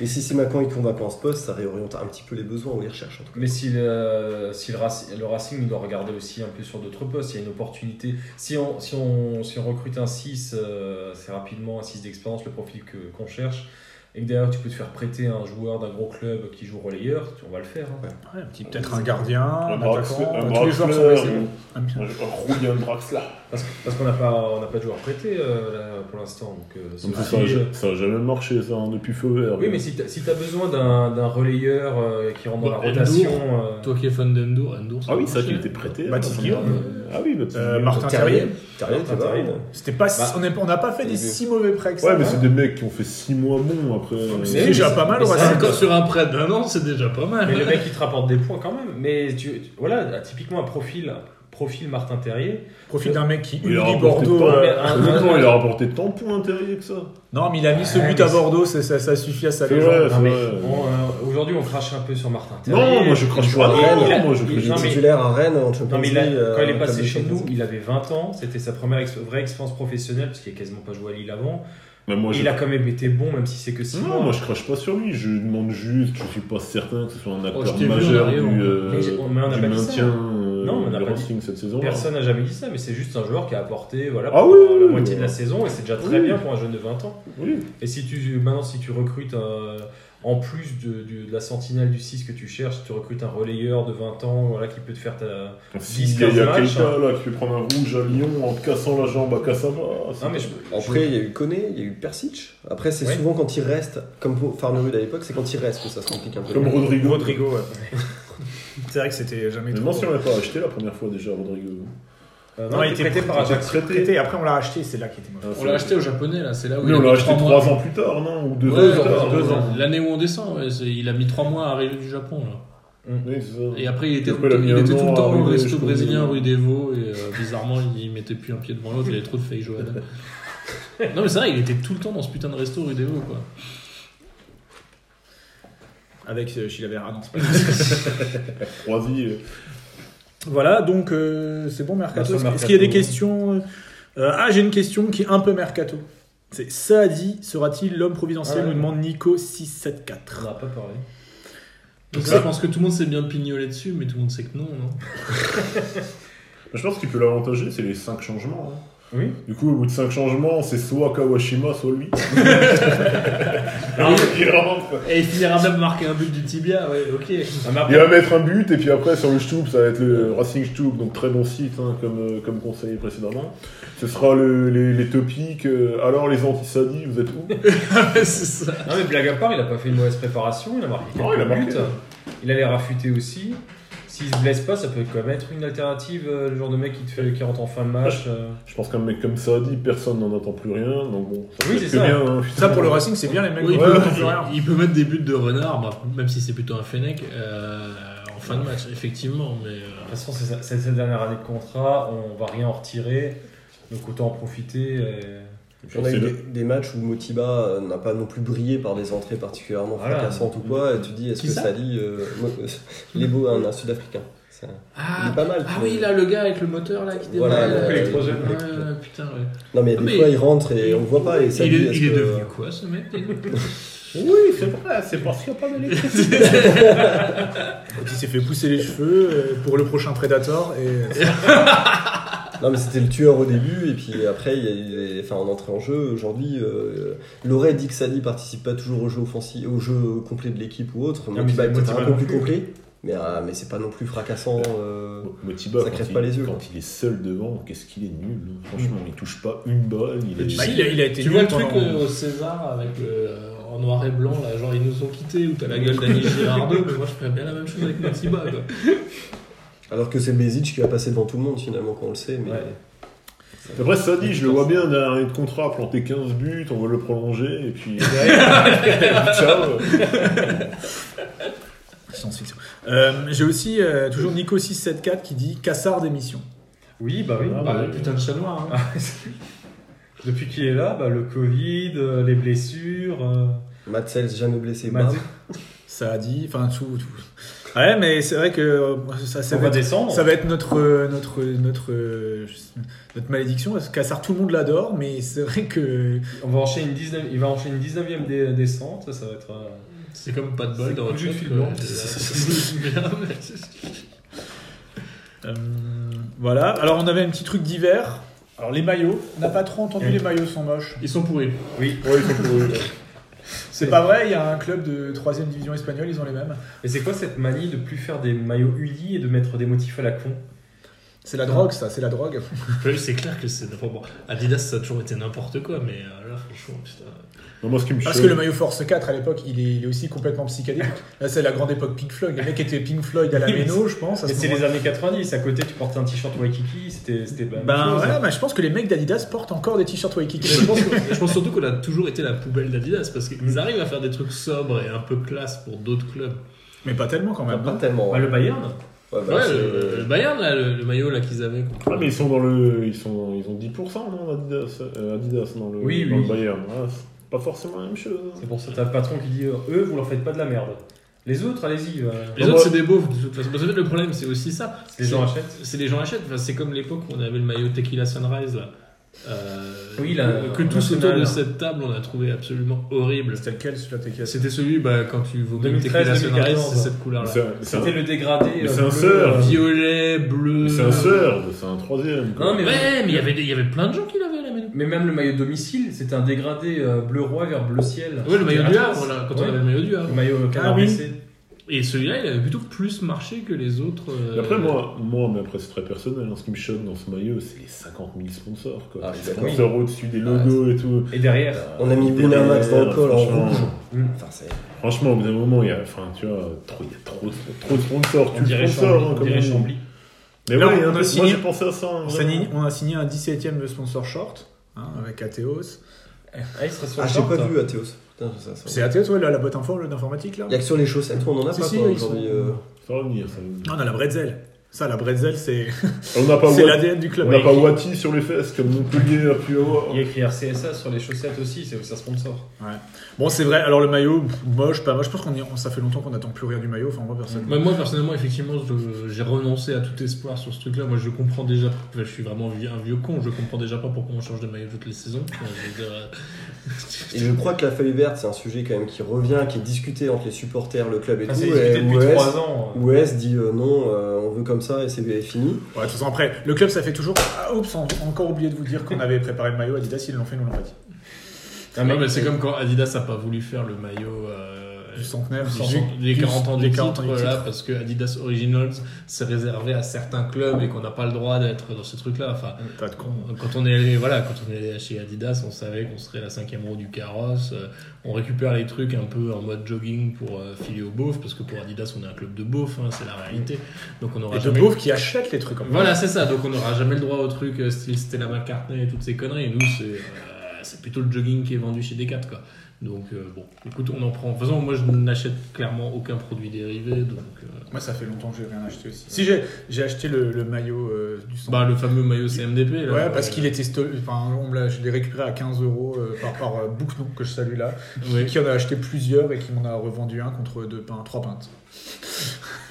[SPEAKER 4] Et si Simacan est convaincant en ce poste, ça réoriente un petit peu les besoins ou les recherches, en tout cas.
[SPEAKER 2] Mais si, le, si le, Raci- le Racing il doit regarder aussi un peu sur d'autres postes, il y a une opportunité. Si on, si on, si on recrute un 6, euh, c'est rapidement un 6 d'expérience, le profil que- qu'on cherche. Et que d'ailleurs, tu peux te faire prêter un joueur d'un gros club qui joue relayeur, tu- on va le faire. hein.
[SPEAKER 1] Ouais, un petit- peut-être un gardien, un attaquant.
[SPEAKER 5] Braxler,
[SPEAKER 1] tous les joueurs sont blessés.
[SPEAKER 5] un- un Julian Draxler.
[SPEAKER 2] Parce, que- parce qu'on n'a pas, on n'a pas de joueur prêté euh, là, pour l'instant. Donc, euh,
[SPEAKER 5] Donc,
[SPEAKER 2] c'est-
[SPEAKER 5] ça, a ja- ça a jamais marché, ça, hein, depuis feu vert.
[SPEAKER 2] Oui, mais si tu as, besoin d'un d'un relayeur euh, qui rentre dans la
[SPEAKER 3] Bah, Ndour,
[SPEAKER 2] rotation. euh,
[SPEAKER 3] Toi qui es fan d'Endour, Endour,
[SPEAKER 5] Ah oui, ça qui était prêté.
[SPEAKER 1] Bah,
[SPEAKER 5] hein,
[SPEAKER 1] Tiki,
[SPEAKER 5] ça,
[SPEAKER 1] euh,
[SPEAKER 5] Ah oui, bah, Tiki.
[SPEAKER 1] euh, Martin Terrier.
[SPEAKER 4] Terrier, Terrier,
[SPEAKER 2] Martin
[SPEAKER 4] t'es pas
[SPEAKER 2] Terrier.
[SPEAKER 4] mal.
[SPEAKER 1] C'était pas si-
[SPEAKER 2] Bah,
[SPEAKER 1] on est- on n'a pas fait
[SPEAKER 4] au
[SPEAKER 1] des
[SPEAKER 4] début.
[SPEAKER 1] si mauvais prêts que ça.
[SPEAKER 5] Ouais, mais
[SPEAKER 1] hein.
[SPEAKER 5] c'est des mecs qui ont fait 6 mois bons après.
[SPEAKER 1] C'est
[SPEAKER 5] euh,
[SPEAKER 2] Mais-
[SPEAKER 1] déjà pas mal au
[SPEAKER 2] mais
[SPEAKER 1] Racing.
[SPEAKER 3] Encore sur un prêt d'un an, c'est déjà pas mal.
[SPEAKER 2] Mais le mec, il te rapporte des points quand même. Mais tu, tu- voilà, là, typiquement un profil, profil Martin Terrier.
[SPEAKER 1] Profil d'un mec qui
[SPEAKER 5] Il a
[SPEAKER 1] humilie
[SPEAKER 5] rapporté
[SPEAKER 1] Bordeaux.
[SPEAKER 5] tant-
[SPEAKER 1] euh,
[SPEAKER 2] mais un-
[SPEAKER 5] Honnêtement, il a rapporté tant de points intérêts que ça.
[SPEAKER 1] Non, mais il a mis ce
[SPEAKER 2] Ouais,
[SPEAKER 1] but
[SPEAKER 2] mais
[SPEAKER 1] à
[SPEAKER 2] c'est-
[SPEAKER 1] Bordeaux, ça, ça, ça suffit à sa
[SPEAKER 5] C'est
[SPEAKER 1] légende.
[SPEAKER 5] vrai,
[SPEAKER 2] Non,
[SPEAKER 5] c'est
[SPEAKER 2] mais
[SPEAKER 5] vrai.
[SPEAKER 2] bon, euh, Aujourd'hui, on crache un peu sur Martin. Terrier.
[SPEAKER 5] Non, moi je crache
[SPEAKER 2] Il-
[SPEAKER 5] pas.
[SPEAKER 2] il- il a-
[SPEAKER 5] Non, moi je
[SPEAKER 2] il-
[SPEAKER 5] crache
[SPEAKER 2] non,
[SPEAKER 5] pas.
[SPEAKER 2] mais-
[SPEAKER 4] titulaire à Rennes en Champions
[SPEAKER 2] Non, mais
[SPEAKER 4] League.
[SPEAKER 2] il a- quand il
[SPEAKER 4] euh,
[SPEAKER 2] est passé
[SPEAKER 4] comme
[SPEAKER 2] chez
[SPEAKER 4] Champions
[SPEAKER 2] nous,
[SPEAKER 4] League.
[SPEAKER 2] il avait 20 ans, c'était sa première ex- vraie expérience professionnelle, parce qu'il a quasiment pas joué à Lille avant.
[SPEAKER 5] Mais moi, je-
[SPEAKER 2] il a quand même été bon, même si c'est que 6
[SPEAKER 5] Non,
[SPEAKER 2] mois.
[SPEAKER 5] moi je crache pas sur lui, je demande juste, je suis pas certain que ce soit un
[SPEAKER 3] je
[SPEAKER 5] acteur
[SPEAKER 3] t'ai vu en
[SPEAKER 5] majeur
[SPEAKER 3] arrière,
[SPEAKER 5] du,
[SPEAKER 3] on-
[SPEAKER 5] euh,
[SPEAKER 2] Mais j'ai- Oh, on- mais on n'a
[SPEAKER 5] du
[SPEAKER 2] pas dit ça.
[SPEAKER 5] maintien euh,
[SPEAKER 2] Non, on n'a
[SPEAKER 5] du
[SPEAKER 2] pas dit-
[SPEAKER 5] Racing cette saison.
[SPEAKER 2] Personne n'a jamais dit ça, mais c'est juste un joueur qui a apporté voilà,
[SPEAKER 5] Ah
[SPEAKER 2] pour
[SPEAKER 5] oui,
[SPEAKER 2] la
[SPEAKER 5] oui,
[SPEAKER 2] moitié
[SPEAKER 5] oui.
[SPEAKER 2] de la saison, et c'est déjà très
[SPEAKER 5] Oui.
[SPEAKER 2] bien pour un jeune de 20 ans.
[SPEAKER 5] Oui.
[SPEAKER 2] Et si tu, maintenant, si tu recrutes un- en plus de, du- de la sentinelle du 6 que tu cherches, tu recrutes un relayeur de 20 ans voilà, qui peut te faire ta,
[SPEAKER 5] Si
[SPEAKER 2] 10,
[SPEAKER 5] il y a- il y a
[SPEAKER 2] 15 matchs, hein.
[SPEAKER 5] quelqu'un là qui peut prendre un rouge à Lyon en cassant la jambe à Cassava. c'est-
[SPEAKER 2] Non, mais je-
[SPEAKER 4] Après, il y a eu Koné, il y a eu Persic. Après, c'est
[SPEAKER 2] Ouais.
[SPEAKER 4] souvent quand il reste, comme pour Farnerud à l'époque, c'est quand il reste que ça se complique un peu.
[SPEAKER 5] Comme Rodrigo.
[SPEAKER 2] Rodrigo, ouais.
[SPEAKER 1] C'est vrai que c'était jamais
[SPEAKER 5] Mais
[SPEAKER 1] trop.
[SPEAKER 5] non, si on l'a pas acheté la première fois déjà, Rodrigo.
[SPEAKER 2] Euh,
[SPEAKER 1] Non, il était
[SPEAKER 2] prêté par Ajax.
[SPEAKER 1] Traité, Après, on l'a acheté, c'est là qu'il était mauvais.
[SPEAKER 5] Ah,
[SPEAKER 3] On
[SPEAKER 5] c'est-
[SPEAKER 3] l'a acheté au japonais, là, c'est là où
[SPEAKER 5] Oui,
[SPEAKER 3] il
[SPEAKER 5] on
[SPEAKER 3] a
[SPEAKER 5] l'a
[SPEAKER 3] mis
[SPEAKER 5] acheté
[SPEAKER 3] mois.
[SPEAKER 5] 3 ans plus tard, non Ou 2
[SPEAKER 3] Ouais,
[SPEAKER 5] ans plus
[SPEAKER 3] ouais,
[SPEAKER 5] tard.
[SPEAKER 3] deux
[SPEAKER 5] ouais.
[SPEAKER 3] ans. L'année où on descend, ouais, c'est- il a mis trois mois à arriver du Japon. Là.
[SPEAKER 5] Oui, c'est ça.
[SPEAKER 3] Et après, il était,
[SPEAKER 5] Et après, il a mis
[SPEAKER 3] il
[SPEAKER 5] un
[SPEAKER 3] était tout
[SPEAKER 5] an
[SPEAKER 3] le
[SPEAKER 5] à
[SPEAKER 3] temps au
[SPEAKER 5] arriver, je
[SPEAKER 3] resto
[SPEAKER 5] crois,
[SPEAKER 3] brésilien
[SPEAKER 5] au-
[SPEAKER 3] rue des Vaux et euh, bizarrement, il mettait plus un pied devant l'autre, il avait trop de feijoada. non, mais c'est vrai, il était tout le temps dans ce putain de resto rue des Vaux, quoi.
[SPEAKER 1] Avec euh, Chilavert. Ah non, c'est pas
[SPEAKER 5] Croisi, euh,
[SPEAKER 6] Voilà, donc euh, c'est bon Mercato.
[SPEAKER 2] Bah,
[SPEAKER 6] Est-ce
[SPEAKER 2] sur
[SPEAKER 6] est-ce qu'il y a des
[SPEAKER 2] Mercato,
[SPEAKER 6] questions euh, Ah, j'ai une question qui est un peu Mercato. C'est Saadi sera-t-il l'homme providentiel
[SPEAKER 2] Ah ouais.
[SPEAKER 6] nous demande Nico674.
[SPEAKER 2] On n'a pas parlé.
[SPEAKER 3] Donc ça, je pense que tout le monde sait bien pignoler dessus, mais tout le monde sait que non, non
[SPEAKER 5] Je pense qu'il peut l'avantager, c'est les 5 changements. hein.
[SPEAKER 2] Oui.
[SPEAKER 5] Du coup, au bout de 5 changements, c'est soit Kawashima, soit lui.
[SPEAKER 2] Ah
[SPEAKER 5] il rentre.
[SPEAKER 3] Et il finira même marquer un but du tibia, ouais, ok.
[SPEAKER 2] Ah, mais après,
[SPEAKER 5] Il va mettre un but, et puis après, sur le Stub, ça va être le Racing Stub, donc très bon site, hein, comme, euh, comme conseillé précédemment. Ce sera le- les, les topics. euh, alors, les anti-sadis, vous êtes où
[SPEAKER 3] c'est ça.
[SPEAKER 2] Non mais blague à part, il a pas fait une mauvaise préparation, il a marqué quelques
[SPEAKER 5] Non, il a marqué.
[SPEAKER 2] buts. Il a l'air affûté aussi. S'il se blesse pas, ça peut quand même être une alternative, euh, le genre de mec qui, te fait, qui rentre en fin de match. euh.
[SPEAKER 5] Je pense qu'un mec comme Sadi, personne n'en attend plus rien, donc bon, ça
[SPEAKER 2] Oui,
[SPEAKER 5] fait
[SPEAKER 2] c'est
[SPEAKER 5] que
[SPEAKER 2] ça.
[SPEAKER 5] bien. hein,
[SPEAKER 1] Ça,
[SPEAKER 5] finalement.
[SPEAKER 1] pour le Racing, c'est bien les mecs.
[SPEAKER 3] Oui, il,
[SPEAKER 1] qui
[SPEAKER 5] Ouais,
[SPEAKER 3] peut,
[SPEAKER 1] font plus rien.
[SPEAKER 3] il- il peut mettre des buts de renard, bah, même si c'est plutôt un Fennec, euh, en fin de match, effectivement. Mais
[SPEAKER 2] De
[SPEAKER 3] euh,
[SPEAKER 2] toute façon, c'est sa- c'est sa dernière année de contrat, on va rien en retirer. Donc autant en profiter. euh.
[SPEAKER 5] Puis
[SPEAKER 4] On a
[SPEAKER 5] c'est
[SPEAKER 4] eu des,
[SPEAKER 5] le-
[SPEAKER 4] des matchs où Motiba euh, n'a pas non plus brillé par des entrées particulièrement
[SPEAKER 2] Voilà.
[SPEAKER 4] fracassantes ou quoi, et tu dis est-ce
[SPEAKER 3] Qui
[SPEAKER 4] que
[SPEAKER 3] ça
[SPEAKER 4] Sali, euh, Mo- euh, Lebo, un, un Sud-Africain ça- Il
[SPEAKER 3] ah,
[SPEAKER 4] est pas mal.
[SPEAKER 3] ah oui, là, le gars avec le moteur là qui démarre.
[SPEAKER 4] Voilà,
[SPEAKER 3] euh,
[SPEAKER 2] le-
[SPEAKER 3] ouais,
[SPEAKER 2] l'électrogène.
[SPEAKER 3] ouais, putain, ouais.
[SPEAKER 4] Non mais
[SPEAKER 3] Ah,
[SPEAKER 4] des
[SPEAKER 3] mais-
[SPEAKER 4] fois il rentre et on le voit pas. Et
[SPEAKER 3] il
[SPEAKER 4] Sali,
[SPEAKER 3] est,
[SPEAKER 4] est-ce
[SPEAKER 3] il est
[SPEAKER 4] que-
[SPEAKER 3] devenu quoi ce mec
[SPEAKER 5] Oui, c'est vrai, c'est parce qu'il n'y a pas d'électricité.
[SPEAKER 1] Quand il s'est fait pousser les cheveux euh, pour le prochain Predator. Et... euh,
[SPEAKER 4] Non mais c'était le tueur au début et puis après il y a eu des- enfin, en entrée en jeu aujourd'hui euh, Loret dit que Sadi participe pas toujours au jeu offensif au jeu complet de l'équipe ou autre
[SPEAKER 2] mais
[SPEAKER 4] Motiba
[SPEAKER 2] c'est
[SPEAKER 4] est peut-être
[SPEAKER 2] Motiba
[SPEAKER 4] un peu
[SPEAKER 2] non
[SPEAKER 4] plus
[SPEAKER 2] plus.
[SPEAKER 4] complet mais, euh, mais c'est pas non plus fracassant euh,
[SPEAKER 5] Motiba,
[SPEAKER 4] Ça
[SPEAKER 5] quand,
[SPEAKER 4] crève
[SPEAKER 5] il,
[SPEAKER 4] pas les yeux,
[SPEAKER 5] quand
[SPEAKER 4] quoi.
[SPEAKER 5] il est seul devant, qu'est-ce qu'il est nul. hein. Franchement,
[SPEAKER 2] Mm.
[SPEAKER 5] il touche pas une balle. Il est...
[SPEAKER 3] tu
[SPEAKER 1] Bah,
[SPEAKER 3] sais,
[SPEAKER 1] il, a, il a été
[SPEAKER 3] Tu
[SPEAKER 1] nul
[SPEAKER 3] vois le truc
[SPEAKER 1] pendant-
[SPEAKER 3] euh, au César avec le, euh, en noir et blanc, là, genre ils nous ont quittés, où t'as la gueule d'Annie Girardot, mais moi je ferais bien la même chose avec Matiba, quoi.
[SPEAKER 4] alors que c'est Bezic qui va passer devant tout le monde finalement quand on le sait mais
[SPEAKER 2] Ouais.
[SPEAKER 5] Après, ça dit, je le vois bien derrière de contrat, planter 15 buts, on va le prolonger, et puis. Ciao
[SPEAKER 1] Science-fiction. Euh, J'ai aussi euh, toujours Nico674 qui dit Cassard d'émission.
[SPEAKER 2] Oui, bah oui. Ah,
[SPEAKER 5] Ah,
[SPEAKER 3] Bah,
[SPEAKER 5] ouais.
[SPEAKER 3] putain de chat noir, hein.
[SPEAKER 2] Depuis qu'il est là, bah, le Covid, euh, les blessures. euh,
[SPEAKER 4] Matzels jamais blessé
[SPEAKER 2] Matt-
[SPEAKER 4] Barbe.
[SPEAKER 1] Ça a dit. Enfin, tout, tout. Ouais, mais c'est vrai que euh, ça, ça
[SPEAKER 2] on
[SPEAKER 1] va
[SPEAKER 2] va
[SPEAKER 1] être,
[SPEAKER 2] descendre.
[SPEAKER 1] ça va être notre, euh, notre, notre, euh, je sais- notre malédiction parce que Cassard, tout le monde l'adore, mais c'est vrai que.
[SPEAKER 2] On va enchaîner une 19... Il va enchaîner une 19ème dé- descente. Ça, ça va être. euh,
[SPEAKER 3] C'est comme pas de bol
[SPEAKER 2] C'est
[SPEAKER 3] dans
[SPEAKER 2] comme
[SPEAKER 3] votre
[SPEAKER 2] jeu de
[SPEAKER 3] film,
[SPEAKER 2] film,
[SPEAKER 3] quoi.
[SPEAKER 2] non
[SPEAKER 3] C'est- Merde, mais-
[SPEAKER 1] euh, voilà. Alors, on avait un petit truc d'hiver. Alors, les maillots. On n'a pas trop entendu les maillots sont moches.
[SPEAKER 3] Ils sont pourris.
[SPEAKER 2] Oui.
[SPEAKER 5] Ouais, il faut courir.
[SPEAKER 1] C'est pas vrai, il y a un club de 3 division espagnole, ils ont les mêmes.
[SPEAKER 2] Mais c'est quoi cette manie de plus faire des maillots unis et de mettre des motifs à la con
[SPEAKER 1] C'est la drogue, ça, c'est la drogue.
[SPEAKER 3] Oui, c'est clair que c'est. Enfin, bon, Adidas, ça a toujours été n'importe quoi, mais euh, là, franchement, putain.
[SPEAKER 5] Non, moi, ce qui me
[SPEAKER 1] Parce
[SPEAKER 5] choque-
[SPEAKER 1] que le maillot Force 4 à l'époque, il est, il est aussi complètement psychédélique. Là, c'est la grande époque Pink Floyd. Les mecs étaient Pink Floyd à la
[SPEAKER 2] Oui, mais
[SPEAKER 1] méno, je pense. à
[SPEAKER 2] Mais
[SPEAKER 1] ce
[SPEAKER 2] c'est les
[SPEAKER 1] moment-là.
[SPEAKER 2] années 90, à côté tu portais un t-shirt Waikiki, c'était c'était pas la même
[SPEAKER 1] Ben
[SPEAKER 2] chose.
[SPEAKER 1] ouais, mais je pense que les mecs d'Adidas portent encore des t-shirts Waikiki.
[SPEAKER 3] Je pense, que- je pense surtout qu'on a toujours été la poubelle d'Adidas parce qu'ils arrivent à faire des trucs sobres et un peu classe pour d'autres clubs.
[SPEAKER 1] mais pas tellement quand même.
[SPEAKER 4] Ah,
[SPEAKER 1] hein.
[SPEAKER 4] pas tellement
[SPEAKER 2] Bah,
[SPEAKER 4] ouais.
[SPEAKER 2] le Bayern
[SPEAKER 4] Ouais, bah,
[SPEAKER 3] Ouais,
[SPEAKER 4] c'est-
[SPEAKER 3] le, le Bayern, là, le, le maillot là qu'ils avaient. contre-
[SPEAKER 5] Ah, mais ils sont dans le. Ils, sont... ils ont 10%, non, Adidas, euh, Adidas dans le,
[SPEAKER 2] Oui,
[SPEAKER 5] dans
[SPEAKER 2] oui.
[SPEAKER 5] le Bayern. Ah, c'est pas forcément la même chose. hein.
[SPEAKER 2] C'est pour ça que t'as le patron qui dit euh, Eux, vous leur faites pas de la merde. Les autres, allez-y. euh,
[SPEAKER 3] Les autres, c'est des beaufs, de toute façon. Parce que le problème, c'est aussi ça.
[SPEAKER 2] les gens achètent.
[SPEAKER 3] C'est les gens achètent. Enfin, c'est comme l'époque où on avait le maillot Tequila Sunrise, là. Euh,
[SPEAKER 2] Oui, là,
[SPEAKER 3] que
[SPEAKER 2] en
[SPEAKER 3] tous autour
[SPEAKER 2] national.
[SPEAKER 3] de cette table, on a trouvé absolument horrible.
[SPEAKER 1] C'était lequel celui-là t'es cassé
[SPEAKER 3] C'était celui, bah, quand tu vomis le
[SPEAKER 2] 2013,
[SPEAKER 3] Tequila Sunrise,
[SPEAKER 2] 2014,
[SPEAKER 3] c'est cette couleur-là.
[SPEAKER 5] C'est un- c'est un-
[SPEAKER 2] C'était le dégradé.
[SPEAKER 5] Mais
[SPEAKER 2] euh,
[SPEAKER 5] c'est un
[SPEAKER 2] bleu,
[SPEAKER 5] sœur.
[SPEAKER 2] euh,
[SPEAKER 3] Violet, bleu.
[SPEAKER 5] c'est un third, c'est un troisième. quoi.
[SPEAKER 2] Non, mais,
[SPEAKER 3] Ouais, mais il y avait des- il y avait plein de gens qui l'avaient à la maison.
[SPEAKER 2] mais même le maillot de domicile, c'était un dégradé euh, bleu roi vers bleu ciel.
[SPEAKER 3] Ouais, le maillot
[SPEAKER 2] C'était
[SPEAKER 3] du
[SPEAKER 2] atroce.
[SPEAKER 3] Havre, là, quand
[SPEAKER 2] Ouais.
[SPEAKER 3] on avait Ah le maillot du Havre.
[SPEAKER 2] Le maillot euh, canard
[SPEAKER 1] oui.
[SPEAKER 2] baissé.
[SPEAKER 3] Et celui-là, il avait plutôt plus marché que les autres. euh,
[SPEAKER 5] Et Après, moi, moi, mais après, c'est très personnel. hein, Ce qui me choque dans ce maillot, c'est les 50 000 sponsors. Quoi.
[SPEAKER 4] Ah,
[SPEAKER 5] les
[SPEAKER 4] c'est
[SPEAKER 5] sponsors au-dessus des logos et tout. Euh,
[SPEAKER 2] Et derrière.
[SPEAKER 4] On a mis Winamax dans le col en
[SPEAKER 5] Franchement,
[SPEAKER 4] rouge.
[SPEAKER 2] Mm.
[SPEAKER 4] Enfin, c'est-
[SPEAKER 5] Franchement, au bout d'un moment, il y a, enfin, tu vois, trop, il y a trop, trop de sponsors.
[SPEAKER 2] On
[SPEAKER 5] tu
[SPEAKER 2] dirait
[SPEAKER 5] le sponsors,
[SPEAKER 2] Chambly.
[SPEAKER 5] hein,
[SPEAKER 2] On
[SPEAKER 5] comme
[SPEAKER 2] dirait
[SPEAKER 5] on dit.
[SPEAKER 2] Chambly.
[SPEAKER 5] Mais
[SPEAKER 1] Là,
[SPEAKER 5] ouais,
[SPEAKER 1] on a
[SPEAKER 5] hein, moi
[SPEAKER 1] signé-
[SPEAKER 5] j'ai pensé à ça. hein,
[SPEAKER 1] On
[SPEAKER 5] vraiment.
[SPEAKER 1] s'est ni- On a signé un 17ème de sponsor short hein, avec Atheos.
[SPEAKER 2] Ah, il serait sur
[SPEAKER 4] Ah,
[SPEAKER 2] le
[SPEAKER 4] j'ai
[SPEAKER 2] short,
[SPEAKER 4] pas
[SPEAKER 2] hein.
[SPEAKER 4] vu Athéos. Putain, ça, ça-
[SPEAKER 1] C'est Atheos, ouais, là, la boîte info là, d'informatique là
[SPEAKER 4] Il y a que sur les chaussettes, on en a
[SPEAKER 1] Si,
[SPEAKER 4] pas
[SPEAKER 1] si,
[SPEAKER 4] quoi,
[SPEAKER 1] ils sont-
[SPEAKER 4] aujourd'hui, euh.
[SPEAKER 5] Ça va venir, ça va venir.
[SPEAKER 1] Non, on a la Bretzel. Ça, la Bretzel, c'est
[SPEAKER 5] On n'a pas,
[SPEAKER 1] c'est
[SPEAKER 5] Wat-
[SPEAKER 1] l'ADN du club.
[SPEAKER 5] on n'a pas Wati sur les fesses comme Montpellier a pu avoir.
[SPEAKER 2] Il y a écrit RCSA sur les chaussettes aussi, c'est aussi un sponsor.
[SPEAKER 1] Bon, c'est vrai. Alors, le maillot, pff, moche, pas moche. Je pense qu'on y- on- ça fait longtemps qu'on n'attend plus rien du maillot. Enfin, moi, personne.
[SPEAKER 3] Bah, moi, personnellement, effectivement, je- j'ai renoncé à tout espoir sur ce truc-là. Moi, je comprends déjà. enfin, je suis vraiment vie- un vieux con. Je comprends déjà pas pourquoi on change de maillot toutes les saisons. Enfin, je veux dire, euh,
[SPEAKER 4] Et je crois que la feuille verte, c'est un sujet quand même qui revient, qui est discuté entre les supporters, le club et
[SPEAKER 2] Enfin,
[SPEAKER 4] tout.
[SPEAKER 2] Ah, c'est discuté
[SPEAKER 4] Et
[SPEAKER 2] depuis
[SPEAKER 4] OS
[SPEAKER 2] 3 ans.
[SPEAKER 4] OS dit euh, non, euh, on veut comme ça et c'est et fini.
[SPEAKER 1] Ouais, de toute façon, après, le club, ça fait toujours. Ah, oups, on a encore oublié de vous dire qu'on avait préparé le maillot. Adidas, ils l'ont fait, nous l'ont pas dit. Ah,
[SPEAKER 2] Non, mais-
[SPEAKER 3] ouais, Ah, mais c'est comme quand Adidas a pas voulu faire le maillot. euh,
[SPEAKER 1] euh, Du centenaire,
[SPEAKER 3] du
[SPEAKER 1] du-
[SPEAKER 3] cent- des
[SPEAKER 1] du-
[SPEAKER 3] 40 ans
[SPEAKER 1] des
[SPEAKER 3] du
[SPEAKER 1] 40 ans
[SPEAKER 3] titre,
[SPEAKER 1] du
[SPEAKER 3] là,
[SPEAKER 1] titre.
[SPEAKER 3] parce que Adidas Originals c'est réservé à certains clubs et qu'on n'a pas le droit d'être dans ce truc là enfin
[SPEAKER 1] Pas de con.
[SPEAKER 3] quand on est allé voilà quand on est allé chez Adidas on savait qu'on serait la cinquième roue du carrosse euh, on récupère les trucs un peu en mode jogging pour euh, filer aux beaufs parce que pour Adidas on est un club de beaufs hein, c'est la réalité donc on aura
[SPEAKER 1] Et de
[SPEAKER 3] jamais
[SPEAKER 1] beaufs qui achètent les trucs en
[SPEAKER 3] voilà c'est ça donc on n'aura jamais le droit au truc euh, style Stella McCartney et toutes ces conneries nous c'est euh, c'est plutôt le jogging qui est vendu chez Decat quoi donc euh, bon écoute on en prend de toute façon moi je n'achète clairement aucun produit dérivé donc euh,
[SPEAKER 1] Moi, ça fait longtemps que j'ai rien acheté aussi. Si j'ai j'ai acheté le, le maillot euh, du centre.
[SPEAKER 3] bah euh, le fameux maillot CMDP là,
[SPEAKER 1] ouais, parce qu'il était sto- Enfin, on me l'a- je l'ai récupéré à 15 euros euh, par, par euh, Bouquenon, que je salue là,
[SPEAKER 3] ouais.
[SPEAKER 1] qui en a acheté plusieurs et qui m'en a revendu un contre deux pains, trois pintes.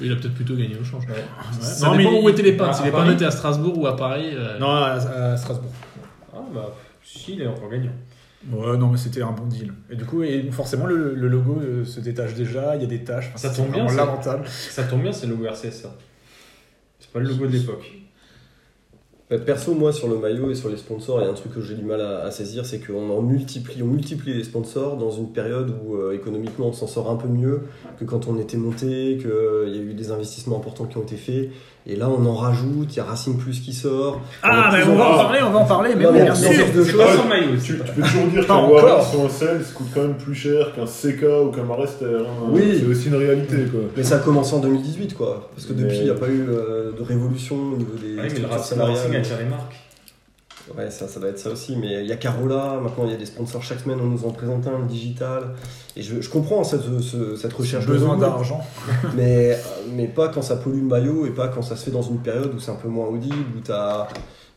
[SPEAKER 3] il a peut-être plutôt gagné au change Ça
[SPEAKER 1] Non,
[SPEAKER 3] dépend
[SPEAKER 1] mais
[SPEAKER 3] où
[SPEAKER 1] il-
[SPEAKER 3] étaient les pintes.
[SPEAKER 2] à
[SPEAKER 3] Si les
[SPEAKER 2] Paris
[SPEAKER 3] pintes étaient à Strasbourg ou à Paris, euh,
[SPEAKER 1] Non, à, à Strasbourg.
[SPEAKER 2] Ah, bah, si, il est encore gagnant.
[SPEAKER 1] Ouais, non, mais c'était un bon deal. Et du coup, et forcément, le, le logo euh, se détache déjà, il y a des taches. Enfin,
[SPEAKER 2] Ça
[SPEAKER 1] c'est
[SPEAKER 2] tombe bien,
[SPEAKER 1] vraiment
[SPEAKER 2] ça.
[SPEAKER 1] lamentable.
[SPEAKER 2] Ça tombe bien, c'est le logo RCSA. C'est pas le logo de l'époque.
[SPEAKER 4] Bah, Perso, moi, sur le maillot et sur les sponsors, il y a un truc que j'ai du mal à, à saisir, c'est qu'on en multiplie, on multiplie les sponsors dans une période où euh, économiquement on s'en sort un peu mieux que quand on était monté, qu'il y a eu des investissements importants qui ont été faits. Et là, on en rajoute, il y a Racing Plus qui sort.
[SPEAKER 1] Ah,
[SPEAKER 3] bah,
[SPEAKER 1] mais
[SPEAKER 4] mais
[SPEAKER 1] on va en parler, on va en parler, mais
[SPEAKER 4] Non,
[SPEAKER 1] oui,
[SPEAKER 4] mais
[SPEAKER 1] bien
[SPEAKER 4] bien
[SPEAKER 1] sûr.
[SPEAKER 4] sûr. de
[SPEAKER 2] C'est
[SPEAKER 4] choix.
[SPEAKER 2] pas son maillot.
[SPEAKER 5] Tu,
[SPEAKER 2] c'est pas-
[SPEAKER 5] tu peux toujours
[SPEAKER 1] Pas
[SPEAKER 5] dire qu'un
[SPEAKER 1] encore.
[SPEAKER 5] Warren sur un Sels coûte quand même plus cher qu'un CK ou qu'un Marester. hein.
[SPEAKER 4] Oui.
[SPEAKER 5] C'est aussi une réalité, quoi.
[SPEAKER 4] Mais ça a commencé en 2018, quoi. Parce que depuis,
[SPEAKER 5] Mais-
[SPEAKER 4] il n'y a pas eu euh, de révolution au niveau des
[SPEAKER 2] Ouais, Ah mais le
[SPEAKER 4] structures
[SPEAKER 2] Racing
[SPEAKER 4] salariales.
[SPEAKER 2] Racing a tiré marque.
[SPEAKER 4] Ouais, ça, ça doit être ça aussi. Mais il y a Carola, maintenant il y a des sponsors chaque semaine, on nous en présente un, le digital. Et je, je comprends hein, cette, ce- cette
[SPEAKER 1] J'ai
[SPEAKER 4] recherche de
[SPEAKER 1] besoin
[SPEAKER 4] revenus,
[SPEAKER 1] d'argent.
[SPEAKER 4] Mais, euh, mais pas quand ça pollue le maillot et pas quand ça se fait dans une période où c'est un peu moins audible, où t'as.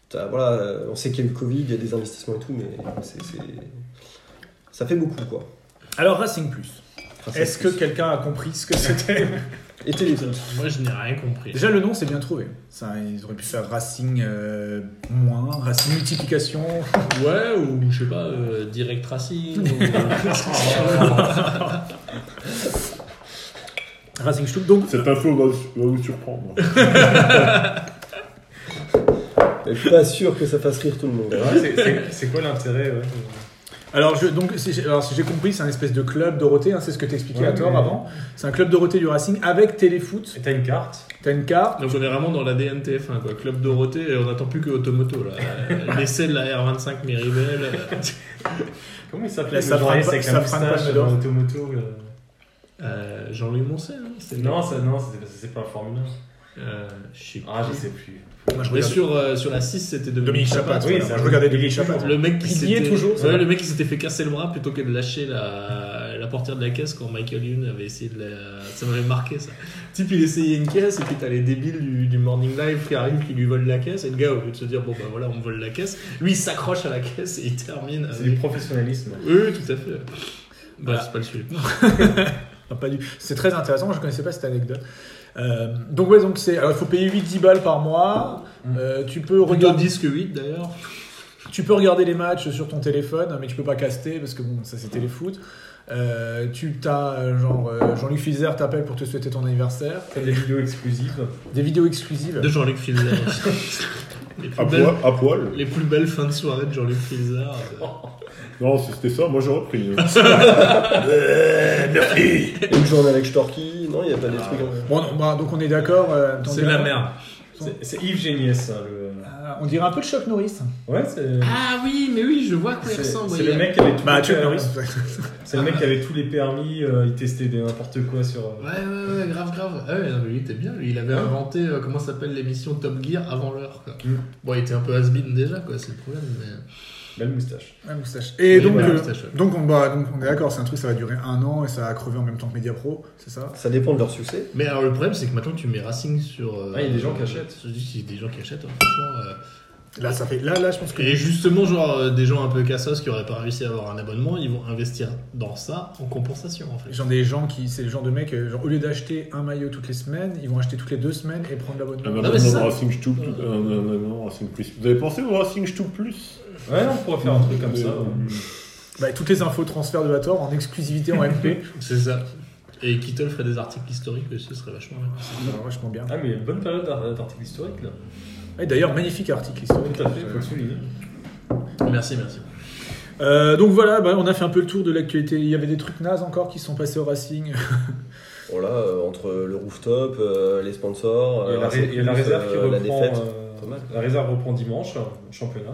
[SPEAKER 4] t'as- voilà, euh, on sait qu'il y a eu le Covid, il y a des investissements et tout, mais c'est. c'est- Ça fait beaucoup, quoi.
[SPEAKER 1] Alors, Racing Plus.
[SPEAKER 4] Enfin, ça-
[SPEAKER 1] Est-ce que quelqu'un a compris ce que c'était
[SPEAKER 4] Et Téléthon.
[SPEAKER 3] moi je n'ai rien compris.
[SPEAKER 1] Déjà, le nom, c'est bien trouvé. Ça, ils auraient pu faire Racing euh, moins, Racing multiplication.
[SPEAKER 3] Ouais, ou je sais pas, euh, Direct Racing. ou- euh,
[SPEAKER 1] Racing Stoop, donc.
[SPEAKER 5] Cette info va, va vous surprendre.
[SPEAKER 4] Je suis pas sûr que ça fasse rire tout le monde. hein.
[SPEAKER 2] Ouais, Ah, c'est- c'est- C'est quoi l'intérêt ouais
[SPEAKER 1] Alors, je, donc, si j'ai alors, si j'ai compris, c'est un espèce de club Dorothée, hein, c'est ce que t'expliquais
[SPEAKER 2] Ouais,
[SPEAKER 1] à tort
[SPEAKER 2] mais-
[SPEAKER 1] avant. C'est un club Dorothée du Racing avec téléfoot.
[SPEAKER 2] Et T'as une carte.
[SPEAKER 1] T'as une carte.
[SPEAKER 3] Donc on est vraiment dans la DNTF, quoi. Club Dorothée, et on n'attend plus que Automoto. Là. Euh, L'essai de la R25 Miribel. euh,
[SPEAKER 2] Comment il s'appelait
[SPEAKER 1] La
[SPEAKER 2] le
[SPEAKER 1] Safran-
[SPEAKER 2] journaliste avec la
[SPEAKER 1] Safran
[SPEAKER 2] moustache
[SPEAKER 1] Palme
[SPEAKER 2] dans
[SPEAKER 1] d'Or.
[SPEAKER 2] l'automoto là
[SPEAKER 3] euh, Jean-Louis Moncey, non, c'était-
[SPEAKER 2] Non, ça, non, c'est- c'est pas un Formule 1.
[SPEAKER 3] Euh, je sais pas.
[SPEAKER 2] Ah, je sais plus.
[SPEAKER 1] Moi, je
[SPEAKER 3] Mais
[SPEAKER 1] regarde-
[SPEAKER 3] sur, euh, sur la 6, c'était Dominique
[SPEAKER 1] Dominique
[SPEAKER 3] Chapat.
[SPEAKER 1] Chapat.
[SPEAKER 2] oui,
[SPEAKER 1] voilà.
[SPEAKER 2] ça-
[SPEAKER 1] Moi, je regardais
[SPEAKER 2] il est
[SPEAKER 1] Dominique Chapat.
[SPEAKER 3] Le mec qui
[SPEAKER 1] Il y est
[SPEAKER 3] s'était-
[SPEAKER 1] toujours, ça
[SPEAKER 3] ouais,
[SPEAKER 1] va.
[SPEAKER 3] le mec qui s'était fait casser le bras plutôt que de lâcher la, la portière de la caisse quand Michael Youn avait essayé de la... ça m'avait marqué ça. Type il essayait une caisse et puis t'as les débiles du, du Morning Live qui arrivent qui lui volent la caisse et le gars au lieu de se dire bon bah voilà on me vole la caisse, lui il s'accroche à la caisse et il termine.
[SPEAKER 4] Ah,
[SPEAKER 2] C'est
[SPEAKER 3] Avec...
[SPEAKER 2] du professionnalisme.
[SPEAKER 3] Oui oui, tout à fait. Bah c'est pas le sujet.
[SPEAKER 1] Enfin, pas du... C'est très intéressant, je ne connaissais pas cette anecdote. Euh, donc ouais, donc c'est, alors il faut payer 8-10 balles par mois. Euh, tu peux
[SPEAKER 3] Plutôt
[SPEAKER 1] regarder,
[SPEAKER 3] 10 que 8 d'ailleurs.
[SPEAKER 1] tu peux regarder les matchs sur ton téléphone, mais tu peux pas caster parce que bon, ça c'est téléfoot. Euh, tu t'as euh, genre euh, Jean-Luc Fizer t'appelle pour te souhaiter ton anniversaire.
[SPEAKER 2] T'as des vidéos exclusives.
[SPEAKER 1] Des vidéos exclusives.
[SPEAKER 3] De Jean-Luc Filzer. les,
[SPEAKER 2] Ah,
[SPEAKER 5] À
[SPEAKER 3] plus belles,
[SPEAKER 5] poil, à poil.
[SPEAKER 3] les plus belles fins de soirée de Jean-Luc Filzer.
[SPEAKER 5] Non, si c'était ça, moi j'ai repris. hein.
[SPEAKER 4] Une journée avec Storky, non, il n'y a pas des trucs.
[SPEAKER 2] Ah,
[SPEAKER 4] hein.
[SPEAKER 1] Bon, non, bah, donc on est d'accord. euh,
[SPEAKER 3] C'est
[SPEAKER 1] on
[SPEAKER 3] de la
[SPEAKER 1] dirait-
[SPEAKER 3] merde.
[SPEAKER 2] C'est- C'est Yves Géniès, ça. Le...
[SPEAKER 1] Euh, on dirait un peu de Chuck Norris.
[SPEAKER 2] Ouais, c'est.
[SPEAKER 3] Ah oui, mais oui, je vois à quoi il
[SPEAKER 2] C'est
[SPEAKER 3] ressemble.
[SPEAKER 2] c'est
[SPEAKER 3] il
[SPEAKER 2] le
[SPEAKER 3] a-
[SPEAKER 2] mec qui avait tous
[SPEAKER 3] Bah,
[SPEAKER 2] les
[SPEAKER 1] euh,
[SPEAKER 2] per-
[SPEAKER 1] ouais.
[SPEAKER 2] c'est le mec qui avait tous les permis, euh, il testait des n'importe quoi sur. euh,
[SPEAKER 3] Ouais, ouais, ouais, grave, grave. Ah ouais, non, mais lui, il était bien. Lui, il avait inventé, euh, comment s'appelle l'émission Top Gear avant l'heure. quoi.
[SPEAKER 2] Mm.
[SPEAKER 3] Bon, il était un peu has-been déjà, quoi, c'est le problème. Mais...
[SPEAKER 2] Belle moustache.
[SPEAKER 1] La moustache. Et
[SPEAKER 3] Oui,
[SPEAKER 1] donc,
[SPEAKER 3] voilà,
[SPEAKER 1] euh,
[SPEAKER 3] moustache, ouais.
[SPEAKER 1] donc, on, bah, donc on est d'accord, c'est un truc, ça va durer un an et ça a crevé en même temps que Media Pro, c'est ça
[SPEAKER 4] Ça dépend de leur succès.
[SPEAKER 3] mais alors, le problème, c'est que maintenant, tu mets Racing sur. euh,
[SPEAKER 2] Ah, il y a des gens qui achètent.
[SPEAKER 3] Je dis, il y a des gens qui achètent, hein, franchement. euh.
[SPEAKER 1] Là, ça fait. Là, là, je pense que.
[SPEAKER 3] Et justement, genre, euh, des gens un peu cassos qui auraient pas réussi à avoir un abonnement, ils vont investir dans ça en compensation, en fait.
[SPEAKER 1] Genre des gens qui, c'est le genre de mec, euh, genre, au lieu d'acheter un maillot toutes les semaines, ils vont acheter toutes les deux semaines et prendre
[SPEAKER 5] Un
[SPEAKER 1] l'abonnement.
[SPEAKER 3] Non, mais c'est
[SPEAKER 5] abonnement de
[SPEAKER 3] ça.
[SPEAKER 5] Racing Stoop, un- un abonnement Racing Plus. Vous avez pensé au Racing Stoop Plus
[SPEAKER 2] Ouais, on pourrait faire un truc comme ça.
[SPEAKER 5] Euh,
[SPEAKER 2] ouais.
[SPEAKER 1] Bah, toutes les infos transfert de Vator en exclusivité en MP.
[SPEAKER 3] C'est ça. Et Kittle ferait des articles historiques aussi, ce serait vachement bien.
[SPEAKER 1] C'est vachement bien.
[SPEAKER 2] Ah, mais bonne période d'ar- d'article historique là.
[SPEAKER 1] Et d'ailleurs, magnifique article historique.
[SPEAKER 2] Tout à fait, faut le souligner.
[SPEAKER 3] Merci, merci.
[SPEAKER 1] Euh, donc voilà, bah, on a fait un peu le tour de l'actualité. Il y avait des trucs nazes encore qui sont passés au Racing.
[SPEAKER 4] Voilà, euh, entre le rooftop, euh, les sponsors,
[SPEAKER 2] Il y a
[SPEAKER 4] euh,
[SPEAKER 2] la, ré- il y a la
[SPEAKER 4] Racing Plus,
[SPEAKER 2] réserve qui
[SPEAKER 4] euh, la
[SPEAKER 2] reprend.
[SPEAKER 4] défaite.
[SPEAKER 2] euh,
[SPEAKER 4] Pas mal.
[SPEAKER 2] la réserve reprend dimanche, euh, championnat.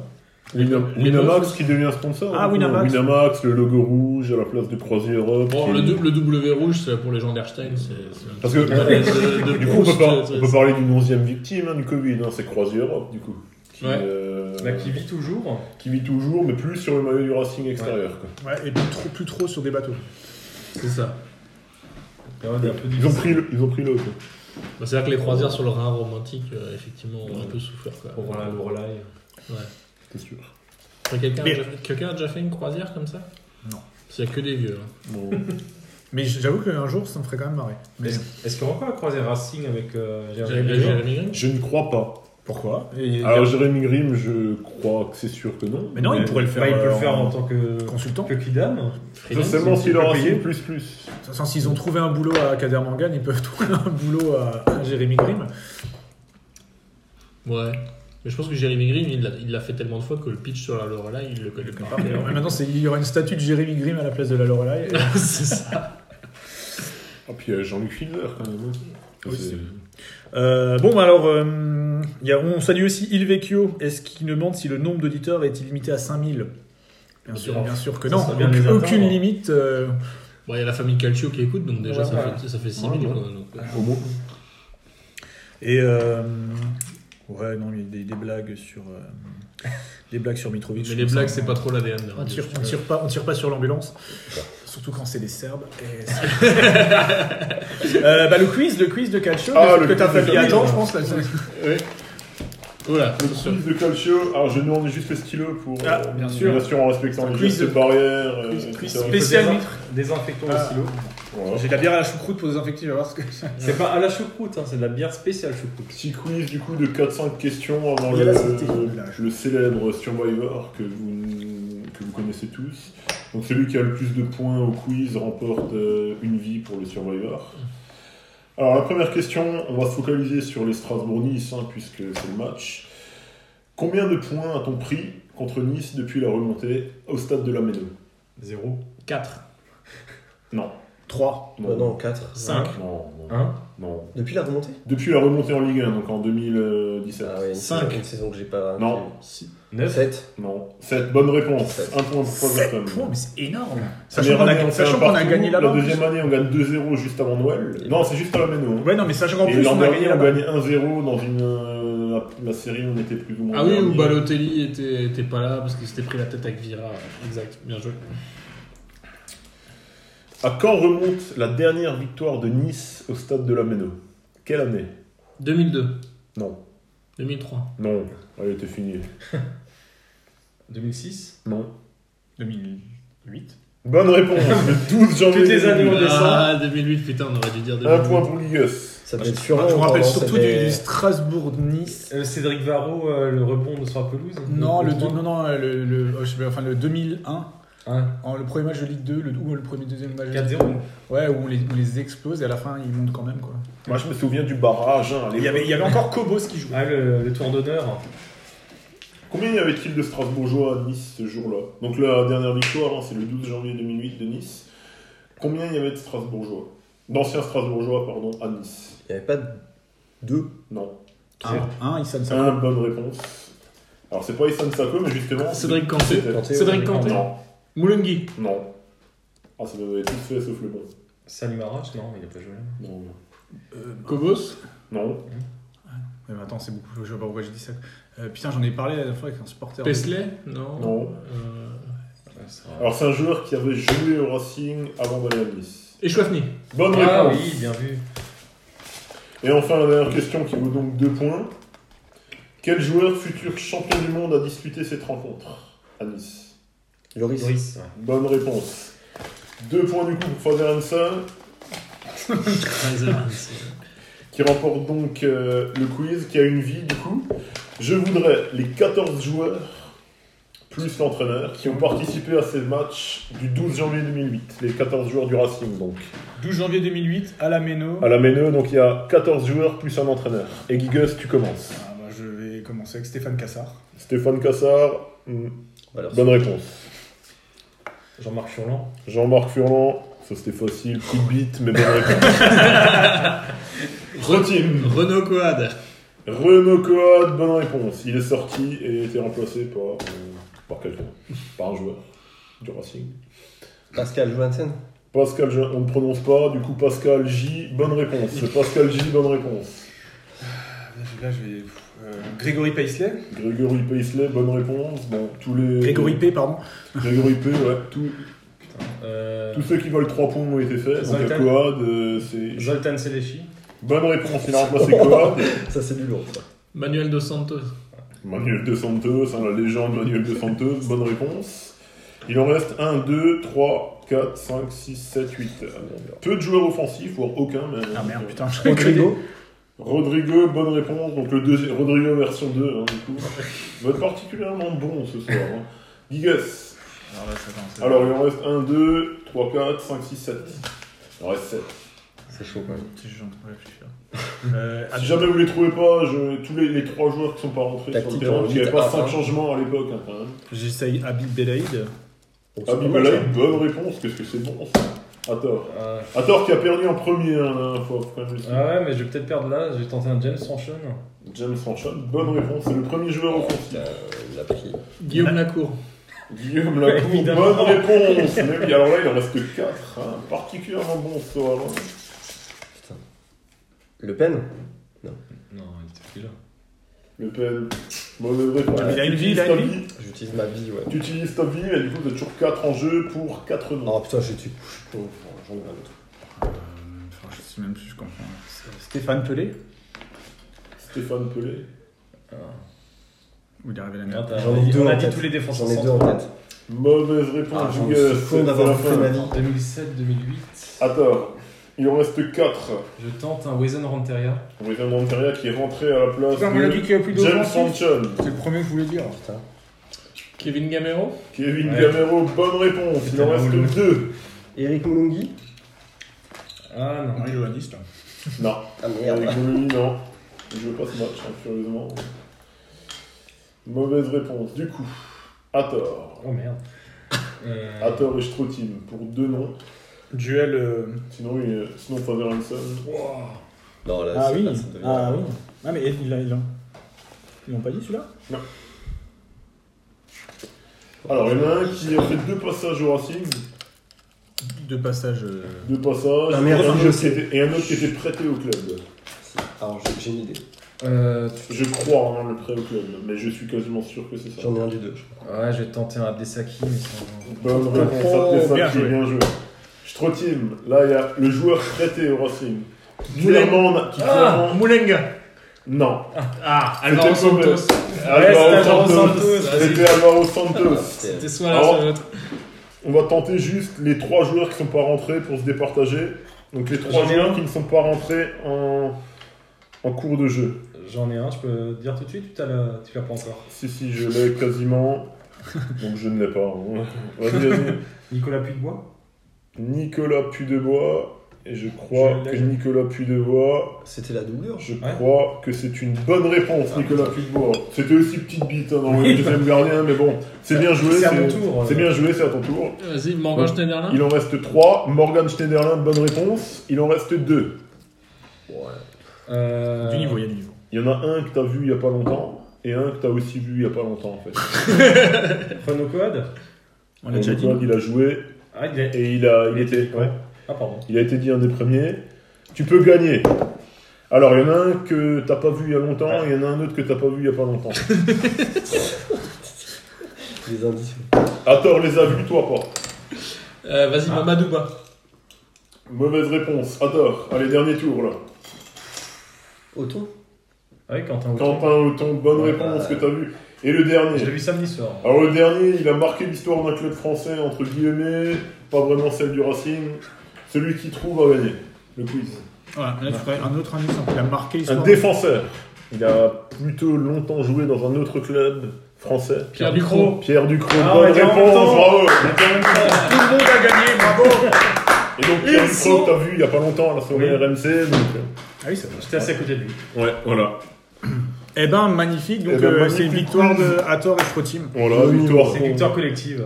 [SPEAKER 5] Winam-
[SPEAKER 3] les
[SPEAKER 5] Winamax
[SPEAKER 3] pauvres-
[SPEAKER 5] qui devient sponsor.
[SPEAKER 1] Ah,
[SPEAKER 5] hein,
[SPEAKER 1] Winamax.
[SPEAKER 5] Winamax, le logo rouge à la place de Croisière Europe.
[SPEAKER 3] Bon,
[SPEAKER 5] qui-
[SPEAKER 3] le, dou- le W rouge, c'est pour les gens d'Erstein, c'est c'est un
[SPEAKER 5] Parce
[SPEAKER 3] petit
[SPEAKER 5] que-
[SPEAKER 3] peu de- de
[SPEAKER 5] Du coup, on peut,
[SPEAKER 3] Proust,
[SPEAKER 5] par-
[SPEAKER 3] c'est-
[SPEAKER 5] on peut parler d'une onzième victime hein, du Covid, hein, c'est Croisière Europe, du coup. Qui,
[SPEAKER 3] Ouais.
[SPEAKER 5] euh,
[SPEAKER 2] Là, Bah, qui vit toujours. hein.
[SPEAKER 5] qui vit toujours, mais plus sur le maillot du Racing extérieur. quoi.
[SPEAKER 1] Ouais, et plus trop, plus trop sur des bateaux.
[SPEAKER 3] C'est ça.
[SPEAKER 2] Période un peu
[SPEAKER 5] Ils ont
[SPEAKER 2] difficile.
[SPEAKER 5] pris le- ils ont pris l'autre.
[SPEAKER 3] Bah, C'est-à-dire que les croisières sur le Rhin romantique, euh, effectivement, ont un peu souffert. Quoi.
[SPEAKER 2] Pour voir la Lorelai.
[SPEAKER 5] C'est sûr.
[SPEAKER 3] Enfin, Quelqu'un a,
[SPEAKER 1] Mais-
[SPEAKER 3] déjà fait- quelqu'un a déjà fait une croisière comme ça
[SPEAKER 1] Non.
[SPEAKER 3] Il n'y a que des vieux. hein.
[SPEAKER 5] Bon.
[SPEAKER 1] Mais j'avoue qu'un jour, ça me ferait quand même marrer. Mais
[SPEAKER 2] Est-ce est-ce qu'on va encore croiser Racing avec euh, Jérémy
[SPEAKER 3] Jérémy
[SPEAKER 2] Bégin
[SPEAKER 3] Jérémy Grimm
[SPEAKER 5] Je ne crois pas.
[SPEAKER 1] pourquoi Ah,
[SPEAKER 5] Alors Jérémy Grimm, je crois que c'est sûr que non.
[SPEAKER 1] Mais non, il pourrait le faire.
[SPEAKER 2] Bah, il peut le
[SPEAKER 1] euh,
[SPEAKER 2] faire en
[SPEAKER 1] en
[SPEAKER 2] tant que,
[SPEAKER 1] consultant.
[SPEAKER 2] que Kidam.
[SPEAKER 3] Freelance
[SPEAKER 5] Forcément,
[SPEAKER 2] c'est-
[SPEAKER 5] s'il
[SPEAKER 2] c'est
[SPEAKER 5] aura
[SPEAKER 2] pas payé.
[SPEAKER 5] signé plus plus.
[SPEAKER 1] De toute façon, s'ils ont trouvé un boulot à Kader Mangan, ils peuvent trouver un boulot à, à Jérémy Grimm.
[SPEAKER 3] Ouais. Mais je pense que Jérémy Grimm, il l'a- il l'a fait tellement de fois que le pitch sur la Lorelai, il le connaît pas.
[SPEAKER 1] Mais maintenant, c'est- il y aura une statue de Jérémy Grimm à la place de la Lorelai. Et-
[SPEAKER 3] c'est ça.
[SPEAKER 5] Ah, puis il y a Jean-Luc Fielder quand même. hein.
[SPEAKER 1] Oui,
[SPEAKER 5] C'est-
[SPEAKER 1] Euh, bon, bah alors, euh, il y a- on salue aussi Il Vecchio. Est-ce qu'il nous demande si le nombre d'auditeurs est illimité à 5000 Bien sûr, bien sûr que
[SPEAKER 2] Ça
[SPEAKER 1] non.
[SPEAKER 2] serait bien de les
[SPEAKER 1] aucune
[SPEAKER 2] atteindre.
[SPEAKER 1] limite. euh,
[SPEAKER 3] Bon, il y a la famille Calcio qui écoute, donc déjà,
[SPEAKER 1] Ouais,
[SPEAKER 3] ça,
[SPEAKER 1] voilà.
[SPEAKER 3] fait, ça fait 6
[SPEAKER 5] Ouais,
[SPEAKER 3] 000.
[SPEAKER 5] ouais.
[SPEAKER 3] quoi, donc, euh,
[SPEAKER 5] Au moins.
[SPEAKER 1] Et euh, ouais, non, il y a des, des blagues sur euh, des blagues sur Mitrovic. hein.
[SPEAKER 3] Mais les blagues, c'est pas
[SPEAKER 1] trop.
[SPEAKER 3] trop l'ADN. de
[SPEAKER 5] Ah,
[SPEAKER 1] On
[SPEAKER 3] Radio
[SPEAKER 1] tire, on
[SPEAKER 3] Studio.
[SPEAKER 1] tire pas, on tire pas sur l'ambulance, surtout quand c'est des Serbes. Et Euh, bah, le quiz, le quiz de Calcio
[SPEAKER 5] Ah,
[SPEAKER 1] que
[SPEAKER 5] le
[SPEAKER 1] t'as
[SPEAKER 5] quiz de
[SPEAKER 1] fallu
[SPEAKER 5] Calcio.
[SPEAKER 1] attendre, je pense. Là,
[SPEAKER 5] Ouais.
[SPEAKER 3] Voilà.
[SPEAKER 5] Le quiz de Calcio. Alors je demande juste le stylo pour.
[SPEAKER 1] Ah,
[SPEAKER 5] euh,
[SPEAKER 1] bien sûr.
[SPEAKER 5] Bien sûr, en respectant
[SPEAKER 1] Un
[SPEAKER 5] les
[SPEAKER 1] quiz
[SPEAKER 5] gestes
[SPEAKER 1] de-
[SPEAKER 5] barrières. euh,
[SPEAKER 1] quiz-
[SPEAKER 5] etc.
[SPEAKER 1] quiz
[SPEAKER 2] Il faut
[SPEAKER 1] Spécial
[SPEAKER 2] désin-
[SPEAKER 1] mitre.
[SPEAKER 2] Désinfectant
[SPEAKER 1] Ah.
[SPEAKER 2] le stylo.
[SPEAKER 5] Voilà.
[SPEAKER 1] J'ai de la bière à la choucroute pour désinfecter, je vais voir ce que.
[SPEAKER 2] C'est pas à la choucroute, hein, c'est de la bière spéciale choucroute.
[SPEAKER 5] Petit quiz du coup de 4-5 questions avant
[SPEAKER 1] Il y
[SPEAKER 5] le,
[SPEAKER 1] a la santé.
[SPEAKER 5] le célèbre Survivor que vous, que vous connaissez tous. Donc celui qui a le plus de points au quiz remporte euh, une vie pour le Survivor. Alors la première question, on va se focaliser sur les Strasbourg-Nice hein, puisque c'est le match. Combien de points a-t-on pris contre Nice depuis la remontée au stade de la Méno
[SPEAKER 2] Zéro.
[SPEAKER 3] 4.
[SPEAKER 5] Non.
[SPEAKER 1] 3.
[SPEAKER 4] Euh, non, 4.
[SPEAKER 3] 5.
[SPEAKER 5] Non, non,
[SPEAKER 2] Hein
[SPEAKER 5] non.
[SPEAKER 4] Depuis la remontée
[SPEAKER 5] Depuis la remontée en Ligue 1, donc en 2017.
[SPEAKER 4] Ah ouais, une
[SPEAKER 3] Cinq.
[SPEAKER 4] saison- Une saison que j'ai pas.
[SPEAKER 5] Non.
[SPEAKER 2] 9.
[SPEAKER 4] 7.
[SPEAKER 5] Non. Cette bonne réponse.
[SPEAKER 4] Sept.
[SPEAKER 5] Un point pour Southampton.
[SPEAKER 1] 7 points, mais c'est énorme.
[SPEAKER 5] Première
[SPEAKER 1] Sachant qu'on
[SPEAKER 5] année, on
[SPEAKER 1] a,
[SPEAKER 5] fait
[SPEAKER 1] sachant
[SPEAKER 5] un
[SPEAKER 1] qu'on a
[SPEAKER 5] partout.
[SPEAKER 1] gagné
[SPEAKER 5] La
[SPEAKER 1] là-bas.
[SPEAKER 5] deuxième année, on gagne 2-0 juste avant Noël. Non, c'est juste à la Méno.
[SPEAKER 1] Ouais, non, mais sachant qu'en
[SPEAKER 5] Et
[SPEAKER 1] plus,
[SPEAKER 5] l'an
[SPEAKER 1] on a
[SPEAKER 5] dernier,
[SPEAKER 1] gagné
[SPEAKER 5] on
[SPEAKER 1] là-bas.
[SPEAKER 5] gagne 1-0 dans une, euh, la, la série, on était plus ou moins.
[SPEAKER 3] Ah oui,
[SPEAKER 5] dernier.
[SPEAKER 3] où Balotelli était, était pas là parce qu'il s'était pris la tête avec Vira. Exact, bien joué.
[SPEAKER 5] À quand remonte la dernière victoire de Nice au stade de la Méno Quelle année
[SPEAKER 3] 2002,
[SPEAKER 5] Non.
[SPEAKER 3] 2003.
[SPEAKER 5] Non. Elle était finie.
[SPEAKER 2] 2006.
[SPEAKER 5] Non.
[SPEAKER 1] 2008.
[SPEAKER 5] Bonne réponse, le 12 janvier.
[SPEAKER 2] Toutes les années, on
[SPEAKER 5] 2008.
[SPEAKER 2] descend.
[SPEAKER 3] Ah, 2008, putain, on aurait dû dire
[SPEAKER 5] Un
[SPEAKER 3] 2008.
[SPEAKER 5] point pour Ligus.
[SPEAKER 4] Ça
[SPEAKER 6] Moi,
[SPEAKER 4] devait être
[SPEAKER 6] Bah, Je
[SPEAKER 4] furieux.
[SPEAKER 6] me rappelle surtout du,
[SPEAKER 4] des
[SPEAKER 6] du Strasbourg-Nice.
[SPEAKER 2] Euh, Cédric Varro, euh, le rebond de sur la pelouse
[SPEAKER 6] Non, le,
[SPEAKER 2] trois.
[SPEAKER 6] non, non, le, le- oh, je sais pas, enfin, le 2001,
[SPEAKER 2] Hein,
[SPEAKER 6] en, le premier match de Ligue 2, le, ou le premier, deuxième match de Ligue
[SPEAKER 2] 4-0.
[SPEAKER 6] Ouais, où on les, on les explose et à la fin ils montent quand même quoi.
[SPEAKER 5] Moi, je me souviens du barrage. hein, à
[SPEAKER 6] Il y
[SPEAKER 5] l'époque.
[SPEAKER 6] avait, il y avait encore Kobos qui jouait.
[SPEAKER 2] Ah, le, le tour d'honneur.
[SPEAKER 5] Combien y avait-il de Strasbourgeois à Nice ce jour-là Donc la dernière victoire, hein, c'est le 12 janvier 2008 de Nice. Combien y avait de Strasbourgeois D'anciens Strasbourgeois, pardon, à Nice.
[SPEAKER 4] Il n'y avait pas deux.
[SPEAKER 5] Non.
[SPEAKER 6] Un, Ah, un, il sonne
[SPEAKER 5] C'est
[SPEAKER 6] ça.
[SPEAKER 5] une bonne réponse. Alors c'est pas Issan Sako, mais justement...
[SPEAKER 3] Cédric Canté.
[SPEAKER 5] c'était-
[SPEAKER 4] Kanté,
[SPEAKER 3] Cédric
[SPEAKER 4] ouais.
[SPEAKER 3] Canté.
[SPEAKER 5] Non,
[SPEAKER 3] Moulengui.
[SPEAKER 5] non. Ah, ça devait tous fait sauf le bon.
[SPEAKER 2] Salim Arrache, non, il a pas joué.
[SPEAKER 5] Non, non.
[SPEAKER 6] Euh,
[SPEAKER 3] Kobos.
[SPEAKER 5] Non,
[SPEAKER 1] Ouais, mais attends, c'est beaucoup. Je sais pas pourquoi j'ai dit ça. Euh, putain, j'en ai parlé la dernière fois avec un supporter.
[SPEAKER 3] Pesley Non.
[SPEAKER 5] non.
[SPEAKER 3] Euh,
[SPEAKER 2] Ouais, ça va.
[SPEAKER 5] Alors c'est un joueur qui avait joué au Racing avant d'aller à Nice.
[SPEAKER 3] Echouafni.
[SPEAKER 5] Bonne
[SPEAKER 2] Ah
[SPEAKER 5] réponse.
[SPEAKER 2] oui, bien vu.
[SPEAKER 5] Et enfin, la dernière question qui vaut donc deux points. Quel joueur futur champion du monde a disputé cette rencontre à Nice
[SPEAKER 4] Loris.
[SPEAKER 2] Boris. ouais.
[SPEAKER 5] Bonne réponse. Deux points du coup pour Fader Hansen, qui remporte donc euh, le quiz, qui a une vie du coup. Je voudrais les 14 joueurs, plus l'entraîneur, qui ont participé à ces matchs du 12 janvier 2008. Les 14 joueurs du Racing donc.
[SPEAKER 6] 12 janvier 2008 à la Méno.
[SPEAKER 5] À la Méneux, donc il y a 14 joueurs plus un entraîneur. Et Gigus, tu commences.
[SPEAKER 1] Ah, bah, je vais commencer avec Stéphane Cassard.
[SPEAKER 5] Stéphane Cassard, hmm,
[SPEAKER 4] Voilà.
[SPEAKER 6] Bah-
[SPEAKER 5] bonne réponse.
[SPEAKER 2] Jean-Marc Furlan.
[SPEAKER 5] Jean-Marc Furlan, ça c'était facile, petite bite, mais bonne réponse. Rotim.
[SPEAKER 3] Renaud Coad.
[SPEAKER 5] Renaud Coad, bonne réponse. Il est sorti et a été remplacé par, euh, par quelqu'un, par un joueur du Racing.
[SPEAKER 4] Pascal Johansen.
[SPEAKER 5] Pascal, J- on ne prononce pas, du coup Pascal J, bonne réponse. C'est Pascal J, bonne réponse.
[SPEAKER 1] Là, je vais. euh, Grégory Paisley.
[SPEAKER 5] Grégory Paisley, bonne réponse. Bon, tous les...
[SPEAKER 6] Grégory P, pardon.
[SPEAKER 5] Grégory P, ouais. Tous,
[SPEAKER 2] Euh,
[SPEAKER 5] tous ceux qui valent 3 points ont été faits. Donc
[SPEAKER 2] Zoltan.
[SPEAKER 5] Coad, euh, c'est...
[SPEAKER 2] Zoltan Seleshi.
[SPEAKER 5] Bonne réponse, il a remplacé Coad.
[SPEAKER 4] Ça, c'est du lourd. ça.
[SPEAKER 3] Manuel Dos Santos.
[SPEAKER 5] Manuel De Santos, hein, la légende Manuel De Santos, bonne réponse. Il en reste 1, 2, 3, 4, 5, 6, 7, 8. Peu de joueurs offensifs, voire aucun. Mais... euh,
[SPEAKER 1] Ah merde, putain, je
[SPEAKER 4] Rodrigo.
[SPEAKER 5] Rodrigo, bonne réponse. Donc le deuxième, Rodrigo version 2, hein, du coup. Va être particulièrement bon ce soir. Hein. Gigas.
[SPEAKER 1] Alors là, ça commence. à-
[SPEAKER 5] Alors il en reste 1, 2, 3, 4, 5, 6, 7. Il en reste 7.
[SPEAKER 2] C'est chaud quand même.
[SPEAKER 1] Si j'en trouve réfléchir. Euh,
[SPEAKER 5] Si jamais vous les trouvez pas, je- tous les, les trois joueurs qui sont pas rentrés sur
[SPEAKER 4] Tactique
[SPEAKER 5] le terrain,
[SPEAKER 4] en
[SPEAKER 5] parce qu'il n'y
[SPEAKER 4] huit,
[SPEAKER 5] avait pas
[SPEAKER 4] un,
[SPEAKER 5] 5
[SPEAKER 4] un.
[SPEAKER 5] changements à l'époque. hein, quand même.
[SPEAKER 6] J'essaye Habib
[SPEAKER 1] Euh,
[SPEAKER 6] Belaïd.
[SPEAKER 4] Donc, c'est
[SPEAKER 5] Ah,
[SPEAKER 4] pas
[SPEAKER 5] mais
[SPEAKER 4] mal,
[SPEAKER 5] là,
[SPEAKER 4] ça.
[SPEAKER 5] bonne réponse, qu'est-ce que c'est bon ça À tort. À tort qui a perdu en premier hein, la dernière fois, faut quand même le dire.
[SPEAKER 2] ah ouais, mais je vais peut-être perdre là. J'ai tenté un James Sanchon.
[SPEAKER 5] James Franchon, bonne réponse, c'est le premier joueur offensif.
[SPEAKER 4] Euh, Il l'a pris.
[SPEAKER 3] Guillaume Lacour.
[SPEAKER 5] Guillaume Lacour,
[SPEAKER 2] Évidemment.
[SPEAKER 5] bonne réponse Mais oui, alors là, il en reste que 4, particulièrement bon ce soir. hein.
[SPEAKER 4] Le Pen.
[SPEAKER 2] Non, il était plus là.
[SPEAKER 5] Le Pen, mauvaise réponse.
[SPEAKER 4] Ouais,
[SPEAKER 6] il a une
[SPEAKER 5] Tu
[SPEAKER 6] vie, il a
[SPEAKER 5] utilises
[SPEAKER 6] une
[SPEAKER 5] ta
[SPEAKER 4] J'utilise ma vie, ouais.
[SPEAKER 5] Tu utilises ta vie, et du coup, vous êtes toujours 4 en jeu pour 4 noms.
[SPEAKER 4] Oh putain, j'ai été con. J'en ai un autre.
[SPEAKER 1] enfin, je sais même plus, je comprends.
[SPEAKER 6] Stéphane Pelé.
[SPEAKER 5] Stéphane Pelé.
[SPEAKER 1] Où il est arrivé la
[SPEAKER 2] Ah,
[SPEAKER 1] merde.
[SPEAKER 2] t'as-
[SPEAKER 4] J'en ai deux
[SPEAKER 2] On a
[SPEAKER 4] en
[SPEAKER 2] dit
[SPEAKER 4] tête.
[SPEAKER 2] tous les défenseurs
[SPEAKER 4] J'en ai deux en
[SPEAKER 2] centraux.
[SPEAKER 4] tête.
[SPEAKER 5] Mauvaise
[SPEAKER 4] Ah,
[SPEAKER 5] réponse,
[SPEAKER 4] j'en
[SPEAKER 5] Hugues,
[SPEAKER 4] suis con
[SPEAKER 5] c'est
[SPEAKER 4] d'avoir
[SPEAKER 5] la
[SPEAKER 4] fait ma
[SPEAKER 5] fin.
[SPEAKER 4] vie.
[SPEAKER 2] 2007-2008.
[SPEAKER 5] À tort, il en reste 4.
[SPEAKER 2] Je tente un Wesen Renteria.
[SPEAKER 5] On voit Monteria qui est rentré à la place
[SPEAKER 1] Putain, on l'a dit
[SPEAKER 5] de
[SPEAKER 1] qu'il y a plus
[SPEAKER 5] James
[SPEAKER 1] d'offensive.
[SPEAKER 5] Franchon.
[SPEAKER 1] C'est le premier que je voulais dire.
[SPEAKER 4] Putain.
[SPEAKER 3] Kevin Gamero.
[SPEAKER 5] Kevin
[SPEAKER 2] Ouais.
[SPEAKER 5] Gamero, bonne réponse. Il en
[SPEAKER 2] Putain,
[SPEAKER 5] reste
[SPEAKER 2] Raoul.
[SPEAKER 5] deux.
[SPEAKER 4] Eric Moulongi.
[SPEAKER 2] Ah non.
[SPEAKER 1] Johannis, là.
[SPEAKER 5] Non,
[SPEAKER 4] Ah merde.
[SPEAKER 5] avec Moulini, non. Il joue pas ce match, hein, curieusement. Mauvaise réponse. Du coup, à tort.
[SPEAKER 2] Oh merde. Euh,
[SPEAKER 5] À tort et Strotim pour deux noms.
[SPEAKER 1] Duel. euh,
[SPEAKER 5] Sinon, il, sinon Faber Hansen.
[SPEAKER 2] Wouah.
[SPEAKER 4] Non, là,
[SPEAKER 6] Ah
[SPEAKER 4] c'est-
[SPEAKER 6] oui.
[SPEAKER 4] là, ça devient-
[SPEAKER 6] Ah oui. Ah mais il l'a, il l'a. Ils l'ont pas dit celui-là
[SPEAKER 5] Alors, il y en a un qui a fait deux passages au Racing.
[SPEAKER 1] Deux passages. euh,
[SPEAKER 5] Deux passages.
[SPEAKER 4] Un
[SPEAKER 5] et,
[SPEAKER 4] meilleur
[SPEAKER 5] un
[SPEAKER 4] jeu.
[SPEAKER 5] autre qui était, et un autre qui était prêté au club.
[SPEAKER 4] Alors, j'ai- j'ai une idée.
[SPEAKER 2] Euh,
[SPEAKER 5] Je crois, hein, le prêt au club. Mais je suis quasiment sûr que c'est ça.
[SPEAKER 4] J'en ai un des deux. je crois.
[SPEAKER 2] ouais, je vais tenter un Abdesaki, mais c'est
[SPEAKER 5] Bonne réponse.
[SPEAKER 6] Oh,
[SPEAKER 5] ça, c'est
[SPEAKER 6] bien
[SPEAKER 5] ça qui est
[SPEAKER 6] joué.
[SPEAKER 5] bien joué. Strotim, là, il y a le joueur prêté au Racing. Clairement, qui clairement
[SPEAKER 3] Ah, Moulenga.
[SPEAKER 5] Non.
[SPEAKER 3] Ah, Alvaro
[SPEAKER 5] C'était pas
[SPEAKER 3] Santos.
[SPEAKER 5] Alvaro
[SPEAKER 2] Alvaro
[SPEAKER 5] Santos.
[SPEAKER 2] Santos.
[SPEAKER 5] C'était Alvaro
[SPEAKER 4] Ah,
[SPEAKER 5] Santos.
[SPEAKER 4] c'était-
[SPEAKER 5] Oh.
[SPEAKER 3] C'était soit là,
[SPEAKER 5] Alors-
[SPEAKER 3] soit l'autre.
[SPEAKER 5] On va tenter juste les trois joueurs qui sont pas rentrés pour se départager. Donc les trois
[SPEAKER 2] J'en ai
[SPEAKER 5] joueurs
[SPEAKER 2] un.
[SPEAKER 5] qui ne sont pas rentrés en, en cours de jeu.
[SPEAKER 2] J'en ai un, je peux dire tout de suite ou t'as la- tu l'as pas encore
[SPEAKER 5] Si, si, je l'ai quasiment. Donc je ne l'ai pas. hein. Vas-y, vas-y.
[SPEAKER 2] Nicolas Puybois
[SPEAKER 5] Nicolas Pudebois. Et je crois
[SPEAKER 2] Je l'ai,
[SPEAKER 5] que
[SPEAKER 2] je-
[SPEAKER 5] Nicolas Pudebois.
[SPEAKER 4] C'était la doublure.
[SPEAKER 5] Je
[SPEAKER 2] Ouais.
[SPEAKER 5] crois que c'est une bonne réponse,
[SPEAKER 2] Ah,
[SPEAKER 5] Nicolas Pudebois. C'était aussi petite bite hein, dans le deuxième gardien, mais bon, c'est bien joué.
[SPEAKER 2] C'est à mon
[SPEAKER 5] c'est-
[SPEAKER 2] tour. euh.
[SPEAKER 5] C'est bien joué, c'est à ton tour.
[SPEAKER 3] Vas-y, Morgan
[SPEAKER 5] Ouais.
[SPEAKER 3] Schneiderlin.
[SPEAKER 5] Il en reste 3. Morgan Schneiderlin, bonne réponse. Il en reste 2.
[SPEAKER 2] Euh,
[SPEAKER 1] Du niveau, il y a du niveau.
[SPEAKER 5] Il y en a un que t'as vu il y a pas longtemps et un que t'as aussi vu il y a pas longtemps en fait.
[SPEAKER 2] Renaud Coad
[SPEAKER 1] On l'a déjà
[SPEAKER 5] Donc,
[SPEAKER 1] dit.
[SPEAKER 5] Claude, Il a joué
[SPEAKER 2] ah, il est-
[SPEAKER 5] et il a, il
[SPEAKER 2] Il
[SPEAKER 5] était,
[SPEAKER 2] était-
[SPEAKER 5] ouais,
[SPEAKER 2] ah, pardon.
[SPEAKER 5] il a été dit un des premiers. Tu peux gagner. Alors, il y en a un que t'as pas vu il y a longtemps et il y en a un autre que t'as pas vu il y a pas longtemps.
[SPEAKER 4] Les indices.
[SPEAKER 5] À tort, les a vus, toi pas.
[SPEAKER 3] Euh, Vas-y, Mamadouba.
[SPEAKER 5] Mauvaise réponse. À tort. Allez, dernier tour là.
[SPEAKER 4] Auton
[SPEAKER 2] Ah oui, Quentin Autant.
[SPEAKER 5] Quentin Auton, bonne
[SPEAKER 4] Ouais,
[SPEAKER 5] réponse
[SPEAKER 4] bah,
[SPEAKER 5] que t'as vu. Et le dernier.
[SPEAKER 2] Je l'ai vu samedi soir.
[SPEAKER 5] Alors le dernier, il a marqué l'histoire d'un club français entre guillemets, pas vraiment celle du Racing. Celui qui trouve a gagné le quiz.
[SPEAKER 1] Voilà, là, tu ferais un autre indice hein, qui a marqué
[SPEAKER 5] Un
[SPEAKER 1] l'histoire.
[SPEAKER 5] défenseur. Il a plutôt longtemps joué dans un autre club français.
[SPEAKER 3] Pierre Ducrot.
[SPEAKER 5] Pierre Ducrot,
[SPEAKER 2] Ah, on
[SPEAKER 5] bonne
[SPEAKER 2] a dit en même
[SPEAKER 5] réponse,
[SPEAKER 2] temps.
[SPEAKER 5] bravo
[SPEAKER 2] Tout le monde a gagné, bravo
[SPEAKER 1] Ah
[SPEAKER 5] Et donc Pierre Ducrot,
[SPEAKER 2] sont-
[SPEAKER 5] que t'as vu il y a pas longtemps à la soirée
[SPEAKER 2] Oui.
[SPEAKER 5] RMC. Donc...
[SPEAKER 1] Ah oui, ça va.
[SPEAKER 2] J'étais assez à côté de lui.
[SPEAKER 5] euh, Ouais, voilà.
[SPEAKER 1] Eh ben, magnifique. Donc,
[SPEAKER 5] Eh ben,
[SPEAKER 1] euh,
[SPEAKER 5] magnifique
[SPEAKER 1] c'est une victoire de Hathor et Frotim.
[SPEAKER 5] Voilà,
[SPEAKER 4] Oui,
[SPEAKER 5] victoire.
[SPEAKER 2] C'est une victoire collective.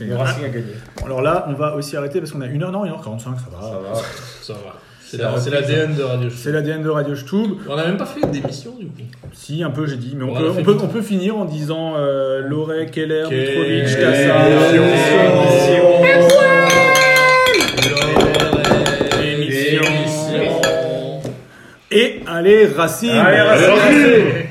[SPEAKER 2] Le
[SPEAKER 1] Ah.
[SPEAKER 2] Racing a gagné.
[SPEAKER 1] Alors là, on va aussi arrêter parce qu'on a une heure. Non, une heure 45, ça
[SPEAKER 6] Ah.
[SPEAKER 1] va.
[SPEAKER 2] Ça va.
[SPEAKER 3] Ça va. C'est
[SPEAKER 2] C'est
[SPEAKER 3] la- hein.
[SPEAKER 2] la
[SPEAKER 3] c'est l'ADN de Radio
[SPEAKER 1] C'est
[SPEAKER 3] Show.
[SPEAKER 1] l'ADN de Radio Stub.
[SPEAKER 3] On n'a même pas fait d'émission du coup.
[SPEAKER 1] Si, un peu, j'ai dit. Mais on,
[SPEAKER 3] Ouais,
[SPEAKER 1] peut,
[SPEAKER 3] on a
[SPEAKER 1] on,
[SPEAKER 3] fait
[SPEAKER 1] peut,
[SPEAKER 3] vite.
[SPEAKER 1] on peut finir en disant euh, Loret, Keller,
[SPEAKER 3] Keller,
[SPEAKER 1] Mitrovic,
[SPEAKER 2] Émission.
[SPEAKER 1] Kassar.
[SPEAKER 3] Émission.
[SPEAKER 1] Et allez, Racine
[SPEAKER 2] Allez, Racine.
[SPEAKER 5] Allez, Racing